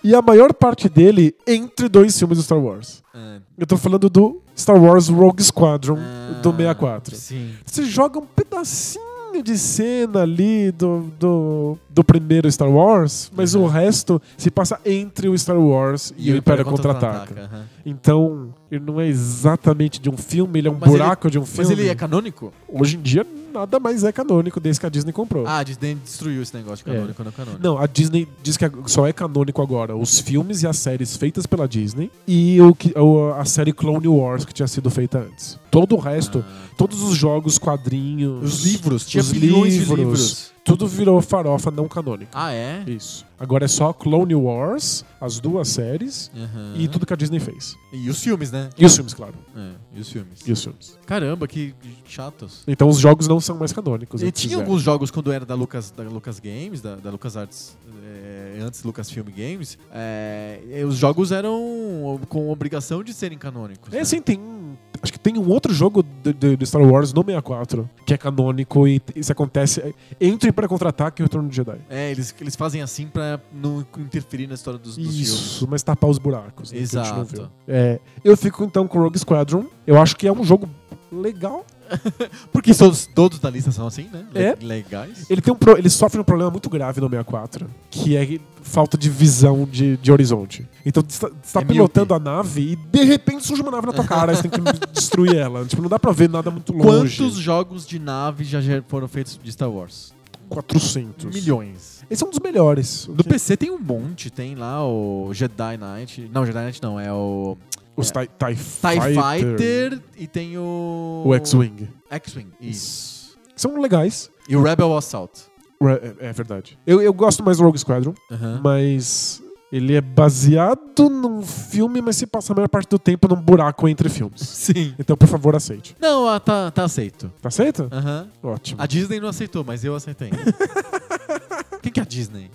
Speaker 2: e a maior parte dele entre dois filmes do Star Wars.
Speaker 1: Ah,
Speaker 2: Eu tô falando do Star Wars Rogue Squadron do
Speaker 1: ah,
Speaker 2: 64.
Speaker 1: Sim.
Speaker 2: Você joga um pedacinho de cena ali do, do, do primeiro Star Wars, mas
Speaker 1: Uhum.
Speaker 2: o resto se passa entre o Star Wars e, o Império Contra-Ataca.
Speaker 1: aham.
Speaker 2: Então, ele não é exatamente de um filme, ele é um
Speaker 1: Mas ele-
Speaker 2: buraco de um filme.
Speaker 1: Mas ele é canônico?
Speaker 2: Hoje em dia, nada mais é canônico desde que a Disney comprou.
Speaker 1: Ah, a Disney destruiu esse negócio de canônico não canônico.
Speaker 2: É. Não, a Disney diz que só é canônico agora os filmes e as séries feitas pela Disney e o que, o- a série Clone Wars que tinha sido feita antes. Todo o resto,
Speaker 1: Ah.
Speaker 2: todos os jogos, quadrinhos,
Speaker 1: Os livros, tinha
Speaker 2: os
Speaker 1: bilhões de
Speaker 2: livros,
Speaker 1: livros.
Speaker 2: Tudo virou farofa não canônica.
Speaker 1: Ah, é?
Speaker 2: Isso. Agora é só Clone Wars, as duas séries
Speaker 1: Aham.
Speaker 2: e tudo que a Disney fez.
Speaker 1: E os filmes, né?
Speaker 2: E os filmes, claro.
Speaker 1: É, e os filmes.
Speaker 2: E os filmes.
Speaker 1: Caramba, que chatos.
Speaker 2: Então os jogos não são mais canônicos.
Speaker 1: E
Speaker 2: eles
Speaker 1: tinha
Speaker 2: fizeram.
Speaker 1: alguns jogos quando era da Lucas, da Lucas Games, da, da Lucas Arts, é, antes Lucasfilm Games, é, e os jogos eram com obrigação de serem canônicos.
Speaker 2: É,
Speaker 1: né?
Speaker 2: sim, tem. Acho que tem um outro jogo do, do- do Star Wars no 64 que é canônico e isso acontece é, entre para contra-ataque e Retorno do Jedi.
Speaker 1: É, eles, eles fazem assim pra não interferir na história dos, dos filmes.
Speaker 2: Isso, mas tapar os buracos. né, que a gente não
Speaker 1: Exato.
Speaker 2: viu. É, eu fico então com Rogue Squadron. Eu acho que é um jogo legal.
Speaker 1: Porque todos, todos da lista são assim, né? Le-
Speaker 2: É.
Speaker 1: Legais.
Speaker 2: Ele, tem um pro- ele sofre um problema muito grave no 64, que é falta de visão de, de horizonte. Então você tá- você tá
Speaker 1: É
Speaker 2: pilotando a nave e de repente surge uma nave na tua cara, aí você tem que destruir ela. Tipo, não dá pra ver nada muito longe.
Speaker 1: Quantos jogos de nave já já foram feitos de Star Wars?
Speaker 2: 400.
Speaker 1: Milhões.
Speaker 2: Esse é um dos melhores.
Speaker 1: Do PC tem um monte, tem lá o Jedi Knight. Não, Jedi Knight não, é o
Speaker 2: Os TIE, TIE,
Speaker 1: TIE
Speaker 2: Fighter,
Speaker 1: Fighter e tem o.
Speaker 2: O X-Wing.
Speaker 1: X-Wing, isso.
Speaker 2: São legais.
Speaker 1: E o Rebel Assault.
Speaker 2: Re- É é verdade. Eu, eu gosto mais do Rogue Squadron, mas ele é baseado num filme, mas se passa a maior parte do tempo num buraco entre filmes.
Speaker 1: Sim.
Speaker 2: Então, por favor, aceite.
Speaker 1: Não, ah, tá, tá aceito.
Speaker 2: Tá aceito?
Speaker 1: Aham.
Speaker 2: Ótimo.
Speaker 1: A Disney não aceitou, mas eu aceitei. Quem que é a Disney?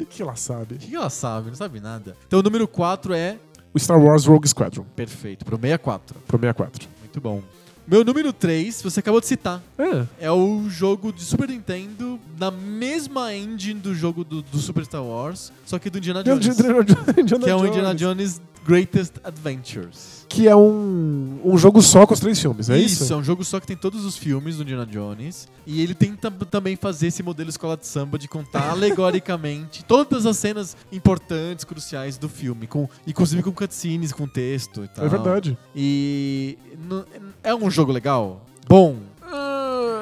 Speaker 2: O que ela sabe?
Speaker 1: O que que ela sabe? Não sabe nada. Então o número 4 é
Speaker 2: O Star Wars Rogue Squadron,
Speaker 1: perfeito, pro 64.
Speaker 2: pro 64.
Speaker 1: Muito bom. Meu número 3, você acabou de citar.
Speaker 2: É.
Speaker 1: É o jogo de Super Nintendo na mesma engine do jogo do, do Super Star Wars, só que do Indiana
Speaker 2: é um Indiana,
Speaker 1: Jones.
Speaker 2: Jones. Indiana
Speaker 1: que é o
Speaker 2: Jones.
Speaker 1: Indiana Jones Greatest Adventures.
Speaker 2: Que é um, um jogo só com os três filmes, é isso?
Speaker 1: é um jogo só que tem todos os filmes do Indiana Jones. E ele tenta também fazer esse modelo escola de samba de contar alegoricamente todas as cenas importantes, cruciais do filme. Com, inclusive com cutscenes, com texto e tal.
Speaker 2: É verdade.
Speaker 1: E no- é um jogo legal? Bom.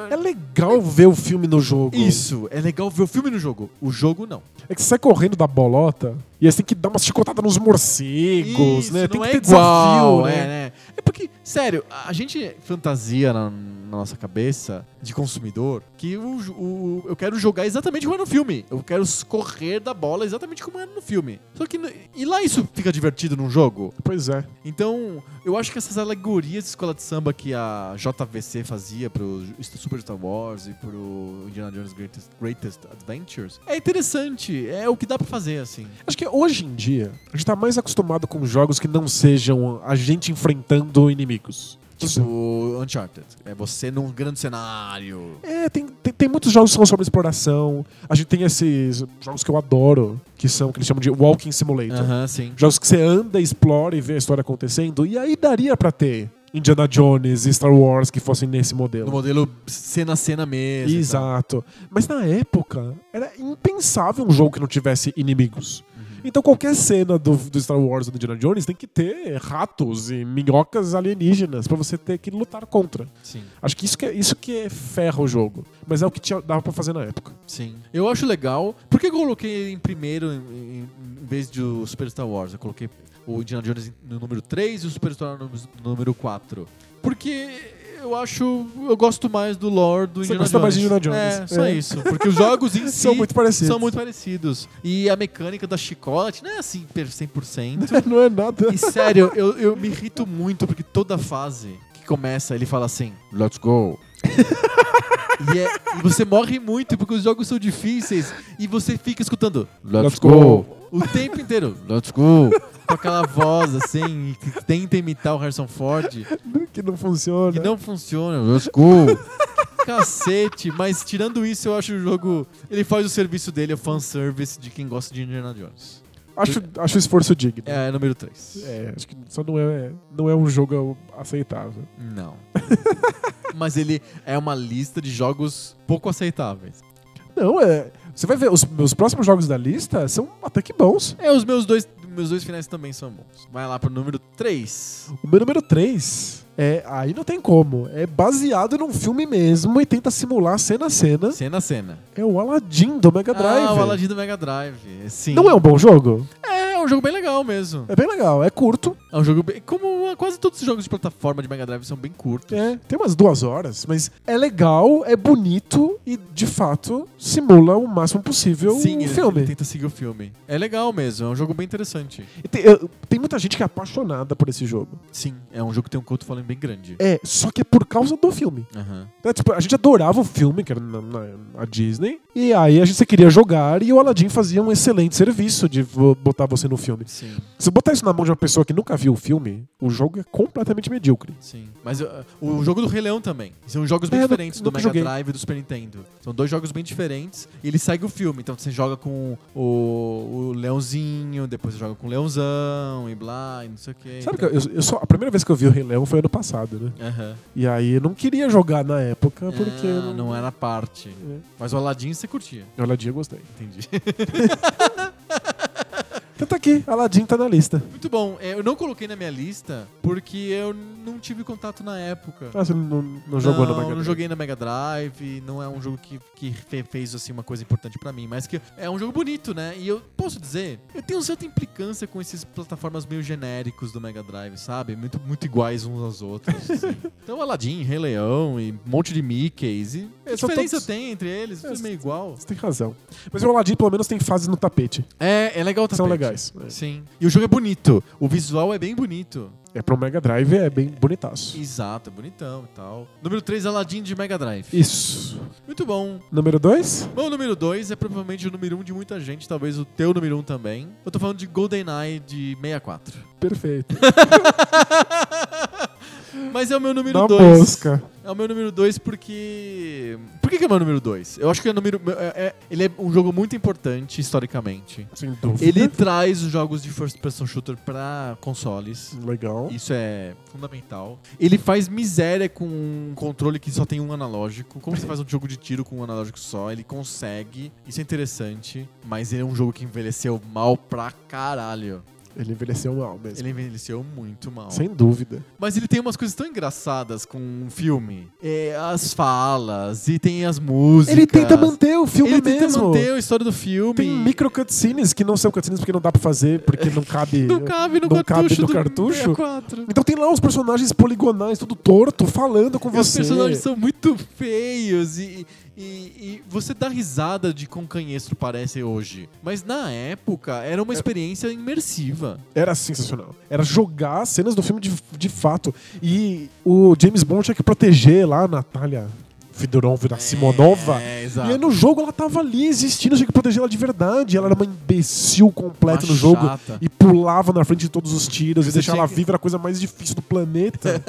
Speaker 2: É legal ver o filme no jogo.
Speaker 1: Isso, é legal ver o filme no jogo. O jogo não.
Speaker 2: É que você sai correndo da bolota e aí você tem que dar uma chicotada nos morcegos,
Speaker 1: Isso,
Speaker 2: né? Tem
Speaker 1: não
Speaker 2: que
Speaker 1: é
Speaker 2: ter
Speaker 1: igual,
Speaker 2: desafio,
Speaker 1: É,
Speaker 2: né?
Speaker 1: né? É porque, sério, a gente fantasia na, na nossa cabeça de consumidor que o, jo- o- eu quero jogar exatamente como é no filme. Eu quero correr da bola exatamente como é no filme. Só que. no- E lá isso fica divertido num jogo?
Speaker 2: Pois é.
Speaker 1: Então, eu acho que essas alegorias de escola de samba que a JVC fazia pro Super Star Wars e pro Indiana Jones Greatest, Greatest Adventures é interessante. É o que dá pra fazer, assim.
Speaker 2: Acho que hoje em dia, a gente tá mais acostumado com jogos que não sejam a gente enfrentando inimigos. Tipo,
Speaker 1: Tipo Uncharted. É você num grande cenário.
Speaker 2: É, tem, tem, tem muitos jogos que são sobre exploração. A gente tem esses jogos que eu adoro, que são que eles chamam de Walking Simulator.
Speaker 1: Aham, sim.
Speaker 2: Jogos que você anda, explora e vê a história acontecendo. E aí daria pra ter Indiana Jones e Star Wars que fossem nesse
Speaker 1: No
Speaker 2: modelo.
Speaker 1: modelo cena a cena mesmo. e tal.
Speaker 2: Exato. Mas na época, era impensável um jogo que não tivesse inimigos.
Speaker 1: Uhum.
Speaker 2: Então qualquer cena do, do Star Wars ou do Indiana Jones tem que ter ratos e minhocas alienígenas pra você ter que lutar contra.
Speaker 1: Sim,
Speaker 2: Acho que isso que, é- isso que é ferra o jogo. Mas é o que tinha, dava pra fazer na época.
Speaker 1: sim. Eu acho legal. Por que eu coloquei ele em primeiro em, em- em vez do Super Star Wars? Eu coloquei o Indiana Jones no número 3 e o Super Star Wars no número 4. Porque eu acho. Eu gosto mais do lore do
Speaker 2: Você
Speaker 1: Indiana
Speaker 2: gosta
Speaker 1: Jones.
Speaker 2: mais de Indiana Jones.
Speaker 1: É, só
Speaker 2: É.
Speaker 1: isso. Porque os jogos em si.
Speaker 2: São muito parecidos.
Speaker 1: são muito parecidos. E a mecânica da chicote não é assim per- 100%.
Speaker 2: Não é nada.
Speaker 1: E sério, eu, eu me irrito muito porque toda fase que começa ele fala assim: Let's go. e, é- e você morre muito porque os jogos são difíceis e você fica escutando Let's,
Speaker 2: Let's
Speaker 1: go.
Speaker 2: go.
Speaker 1: o tempo inteiro. Let's go. Com aquela voz assim, que tenta imitar o Harrison Ford
Speaker 2: Que não funciona.
Speaker 1: e não funciona. Let's go. Cacete, mas tirando isso, eu acho o jogo. Ele faz o serviço dele, é fanservice de quem gosta de Indiana Jones.
Speaker 2: Acho, acho o esforço digno.
Speaker 1: É, número 3.
Speaker 2: É, acho que só não é, não é um jogo aceitável.
Speaker 1: Não. Mas ele é uma lista de jogos pouco aceitáveis.
Speaker 2: Não, é. Você vai ver, os meus próximos jogos da lista são até que bons.
Speaker 1: É, os meus dois, meus dois finais também são bons. Vai lá pro número 3.
Speaker 2: O meu número 3 é. Aí não tem como. É baseado num filme mesmo e tenta simular cena a cena.
Speaker 1: Cena a cena.
Speaker 2: É o Aladdin do Mega Drive.
Speaker 1: Ah, o Aladdin do Mega Drive. Sim.
Speaker 2: Não é um bom jogo?
Speaker 1: É, o um jogo bem legal mesmo.
Speaker 2: É bem legal, é curto.
Speaker 1: É um jogo bem. Como quase todos os jogos de plataforma de Mega Drive são bem curtos.
Speaker 2: É, tem umas duas horas, mas é legal, é bonito e, de fato, simula o máximo possível
Speaker 1: Sim,
Speaker 2: o
Speaker 1: ele,
Speaker 2: filme.
Speaker 1: ele tenta seguir o filme. É legal mesmo, é um jogo bem interessante.
Speaker 2: E tem, eu- tem muita gente que é apaixonada por esse jogo.
Speaker 1: Sim, é um jogo que tem um culto falando bem grande.
Speaker 2: É, só que é por causa do filme.
Speaker 1: Aham.
Speaker 2: Né, tipo, a gente adorava o filme, que era na, na- a Disney, e aí a gente você queria jogar e o Aladdin fazia um excelente serviço de vo- botar você no filme.
Speaker 1: Sim,
Speaker 2: Se botar isso na mão de uma pessoa que nunca viu o filme, o jogo é completamente medíocre.
Speaker 1: sim. Mas uh, o jogo do Rei Leão também. São jogos bem
Speaker 2: Uhum. É, eu
Speaker 1: diferentes do
Speaker 2: nunca
Speaker 1: Mega
Speaker 2: joguei.
Speaker 1: Drive e do Super Nintendo. São dois jogos bem diferentes e ele segue o filme. Então você joga com o, o leãozinho, depois você joga com o leãozão e blá, e não sei o quê.
Speaker 2: Sabe que
Speaker 1: então...
Speaker 2: eu, eu só, a primeira vez que eu vi o Rei Leão foi ano passado, né?
Speaker 1: Aham.
Speaker 2: E aí eu não queria jogar na época porque.
Speaker 1: Ah, não era parte. Mas o Aladdin você curtia.
Speaker 2: É. Aladdin eu gostei.
Speaker 1: Entendi.
Speaker 2: Então tá aqui, Aladdin tá na lista.
Speaker 1: Muito bom. É, Eu não coloquei na minha lista porque eu não tive contato na época.
Speaker 2: Ah, você não, não, não jogou
Speaker 1: não,
Speaker 2: na Mega
Speaker 1: não
Speaker 2: Drive.
Speaker 1: joguei na Mega Drive, não é um jogo que, que fe- fez assim uma coisa importante pra mim, mas que é um jogo bonito, né? E eu posso dizer, eu tenho certa implicância com esses plataformas meio genéricos do Mega Drive, sabe? Muito, muito iguais uns aos outros. assim. então Aladdin, Rei Leão e um monte de Mickeys. E que
Speaker 2: É, são
Speaker 1: diferença
Speaker 2: todos-
Speaker 1: tem entre eles? Tudo
Speaker 2: É,
Speaker 1: meio igual.
Speaker 2: Você tem razão. Mas o Aladdin pelo menos tem fases no tapete.
Speaker 1: É, é legal também.
Speaker 2: São legais.
Speaker 1: Sim. E o jogo é bonito. O visual é bem bonito.
Speaker 2: É pro Mega Drive, é bem bonitaço.
Speaker 1: Exato, é bonitão e tal. Número 3, Aladdin de Mega Drive.
Speaker 2: Isso.
Speaker 1: Muito bom.
Speaker 2: Número 2?
Speaker 1: Meu número 2 é provavelmente o número 1 um de muita gente, talvez o teu número 1 um também. Eu tô falando de GoldenEye de 64.
Speaker 2: Perfeito.
Speaker 1: Mas é o meu número
Speaker 2: Na
Speaker 1: 2.
Speaker 2: mosca.
Speaker 1: É o meu número 2 porque. Por que, que é o meu número 2? Eu acho que é o número. é- é- ele é um jogo muito importante historicamente.
Speaker 2: Sem dúvida.
Speaker 1: Ele traz os jogos de first person shooter pra consoles.
Speaker 2: Legal.
Speaker 1: Isso é fundamental. Ele faz miséria com um controle que só tem um analógico. Como você faz um jogo de tiro com um analógico só? Ele consegue. Isso é interessante. Mas ele é um jogo que envelheceu mal pra caralho.
Speaker 2: Ele envelheceu mal mesmo.
Speaker 1: Ele envelheceu muito mal.
Speaker 2: Sem dúvida.
Speaker 1: Mas ele tem umas coisas tão engraçadas com o filme. É, as falas, e tem as músicas.
Speaker 2: Ele tenta manter o filme
Speaker 1: Ele tenta
Speaker 2: mesmo.
Speaker 1: manter a história do filme.
Speaker 2: Tem micro cutscenes que não são cutscenes porque não dá pra fazer, porque não cabe.
Speaker 1: Não cabe no
Speaker 2: Não cabe
Speaker 1: cartucho
Speaker 2: no
Speaker 1: do
Speaker 2: cartucho?
Speaker 1: 64.
Speaker 2: Então tem lá os personagens poligonais, tudo torto, falando com
Speaker 1: E Os
Speaker 2: você.
Speaker 1: personagens são muito feios e, e, e você dá risada de quão canhestro parece hoje. Mas na época era
Speaker 2: É.
Speaker 1: uma experiência imersiva.
Speaker 2: Era sensacional. Era jogar cenas do filme de, de fato. E o James Bond tinha que proteger lá a Natália Fidorov da Simonova.
Speaker 1: É,
Speaker 2: E aí
Speaker 1: exato.
Speaker 2: no jogo ela tava ali existindo, tinha que proteger ela de verdade. Ela era uma imbecil completa
Speaker 1: Uma
Speaker 2: no jogo.
Speaker 1: chata.
Speaker 2: E pulava na frente de todos os tiros.
Speaker 1: Você
Speaker 2: e deixar
Speaker 1: tinha
Speaker 2: ela
Speaker 1: que-
Speaker 2: viva era a coisa mais difícil do planeta.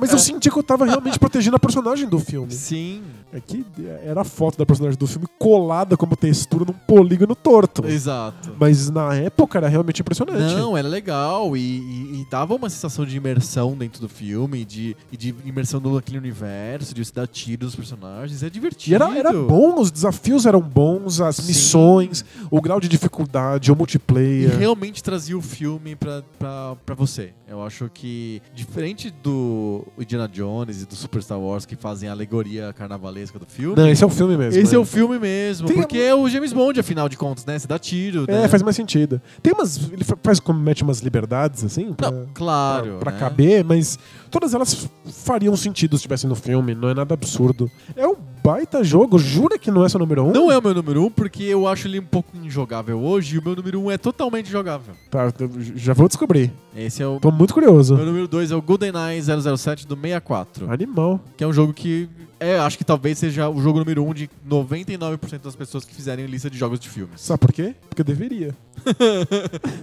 Speaker 2: Mas eu senti que eu tava realmente protegendo a personagem do filme.
Speaker 1: Sim,
Speaker 2: É que era a foto da personagem do filme colada como textura num polígono torto.
Speaker 1: exato.
Speaker 2: Mas é na época era realmente impressionante.
Speaker 1: Não, era legal e, e- e dava uma sensação de imersão dentro do filme, de, e de imersão naquele universo, de você dar tiro nos personagens. É
Speaker 2: E
Speaker 1: divertido.
Speaker 2: era, era bom, os desafios eram bons, as
Speaker 1: Sim.
Speaker 2: missões, o grau de dificuldade, o
Speaker 1: E
Speaker 2: multiplayer.
Speaker 1: realmente trazia o filme pra, pra, pra você. Eu acho que, diferente do Indiana Jones e do Super Star Wars, que fazem a alegoria carnavalesca do filme,
Speaker 2: Não, esse é o filme mesmo.
Speaker 1: esse
Speaker 2: né?
Speaker 1: é o filme mesmo.
Speaker 2: Tem
Speaker 1: porque
Speaker 2: a-
Speaker 1: é o James Bond, afinal de contas, né? Você dá tiro.
Speaker 2: É,
Speaker 1: né?
Speaker 2: faz mais sentido. Tem umas. Ele fa- faz como mete umas liberdades, assim, pra,
Speaker 1: Não, claro.
Speaker 2: pra- pra
Speaker 1: né?
Speaker 2: caber, mas todas elas fariam sentido se estivessem no filme, não é nada absurdo. É um baita jogo, jura que não é seu número um?
Speaker 1: Não é o meu número um, porque eu acho ele um pouco injogável hoje, e o meu número um é totalmente jogável.
Speaker 2: Tá, eu já vou descobrir.
Speaker 1: Esse é o.
Speaker 2: Tô muito curioso.
Speaker 1: Meu número 2 é o GoldenEye 007 do 64,
Speaker 2: Animal.
Speaker 1: que é um jogo que é, acho que talvez seja o jogo número 1 um de 99% das pessoas que fizerem lista de jogos de filmes.
Speaker 2: Sabe por quê? Porque eu deveria.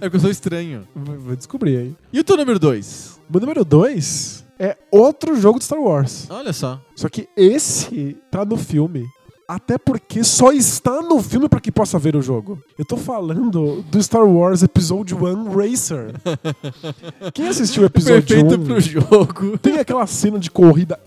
Speaker 1: É porque eu sou estranho.
Speaker 2: V- Vou descobrir aí.
Speaker 1: E o teu número 2?
Speaker 2: Meu número dois é outro jogo de Star Wars.
Speaker 1: Olha só.
Speaker 2: Só que esse tá no filme. Até porque só está no filme pra que possa ver o jogo. Eu tô falando do Star Wars Episode 1 Racer. Quem assistiu o episódio
Speaker 1: Perfeito
Speaker 2: 1?
Speaker 1: pro jogo.
Speaker 2: Tem aquela cena de corrida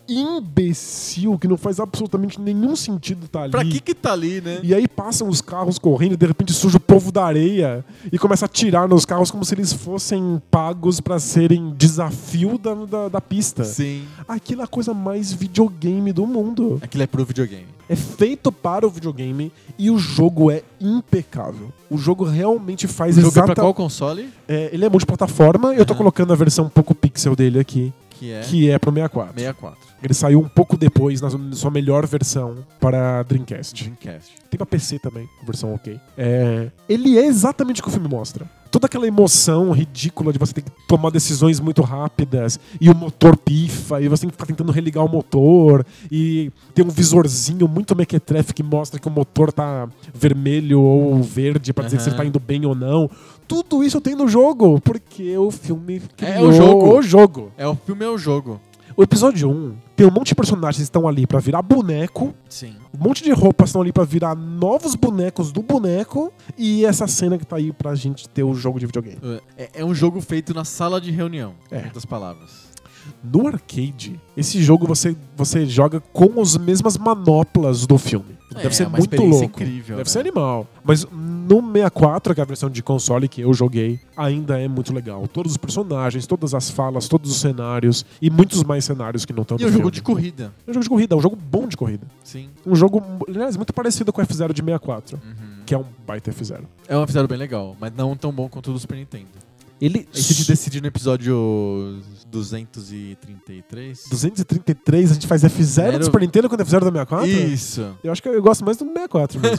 Speaker 2: imbecil que não faz absolutamente nenhum sentido tá ali.
Speaker 1: pra que que tá ali, né?
Speaker 2: E aí passam os carros correndo e de repente surge o povo da areia e começa a atirar nos carros como se eles fossem pagos pra serem desafio da, da, da pista.
Speaker 1: Sim.
Speaker 2: Aquilo é a coisa mais videogame do mundo.
Speaker 1: Aquilo é pro videogame.
Speaker 2: é feito para o videogame e o jogo é impecável. O jogo realmente faz
Speaker 1: Jogo é
Speaker 2: exata...
Speaker 1: pra qual console?
Speaker 2: É, ele é multiplataforma, eu tô
Speaker 1: Aham.
Speaker 2: colocando a versão um pouco pixel dele aqui,
Speaker 1: Que é
Speaker 2: que é pro 64.
Speaker 1: 64.
Speaker 2: Ele saiu um pouco depois, na su- sua melhor versão, para Dreamcast.
Speaker 1: Dreamcast.
Speaker 2: Tem pra PC também, versão ok. É, ele é exatamente o que o filme mostra. Toda aquela emoção ridícula de você ter que tomar decisões muito rápidas e o motor pifa e você tem que ficar tentando religar o motor e tem um visorzinho muito mequetrefe que mostra que o motor tá vermelho ou verde pra dizer se
Speaker 1: Aham.
Speaker 2: ele tá indo bem ou não. Tudo isso tem no jogo, porque o filme
Speaker 1: É
Speaker 2: criou
Speaker 1: o jogo.
Speaker 2: o jogo.
Speaker 1: É, o filme é o jogo.
Speaker 2: O episódio 1 tem um monte de personagens que estão ali pra virar boneco,
Speaker 1: Sim.
Speaker 2: um monte de roupas estão ali pra virar novos bonecos do boneco e essa cena que tá aí pra gente ter o jogo de videogame.
Speaker 1: É, é um jogo feito na sala de reunião.
Speaker 2: É.
Speaker 1: Em outras palavras.
Speaker 2: No arcade, esse jogo você, você joga com as mesmas manoplas do filme. Deve
Speaker 1: É,
Speaker 2: ser
Speaker 1: uma
Speaker 2: muito
Speaker 1: experiência
Speaker 2: louco.
Speaker 1: incrível,
Speaker 2: Deve
Speaker 1: né?
Speaker 2: ser animal. Mas no 64, que é a versão de console que eu joguei, ainda é muito legal. Todos os personagens, todas as falas, todos os cenários e muitos mais cenários que não estão
Speaker 1: E
Speaker 2: no
Speaker 1: é um jogo
Speaker 2: filme.
Speaker 1: de corrida.
Speaker 2: É um jogo de corrida, é um jogo bom de corrida.
Speaker 1: Sim.
Speaker 2: um jogo, aliás, muito parecido com o F-Zero de 64, que é um baita F-Zero.
Speaker 1: É um F-Zero bem legal, mas não tão bom quanto o do Super Nintendo.
Speaker 2: Ele
Speaker 1: A gente decide no episódio 233.
Speaker 2: 233, a gente faz F-Zero do
Speaker 1: Zero.
Speaker 2: Super Nintendo quanto F-Zero do 64?
Speaker 1: Isso.
Speaker 2: Eu acho que eu gosto mais do 64 mesmo.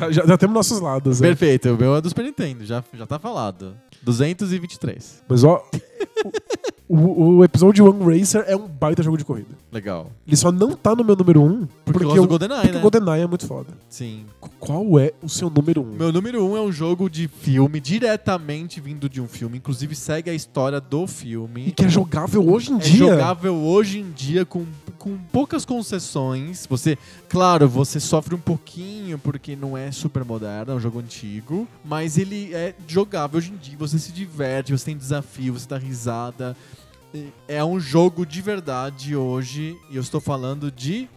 Speaker 2: já, já, já temos nossos lados. né?
Speaker 1: Perfeito, o meu é do Super Nintendo, já, já tá falado. 223.
Speaker 2: Mas ó, o, o, o episódio One Racer é um baita jogo de corrida.
Speaker 1: Legal.
Speaker 2: Ele só não tá no meu número 1
Speaker 1: Porque eu gosto do GoldenEye,
Speaker 2: porque
Speaker 1: né?
Speaker 2: o GoldenEye é muito foda.
Speaker 1: Sim.
Speaker 2: Qu- Qual é o seu número 1?
Speaker 1: Meu número um é um jogo de filme, diretamente vindo de um filme. Inclusive, segue a história do
Speaker 2: E
Speaker 1: filme.
Speaker 2: que é jogável hoje em
Speaker 1: É
Speaker 2: dia.
Speaker 1: jogável hoje em dia com, com poucas concessões. Você, claro, você sofre um pouquinho porque não é super moderno, é um jogo antigo, mas ele é jogável hoje em dia. Você se diverte, você tem desafio, você dá risada. E É um jogo de verdade hoje e eu estou falando de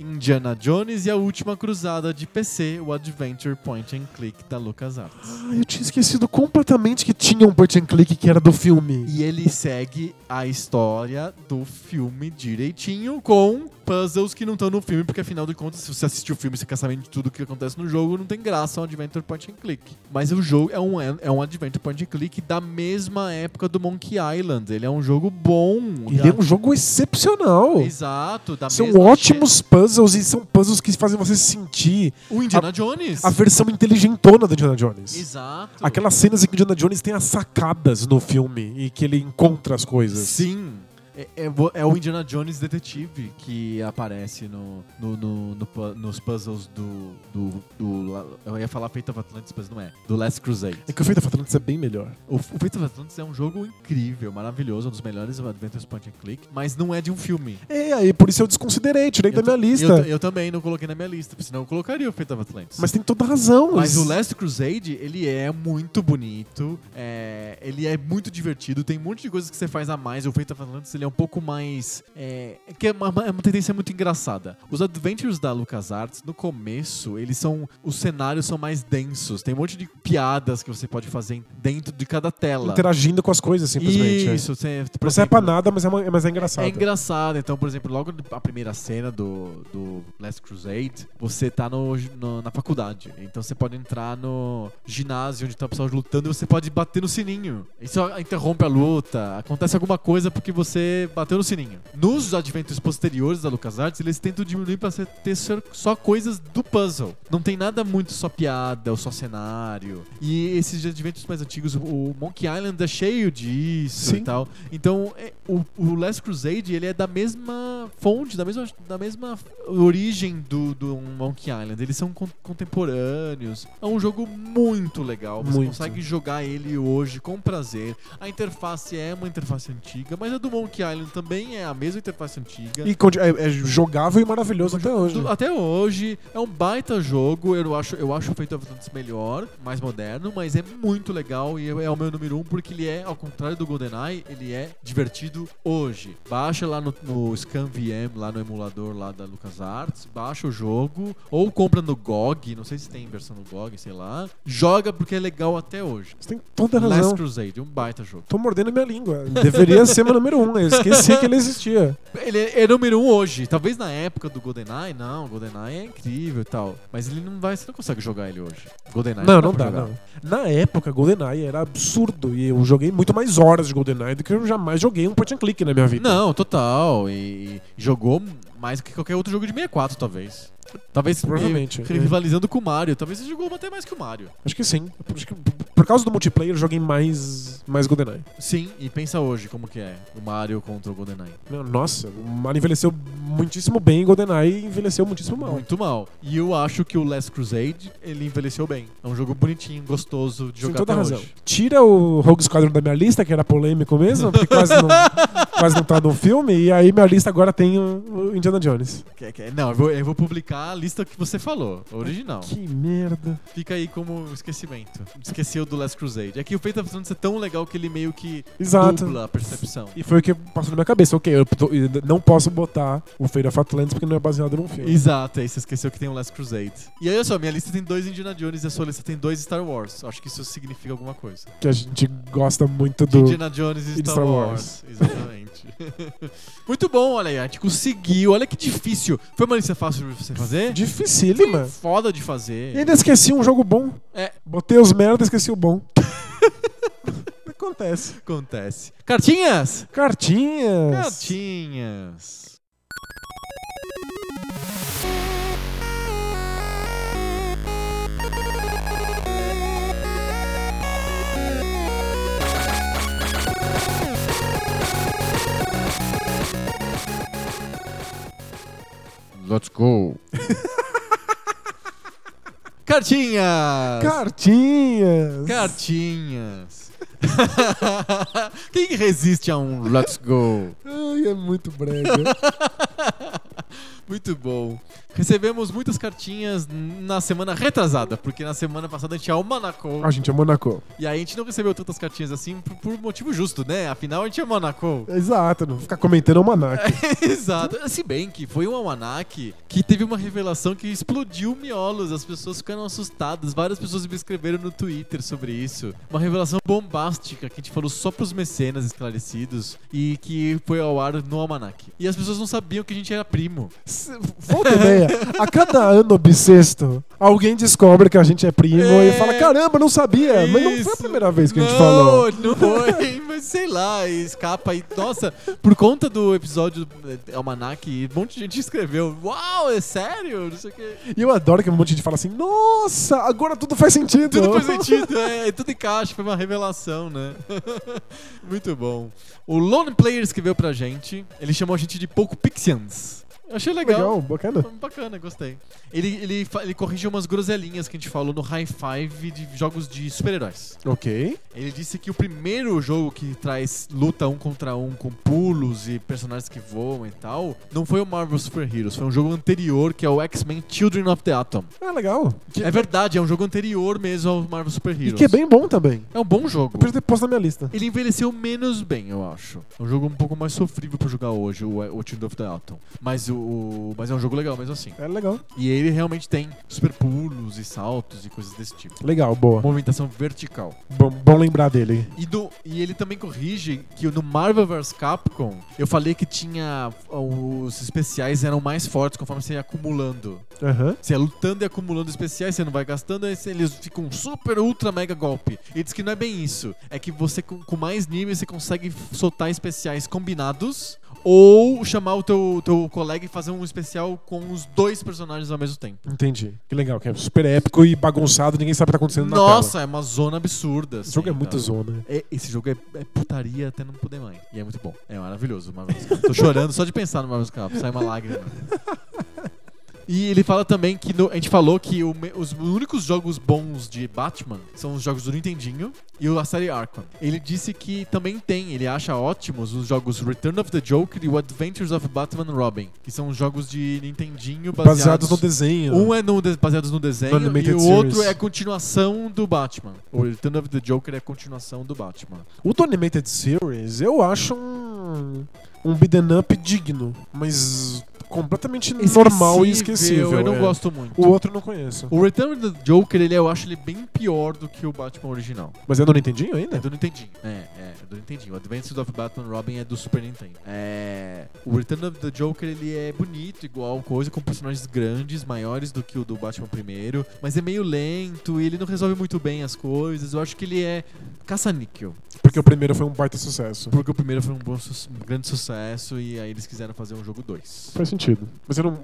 Speaker 1: Indiana Jones e a Última Cruzada de PC, o Adventure Point and Click da LucasArts.
Speaker 2: Ah, eu tinha esquecido completamente que tinha um point and click que era do filme.
Speaker 1: E ele segue a história do filme direitinho, com puzzles que não estão no filme, porque afinal de contas, se você assistir o filme e você quer saber de tudo que acontece no jogo, não tem graça é um Adventure Point and Click. Mas o jogo é um, é um Adventure Point and Click da mesma época do Monkey Island. Ele é um jogo bom.
Speaker 2: Ele é um jogo excepcional.
Speaker 1: Exato, da
Speaker 2: São
Speaker 1: mesma
Speaker 2: ótimos puzzles e são puzzles que fazem você sentir
Speaker 1: che- O Indiana Jones.
Speaker 2: a versão inteligentona do Indiana Jones.
Speaker 1: Exato.
Speaker 2: Aquelas cenas em que o Indiana Jones tem as sacadas no filme e que ele encontra as coisas.
Speaker 1: Sim. É, é vo- é o Indiana Jones detetive que aparece no, no- no- no pu- nos puzzles do, do, do la- Eu ia falar Fate of Atlantis, mas não é. Do Last Crusade.
Speaker 2: É que o Feito of Atlantis é bem melhor.
Speaker 1: O, o Fate of Atlantis é um jogo incrível, maravilhoso, um dos melhores Adventures Point and Click, mas não é de um filme.
Speaker 2: É, aí por isso eu desconsiderei, tirei da
Speaker 1: Eu ta-
Speaker 2: minha lista.
Speaker 1: Eu, ta- eu também não coloquei na minha lista, porque senão eu colocaria o Fate of Atlantis.
Speaker 2: Mas tem toda razão.
Speaker 1: Mas o
Speaker 2: Isso-
Speaker 1: Last Crusade, ele é muito bonito, é, ele é muito divertido, tem um monte de coisas que você faz a mais. O Fate of Atlantis, ele é um pouco mais... É, que é uma, uma- é uma tendência muito engraçada. Os Adventures da LucasArts, no começo, eles são... Os cenários são mais densos, tem um monte de piadas que você pode fazer dentro de cada tela.
Speaker 2: Interagindo com as coisas, simplesmente. é.
Speaker 1: Isso, você... por
Speaker 2: Não serve pra
Speaker 1: exemplo,
Speaker 2: nada, mas é, uma- mas é engraçado.
Speaker 1: é engraçado. Então, por exemplo, logo a primeira cena do, do Last Crusade, você tá no, no- na faculdade. Então você pode entrar no ginásio onde tá o pessoal lutando e você pode bater no sininho. Isso interrompe a luta. Acontece alguma coisa porque você bateu no sininho. Nos adventos posteriores da LucasArts, eles tentam diminuir pra você ter só- só coisas do puzzle. Não tem nada muito só piada ou só cenário. E esses adventos mais antigos, o Monkey Island é cheio disso
Speaker 2: Sim.
Speaker 1: e tal. Então, é, o, o Last Crusade, ele é da mesma fonte, da mesma, da mesma origem do, do Monkey Island. Eles são con- contemporâneos. É um jogo muito legal. Você
Speaker 2: Muito.
Speaker 1: consegue jogar ele hoje com prazer. A interface é uma interface antiga, mas a do Monkey Island também é a mesma interface antiga.
Speaker 2: E conti- é, é jogável e maravilhoso até hoje.
Speaker 1: Do- Até hoje é um baita jogo. Eu acho, eu acho o Fate of Atlantis melhor, mais moderno, mas é muito legal e é o meu número um porque ele é, ao contrário do GoldenEye, ele é divertido hoje. Baixa lá no, no ScanVM, lá no emulador lá da LucasArts, baixa o jogo ou compra no GOG, não sei se tem versão no GOG, sei lá. Joga porque é legal até hoje.
Speaker 2: Você tem toda a razão.
Speaker 1: Last Crusade, um baita jogo.
Speaker 2: Tô mordendo minha língua. Deveria ser meu número um. esqueci que ele existia.
Speaker 1: Ele é, é número um hoje. Talvez na época do GoldenEye, não. GoldenEye é incrível e tal. Mas ele não vai, você não consegue jogar ele hoje. GoldenEye
Speaker 2: Não, não dá,
Speaker 1: pra jogar.
Speaker 2: não. Na época, GoldenEye era absurdo. E eu joguei muito mais horas de GoldenEye do que eu jamais joguei um point and click na minha vida.
Speaker 1: Não, total. E, e jogou mais que qualquer outro jogo de 64, talvez. Talvez
Speaker 2: Provavelmente,
Speaker 1: eh,
Speaker 2: é.
Speaker 1: rivalizando com o Mario. Talvez você jogou até mais que o Mario.
Speaker 2: Acho que sim. Acho que por causa do multiplayer, eu joguei mais, mais GoldenEye.
Speaker 1: Sim, e pensa hoje como que é o Mario contra o GoldenEye.
Speaker 2: Meu, Nossa, o Mario envelheceu muitíssimo bem, GoldenEye envelheceu muitíssimo mal.
Speaker 1: Muito mal. E eu acho que o Last Crusade, ele envelheceu bem. É um jogo bonitinho, gostoso de
Speaker 2: Tem
Speaker 1: jogar
Speaker 2: toda
Speaker 1: até
Speaker 2: razão.
Speaker 1: hoje.
Speaker 2: Tira o Rogue Squadron da minha lista, que era polêmico mesmo, porque quase não, quase não tá no filme, e aí minha lista agora tem o o Indiana Jones.
Speaker 1: Que- que- Não, eu vou, eu vou publicar a lista que você falou, a original.
Speaker 2: Que merda.
Speaker 1: Fica aí como esquecimento. Esqueceu do Last Crusade. É que o Fate of Thrones é tão legal que ele meio que
Speaker 2: Exato.
Speaker 1: dubla a percepção.
Speaker 2: E foi o que passou na minha cabeça. Ok, eu tô- eu não posso botar o Feira of Atlantis porque não é baseado num filme.
Speaker 1: Exato, aí você esqueceu que tem o Last Crusade. E aí, olha só, minha lista tem dois Indiana Jones e a sua lista tem dois Star Wars. Acho que isso significa alguma coisa.
Speaker 2: Que a gente gosta muito
Speaker 1: De
Speaker 2: do.
Speaker 1: Indiana Jones e
Speaker 2: e de
Speaker 1: Star,
Speaker 2: Star
Speaker 1: Wars. Exatamente. Muito bom, olha aí, a gente conseguiu. Olha que difícil. Foi uma lista fácil de você fazer?
Speaker 2: Dificílima.
Speaker 1: Foi foda de
Speaker 2: E
Speaker 1: fazer.
Speaker 2: ainda esqueci um jogo bom.
Speaker 1: É.
Speaker 2: Botei os merda e esqueci o bom. Acontece.
Speaker 1: Acontece. Cartinhas!
Speaker 2: Cartinhas.
Speaker 1: Cartinhas.
Speaker 3: Let's go.
Speaker 1: Cartinhas!
Speaker 2: Cartinhas.
Speaker 1: Cartinhas. Quem que resiste a um let's go?
Speaker 2: Ai, é muito brega.
Speaker 1: Muito bom. Recebemos muitas cartinhas na semana retrasada, porque na semana passada a gente almanacou.
Speaker 2: A gente é Monaco.
Speaker 1: E aí a gente não recebeu tantas cartinhas assim por, por motivo justo, né? Afinal a gente almanacou.
Speaker 2: Exato, não ficar comentando é o Manac.
Speaker 1: Exato. Se bem que foi um almanac que teve uma revelação que explodiu miolos. As pessoas ficaram assustadas. Várias pessoas me escreveram no Twitter sobre isso. Uma revelação bombástica que a gente falou só pros mecenas esclarecidos e que foi ao ar no almanac. E as pessoas não sabiam que a gente era primo.
Speaker 2: Volta e meia. A cada ano bissexto, alguém descobre que a gente é primo
Speaker 1: É.
Speaker 2: e fala: caramba, não sabia. É, Mas não foi a
Speaker 1: Isso.
Speaker 2: primeira vez que a gente
Speaker 1: não,
Speaker 2: falou.
Speaker 1: Não foi, mas sei lá, escapa aí. Nossa, por conta do episódio eh, Almanac, um monte de gente escreveu. Uau, é sério? Não sei o que.
Speaker 2: E eu adoro que um monte de gente fala assim: nossa, agora tudo faz sentido.
Speaker 1: Tudo faz sentido, é, tudo encaixa, foi uma revelação, né? Muito bom. O Lone Player escreveu pra gente, ele chamou a gente de Poco Pixians. Eu achei legal.
Speaker 2: Legal, bacana.
Speaker 1: Bacana, gostei. Ele, ele, fa- ele corrigiu umas groselinhas que a gente falou no High Five de jogos de super-heróis.
Speaker 2: Ok.
Speaker 1: Ele disse que o primeiro jogo que traz luta um contra um com pulos e personagens que voam e tal, não foi o Marvel Super Heroes, foi um jogo anterior que é o X-Men Children of the Atom.
Speaker 2: É legal.
Speaker 1: É verdade, é um jogo anterior mesmo ao Marvel Super Heroes.
Speaker 2: E que é bem bom também.
Speaker 1: É um bom jogo.
Speaker 2: Eu preciso ter posto na minha lista.
Speaker 1: Ele envelheceu menos bem, eu acho. É um jogo um pouco mais sofrível pra jogar hoje, o, o Children of the Atom. Mas, o, o- mas é um jogo legal mesmo assim.
Speaker 2: É legal.
Speaker 1: E ele realmente tem super pulos e saltos e coisas desse tipo.
Speaker 2: Legal, boa.
Speaker 1: Movimentação vertical.
Speaker 2: Bom, bom lembrar dele.
Speaker 1: E, do, e ele também corrige que no Marvel vs Capcom eu falei que tinha. ah, Os especiais eram mais fortes conforme você ia acumulando.
Speaker 2: Aham.
Speaker 1: Você é lutando e acumulando especiais, você não vai gastando, aí eles ficam um super, ultra, mega golpe. E diz que não é bem isso. É que você, com, com mais níveis, você consegue f- soltar especiais combinados ou chamar o teu, teu colega e fazer um especial com os dois personagens ao mesmo tempo.
Speaker 2: Entendi. Que legal, que é super épico e bagunçado, ninguém sabe o que tá acontecendo na tela.
Speaker 1: Nossa, tá. é uma zona absurda. assim,
Speaker 2: Esse jogo é muito
Speaker 1: zona.
Speaker 2: zona.
Speaker 1: esse jogo é, é putaria até não poder mais. E é muito bom. É maravilhoso. Marvel's Cup. Tô chorando só de pensar no Marvel's Cup. Sai uma lágrima. E ele fala também que no- a gente falou que o me- os únicos jogos bons de Batman são os jogos do Nintendinho e o- a série Arkham. Ele disse que também tem, ele acha ótimos os jogos Return of the Joker e o Adventures of Batman and Robin, que são os jogos de Nintendinho baseados,
Speaker 2: Baseados no desenho.
Speaker 1: um é no de- baseado no desenho
Speaker 2: No Animated
Speaker 1: e o outro
Speaker 2: Series.
Speaker 1: é a continuação do Batman. O Return of the Joker é a continuação do Batman.
Speaker 2: O do Animated Series eu acho um, um beat'em up digno, mas completamente normal e
Speaker 1: Esquecível,
Speaker 2: esquecível.
Speaker 1: Eu não
Speaker 2: é.
Speaker 1: gosto muito.
Speaker 2: O outro eu não conheço.
Speaker 1: O Return of the Joker, ele, é- eu acho ele bem pior do que o Batman original.
Speaker 2: Mas é do Nintendinho
Speaker 1: É
Speaker 2: ainda?
Speaker 1: do Nintendinho. É, é, é do Nintendinho. O Adventures of Batman Robin é do Super Nintendo. É, o Return of the Joker, ele é bonito, igual coisa, com personagens grandes, maiores do que o do Batman primeiro, mas é meio lento e ele não resolve muito bem as coisas. Eu acho que ele é caça-níquel.
Speaker 2: Porque o primeiro foi um baita sucesso.
Speaker 1: Porque o primeiro foi um, bom su- um grande sucesso e aí eles quiseram fazer um jogo 2.
Speaker 2: Faz sentido. Mas eu não,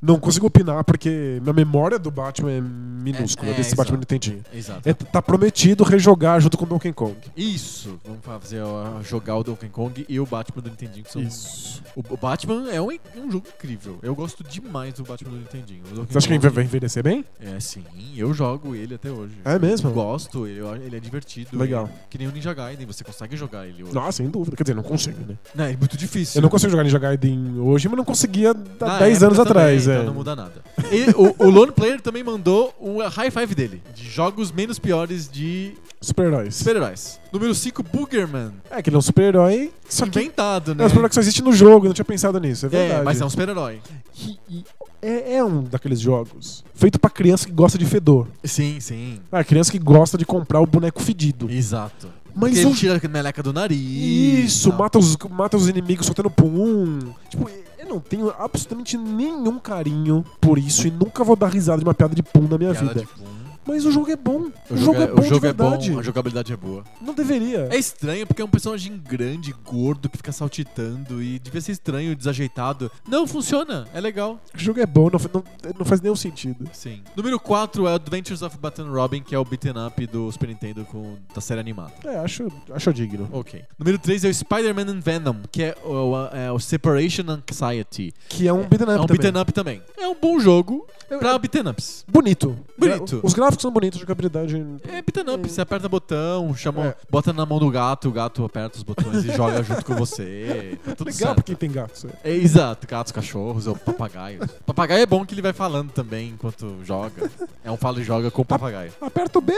Speaker 2: não consigo opinar porque minha memória do Batman é minúscula,
Speaker 1: É, é,
Speaker 2: desse
Speaker 1: exato.
Speaker 2: Batman Nintendinho.
Speaker 1: Exato.
Speaker 2: É, tá prometido rejogar junto com Donkey Kong.
Speaker 1: Isso! Vamos fazer ó, jogar o Donkey Kong e o Batman do Nintendinho, que são
Speaker 2: Isso.
Speaker 1: O o Batman é um, é um jogo incrível. Eu gosto demais do Batman do Nintendinho. O Donkey
Speaker 2: Você acha que
Speaker 1: Kong-
Speaker 2: ele vai envelhecer bem?
Speaker 1: É, sim. Eu jogo ele até hoje.
Speaker 2: É mesmo?
Speaker 1: Gosto, ele, eu- ele é divertido.
Speaker 2: Legal.
Speaker 1: ele- que nem o Ninja Gaiden, você consegue jogar ele hoje.
Speaker 2: Nossa, sem dúvida. Quer dizer, não consigo, né?
Speaker 1: Não, é muito difícil.
Speaker 2: Eu não consigo jogar Ninja Gaiden hoje, mas não conseguia há
Speaker 1: Na época
Speaker 2: 10 anos
Speaker 1: Ah, é, também,
Speaker 2: atrás.
Speaker 1: então
Speaker 2: é.
Speaker 1: não muda nada. E o, o Lone Player também mandou o high five dele. De jogos menos piores de
Speaker 2: Super-heróis.
Speaker 1: super-heróis. Número 5, Boogerman.
Speaker 2: É que ele é um super-herói, só que
Speaker 1: Inventado,
Speaker 2: é
Speaker 1: né?
Speaker 2: um super-herói que só existe no jogo, eu não tinha pensado nisso, é verdade.
Speaker 1: É, mas é um super-herói.
Speaker 2: E- e é, é um daqueles jogos feito pra criança que gosta de fedor.
Speaker 1: Sim, sim.
Speaker 2: Ah, criança que gosta de comprar o boneco fedido.
Speaker 1: Exato.
Speaker 2: Mas
Speaker 1: Porque ele
Speaker 2: o-
Speaker 1: tira a meleca do nariz.
Speaker 2: Isso,
Speaker 1: tal.
Speaker 2: mata os, mata os inimigos soltando pum. Tipo, eu não tenho absolutamente nenhum carinho por isso e nunca vou dar risada de uma piada de pum na minha
Speaker 1: Piada
Speaker 2: vida.
Speaker 1: de pum.
Speaker 2: Mas o jogo é bom.
Speaker 1: O jogo, é,
Speaker 2: bom
Speaker 1: o jogo
Speaker 2: de
Speaker 1: é bom,
Speaker 2: verdade.
Speaker 1: a jogabilidade é boa.
Speaker 2: Não deveria.
Speaker 1: É estranho porque é um personagem grande, gordo, que fica saltitando e devia ser estranho, desajeitado. Não, funciona, é legal.
Speaker 2: O jogo é bom, não, fa- não, não faz nenhum sentido.
Speaker 1: Sim. Número 4 é Adventures of Batman Robin, que é o beaten up do Super Nintendo com, da série animada.
Speaker 2: É, acho, acho digno.
Speaker 1: Ok. Número 3 é o Spider-Man and Venom, que é o, a- é o Separation Anxiety.
Speaker 2: Que é um beat'em up
Speaker 1: é um
Speaker 2: também.
Speaker 1: beaten up também. É um bom jogo
Speaker 2: Eu-
Speaker 1: pra beaten ups.
Speaker 2: Bonito.
Speaker 1: Bonito.
Speaker 2: Os gráficos são bonitos, a jogabilidade...
Speaker 1: É beaten up,
Speaker 2: É.
Speaker 1: você aperta botão, chama,
Speaker 2: É.
Speaker 1: bota na mão do gato, o gato aperta os botões e joga junto com você. Tá tudo
Speaker 2: Legal
Speaker 1: certo.
Speaker 2: pra quem tem gatos. é.
Speaker 1: É, Exato, gatos, cachorros ou papagaios. papagaio é bom que ele vai falando também enquanto joga. É um fala e joga com o papagaio.
Speaker 2: Aperta o B,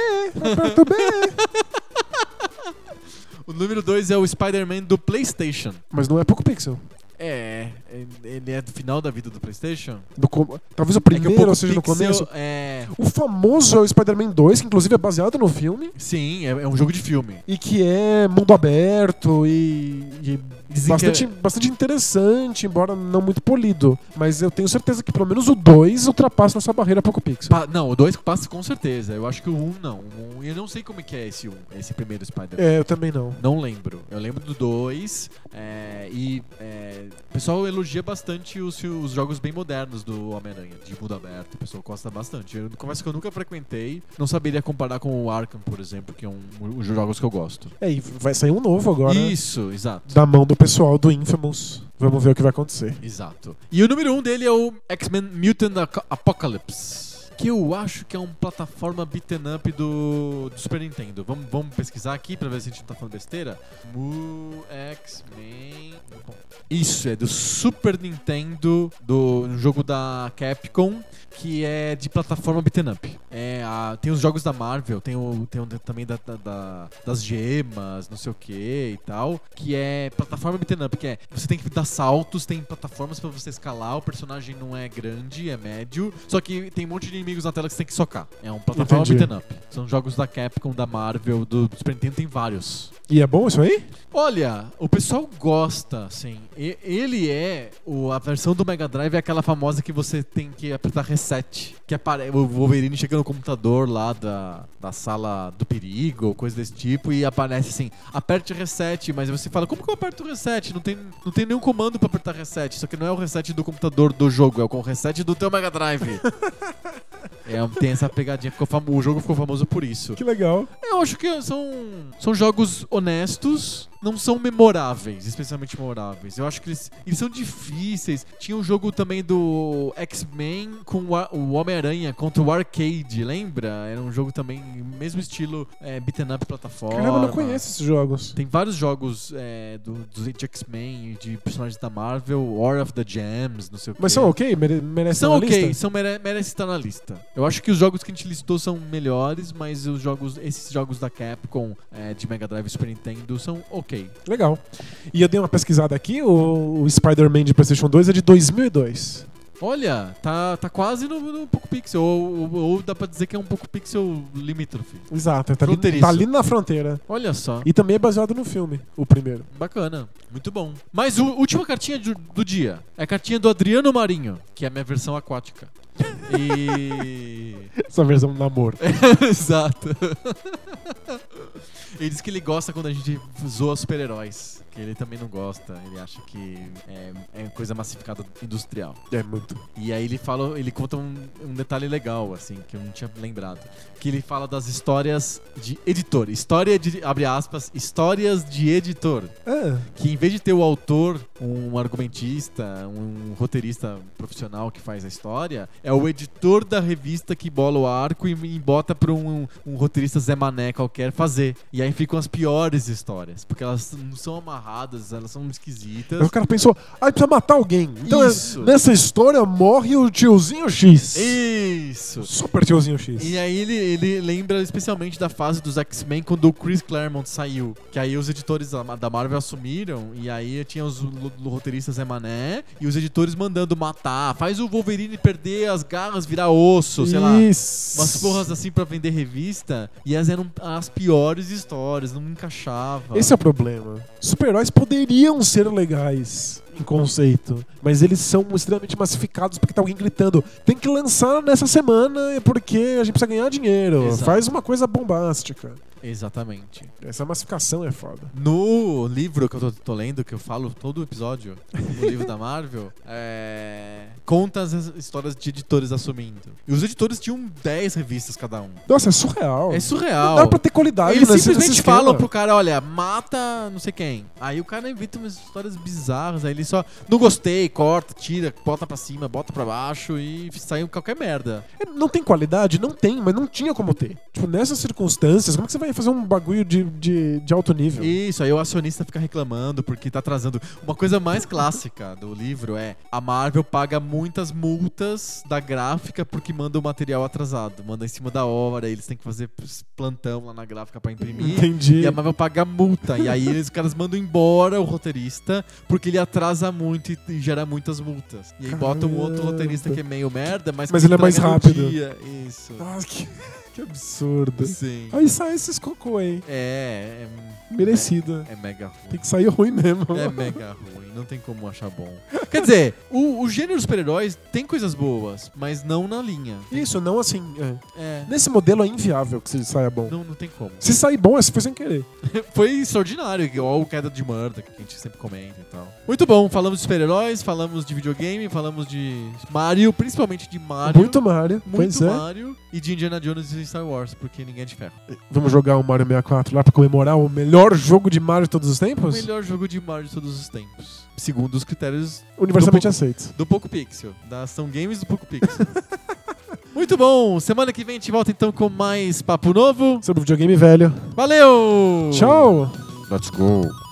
Speaker 2: aperta o B.
Speaker 1: O número 2 é o Spider-Man do PlayStation.
Speaker 2: Mas não é pouco pixel.
Speaker 1: É, ele é do final da vida do PlayStation?
Speaker 2: Do com- Talvez o
Speaker 1: é
Speaker 2: primeiro,
Speaker 1: que o
Speaker 2: ou seja, no
Speaker 1: Pixel
Speaker 2: começo.
Speaker 1: É.
Speaker 2: O famoso é o Spider-Man 2, que inclusive é baseado no filme.
Speaker 1: Sim, é, é um jogo de filme.
Speaker 2: E que é mundo aberto e, e
Speaker 1: Dizem
Speaker 2: bastante, bastante interessante, embora não muito polido. Mas eu tenho certeza que pelo menos o 2 ultrapassa nossa barreira pouco pixel.
Speaker 1: Pa- não, o 2 passa com certeza. Eu acho que o 1 um, não. O um- eu não sei como é que é esse 1, um, esse primeiro Spider-Man.
Speaker 2: É, eu também não.
Speaker 1: Não lembro. Eu lembro do 2. e é, o pessoal elogia bastante os, fi- os jogos bem modernos do Homem-Aranha, de mundo aberto. O pessoal gosta bastante. Eu confesso que eu nunca frequentei. Não saberia comparar com o Arkham, por exemplo, que é um, um dos jogos que eu gosto.
Speaker 2: É, e vai sair um novo agora. né?
Speaker 1: Isso, exato.
Speaker 2: Da mão do pessoal do Infamous. Vamos ver o que vai acontecer.
Speaker 1: Exato. E o número 1 um dele é o X-Men Mutant Ac- Apocalypse. Que eu acho que é uma plataforma beaten up do, do Super Nintendo. Vamos, vamos pesquisar aqui pra ver se a gente não tá falando besteira. Mu X-Men. Isso, é do Super Nintendo, do um jogo da Capcom, que é de plataforma beaten up. É, a- tem os jogos da Marvel, tem, o, tem o da- também da, da- da- das gemas, não sei o que e tal, que é plataforma beaten up, que é você tem que dar saltos, tem plataformas pra você escalar, o personagem não é grande, é médio, só que tem um monte de inimigos na tela que você tem que socar. É um plataforma
Speaker 2: Entendi.
Speaker 1: beaten up. São jogos da Capcom, da Marvel, do Super Nintendo, tem vários.
Speaker 2: E é bom isso aí?
Speaker 1: Olha, o pessoal gosta, assim. E- Ele é. o- a versão do Mega Drive é aquela famosa que você tem que apertar reset. Que apare o Wolverine chega no computador lá da, da sala do perigo, ou coisa desse tipo, e aparece assim: aperte reset. Mas você fala: como que eu aperto reset? Não tem, não tem nenhum comando pra apertar reset. Só que não é o reset do computador do jogo, é o com- reset do teu Mega Drive. É, tem essa pegadinha. Ficou famo- o jogo ficou famoso por isso.
Speaker 2: Que legal.
Speaker 1: É, Eu acho que são, são jogos honestos, não são memoráveis, especialmente memoráveis. Eu acho que eles, eles são difíceis. Tinha um jogo também do X-Men com o, Ar- o Homem-Aranha contra o Arcade, lembra? Era um jogo também, mesmo estilo é, beaten up plataforma.
Speaker 2: Caramba, eu não conheço esses jogos.
Speaker 1: Tem vários jogos é, do, do de X-Men e de personagens da Marvel, War of the Gems, não sei o quê.
Speaker 2: Mas É. são ok? Mere merecem
Speaker 1: São
Speaker 2: uma
Speaker 1: ok,
Speaker 2: tá lista?
Speaker 1: são mere merece estar na lista. Eu acho que os jogos que a gente listou são melhores, mas os jogos, esses jogos da Capcom, é, de Mega Drive e Super Nintendo, são ok. ok.
Speaker 2: Legal. E eu dei uma pesquisada aqui, o, o Spider-Man de PlayStation 2 é de 2002.
Speaker 1: Olha, tá, tá quase no, no pouco pixel. Ou, ou- ou dá pra dizer que é um pouco pixel limítrofe.
Speaker 2: Exato, tá ali,
Speaker 1: Fronteiriço.
Speaker 2: tá ali na fronteira.
Speaker 1: Olha só.
Speaker 2: E também é baseado no filme, o primeiro.
Speaker 1: Bacana, muito bom. Mas a última cartinha do, do dia é a cartinha do Adriano Marinho, que é a minha versão aquática. E.
Speaker 2: Essa versão do namoro.
Speaker 1: Exato. ele diz que ele gosta quando a gente zoa super-heróis. Que ele também não gosta. Ele acha que é, é coisa massificada industrial.
Speaker 2: É muito.
Speaker 1: E aí ele fala, ele conta um, um detalhe legal, assim, que eu não tinha lembrado. Que ele fala das histórias de editor. História de. abre aspas, histórias de editor
Speaker 2: Ah,
Speaker 1: que em vez de ter o autor, um argumentista, um roteirista profissional que faz a história, é o editor da revista que bola o arco e, e bota pra um, um roteirista Zé Mané qualquer fazer. E aí ficam as piores histórias, porque elas não são amarradas, elas são
Speaker 2: o
Speaker 1: esquisitas.
Speaker 2: cara pensou, ah, precisa matar alguém. Então, é-
Speaker 1: Isso.
Speaker 2: nessa história, morre o tiozinho X.
Speaker 1: Isso!
Speaker 2: Super tiozinho X.
Speaker 1: E aí ele, ele lembra especialmente da fase dos X-Men quando o Chris Claremont saiu. Que aí os editores da da Marvel assumiram, e aí tinha os lo- lo- roteiristas Zé Mané, e os editores mandando matar. Faz o Wolverine perder as garras, virar osso, sei lá.
Speaker 2: Isso.
Speaker 1: Umas porras assim pra vender revista. E as eram as piores histórias, não encaixava.
Speaker 2: Esse é o problema. Super-heróis poderiam ser legais em conceito, mas eles são extremamente massificados porque tá alguém gritando: tem que lançar nessa semana é porque a gente precisa ganhar dinheiro.
Speaker 1: Exato.
Speaker 2: Faz uma coisa bombástica.
Speaker 1: Exatamente.
Speaker 2: Essa massificação é foda.
Speaker 1: No livro que eu tô, tô lendo, que eu falo todo episódio, no livro da Marvel, é... conta as histórias de editores assumindo. E os editores tinham 10 revistas cada um.
Speaker 2: Nossa, é surreal.
Speaker 1: É surreal.
Speaker 2: Não dá pra ter qualidade
Speaker 1: Eles
Speaker 2: nesse-
Speaker 1: simplesmente
Speaker 2: nesse
Speaker 1: falam
Speaker 2: esquema.
Speaker 1: pro cara, olha, mata não sei quem. Aí o cara inventa umas histórias bizarras, aí ele só não gostei, corta, tira, bota pra cima, bota pra baixo e sai qualquer merda.
Speaker 2: É, Não tem qualidade? Não tem, mas não tinha como ter. Tipo, nessas circunstâncias, como é que você vai fazer um bagulho de, de, de alto nível?
Speaker 1: Isso, aí o acionista fica reclamando porque tá atrasando. Uma coisa mais clássica do livro é a Marvel paga muitas multas da gráfica porque manda o material atrasado. Manda em cima da hora, eles têm que fazer plantão lá na gráfica pra imprimir.
Speaker 2: Entendi.
Speaker 1: E a Marvel paga multa. E aí eles, os caras mandam embora o roteirista porque ele atrasa muito e, e gera muitas multas. E aí botam um outro
Speaker 2: Caramba.
Speaker 1: roteirista que é meio merda, mas,
Speaker 2: Mas
Speaker 1: que
Speaker 2: ele é mais
Speaker 1: entrega no
Speaker 2: rápido.
Speaker 1: dia. Isso.
Speaker 2: Ah, que, que absurdo.
Speaker 1: Sim.
Speaker 2: Aí sai esses cocô, hein?
Speaker 1: É, é,
Speaker 2: Merecido. né?
Speaker 1: é mega ruim.
Speaker 2: Tem que sair ruim mesmo.
Speaker 1: É mega ruim, não tem como achar bom. Quer dizer, o, o gênero dos super-heróis tem coisas boas, mas não na linha.
Speaker 2: Isso, não assim. é.
Speaker 1: É,
Speaker 2: Nesse modelo é inviável que se saia bom.
Speaker 1: não, não tem como.
Speaker 2: Se sair bom, é se foi sem querer.
Speaker 1: Foi extraordinário, igual o Queda de Murder, que a gente sempre comenta e tal. Muito bom, falamos de super-heróis, falamos de videogame, falamos de Mario, principalmente de Mario.
Speaker 2: Muito Mario.
Speaker 1: Muito é.
Speaker 2: pois é.
Speaker 1: Mario e de Indiana Jones e Star Wars, porque ninguém é de ferro.
Speaker 2: é. Vamos jogar o Mario 64 lá pra comemorar o melhor jogo de Mario de todos os
Speaker 1: O
Speaker 2: tempos?
Speaker 1: melhor jogo de Mario de todos os tempos. Segundo os critérios
Speaker 2: Universalmente
Speaker 1: Do-
Speaker 2: aceito.
Speaker 1: do Poco Pixel, da Ação Games do Poco Pixel. Muito bom! Semana que vem a gente volta então com mais papo novo.
Speaker 2: Sobre o videogame velho.
Speaker 1: Valeu!
Speaker 2: Tchau!
Speaker 3: Let's go.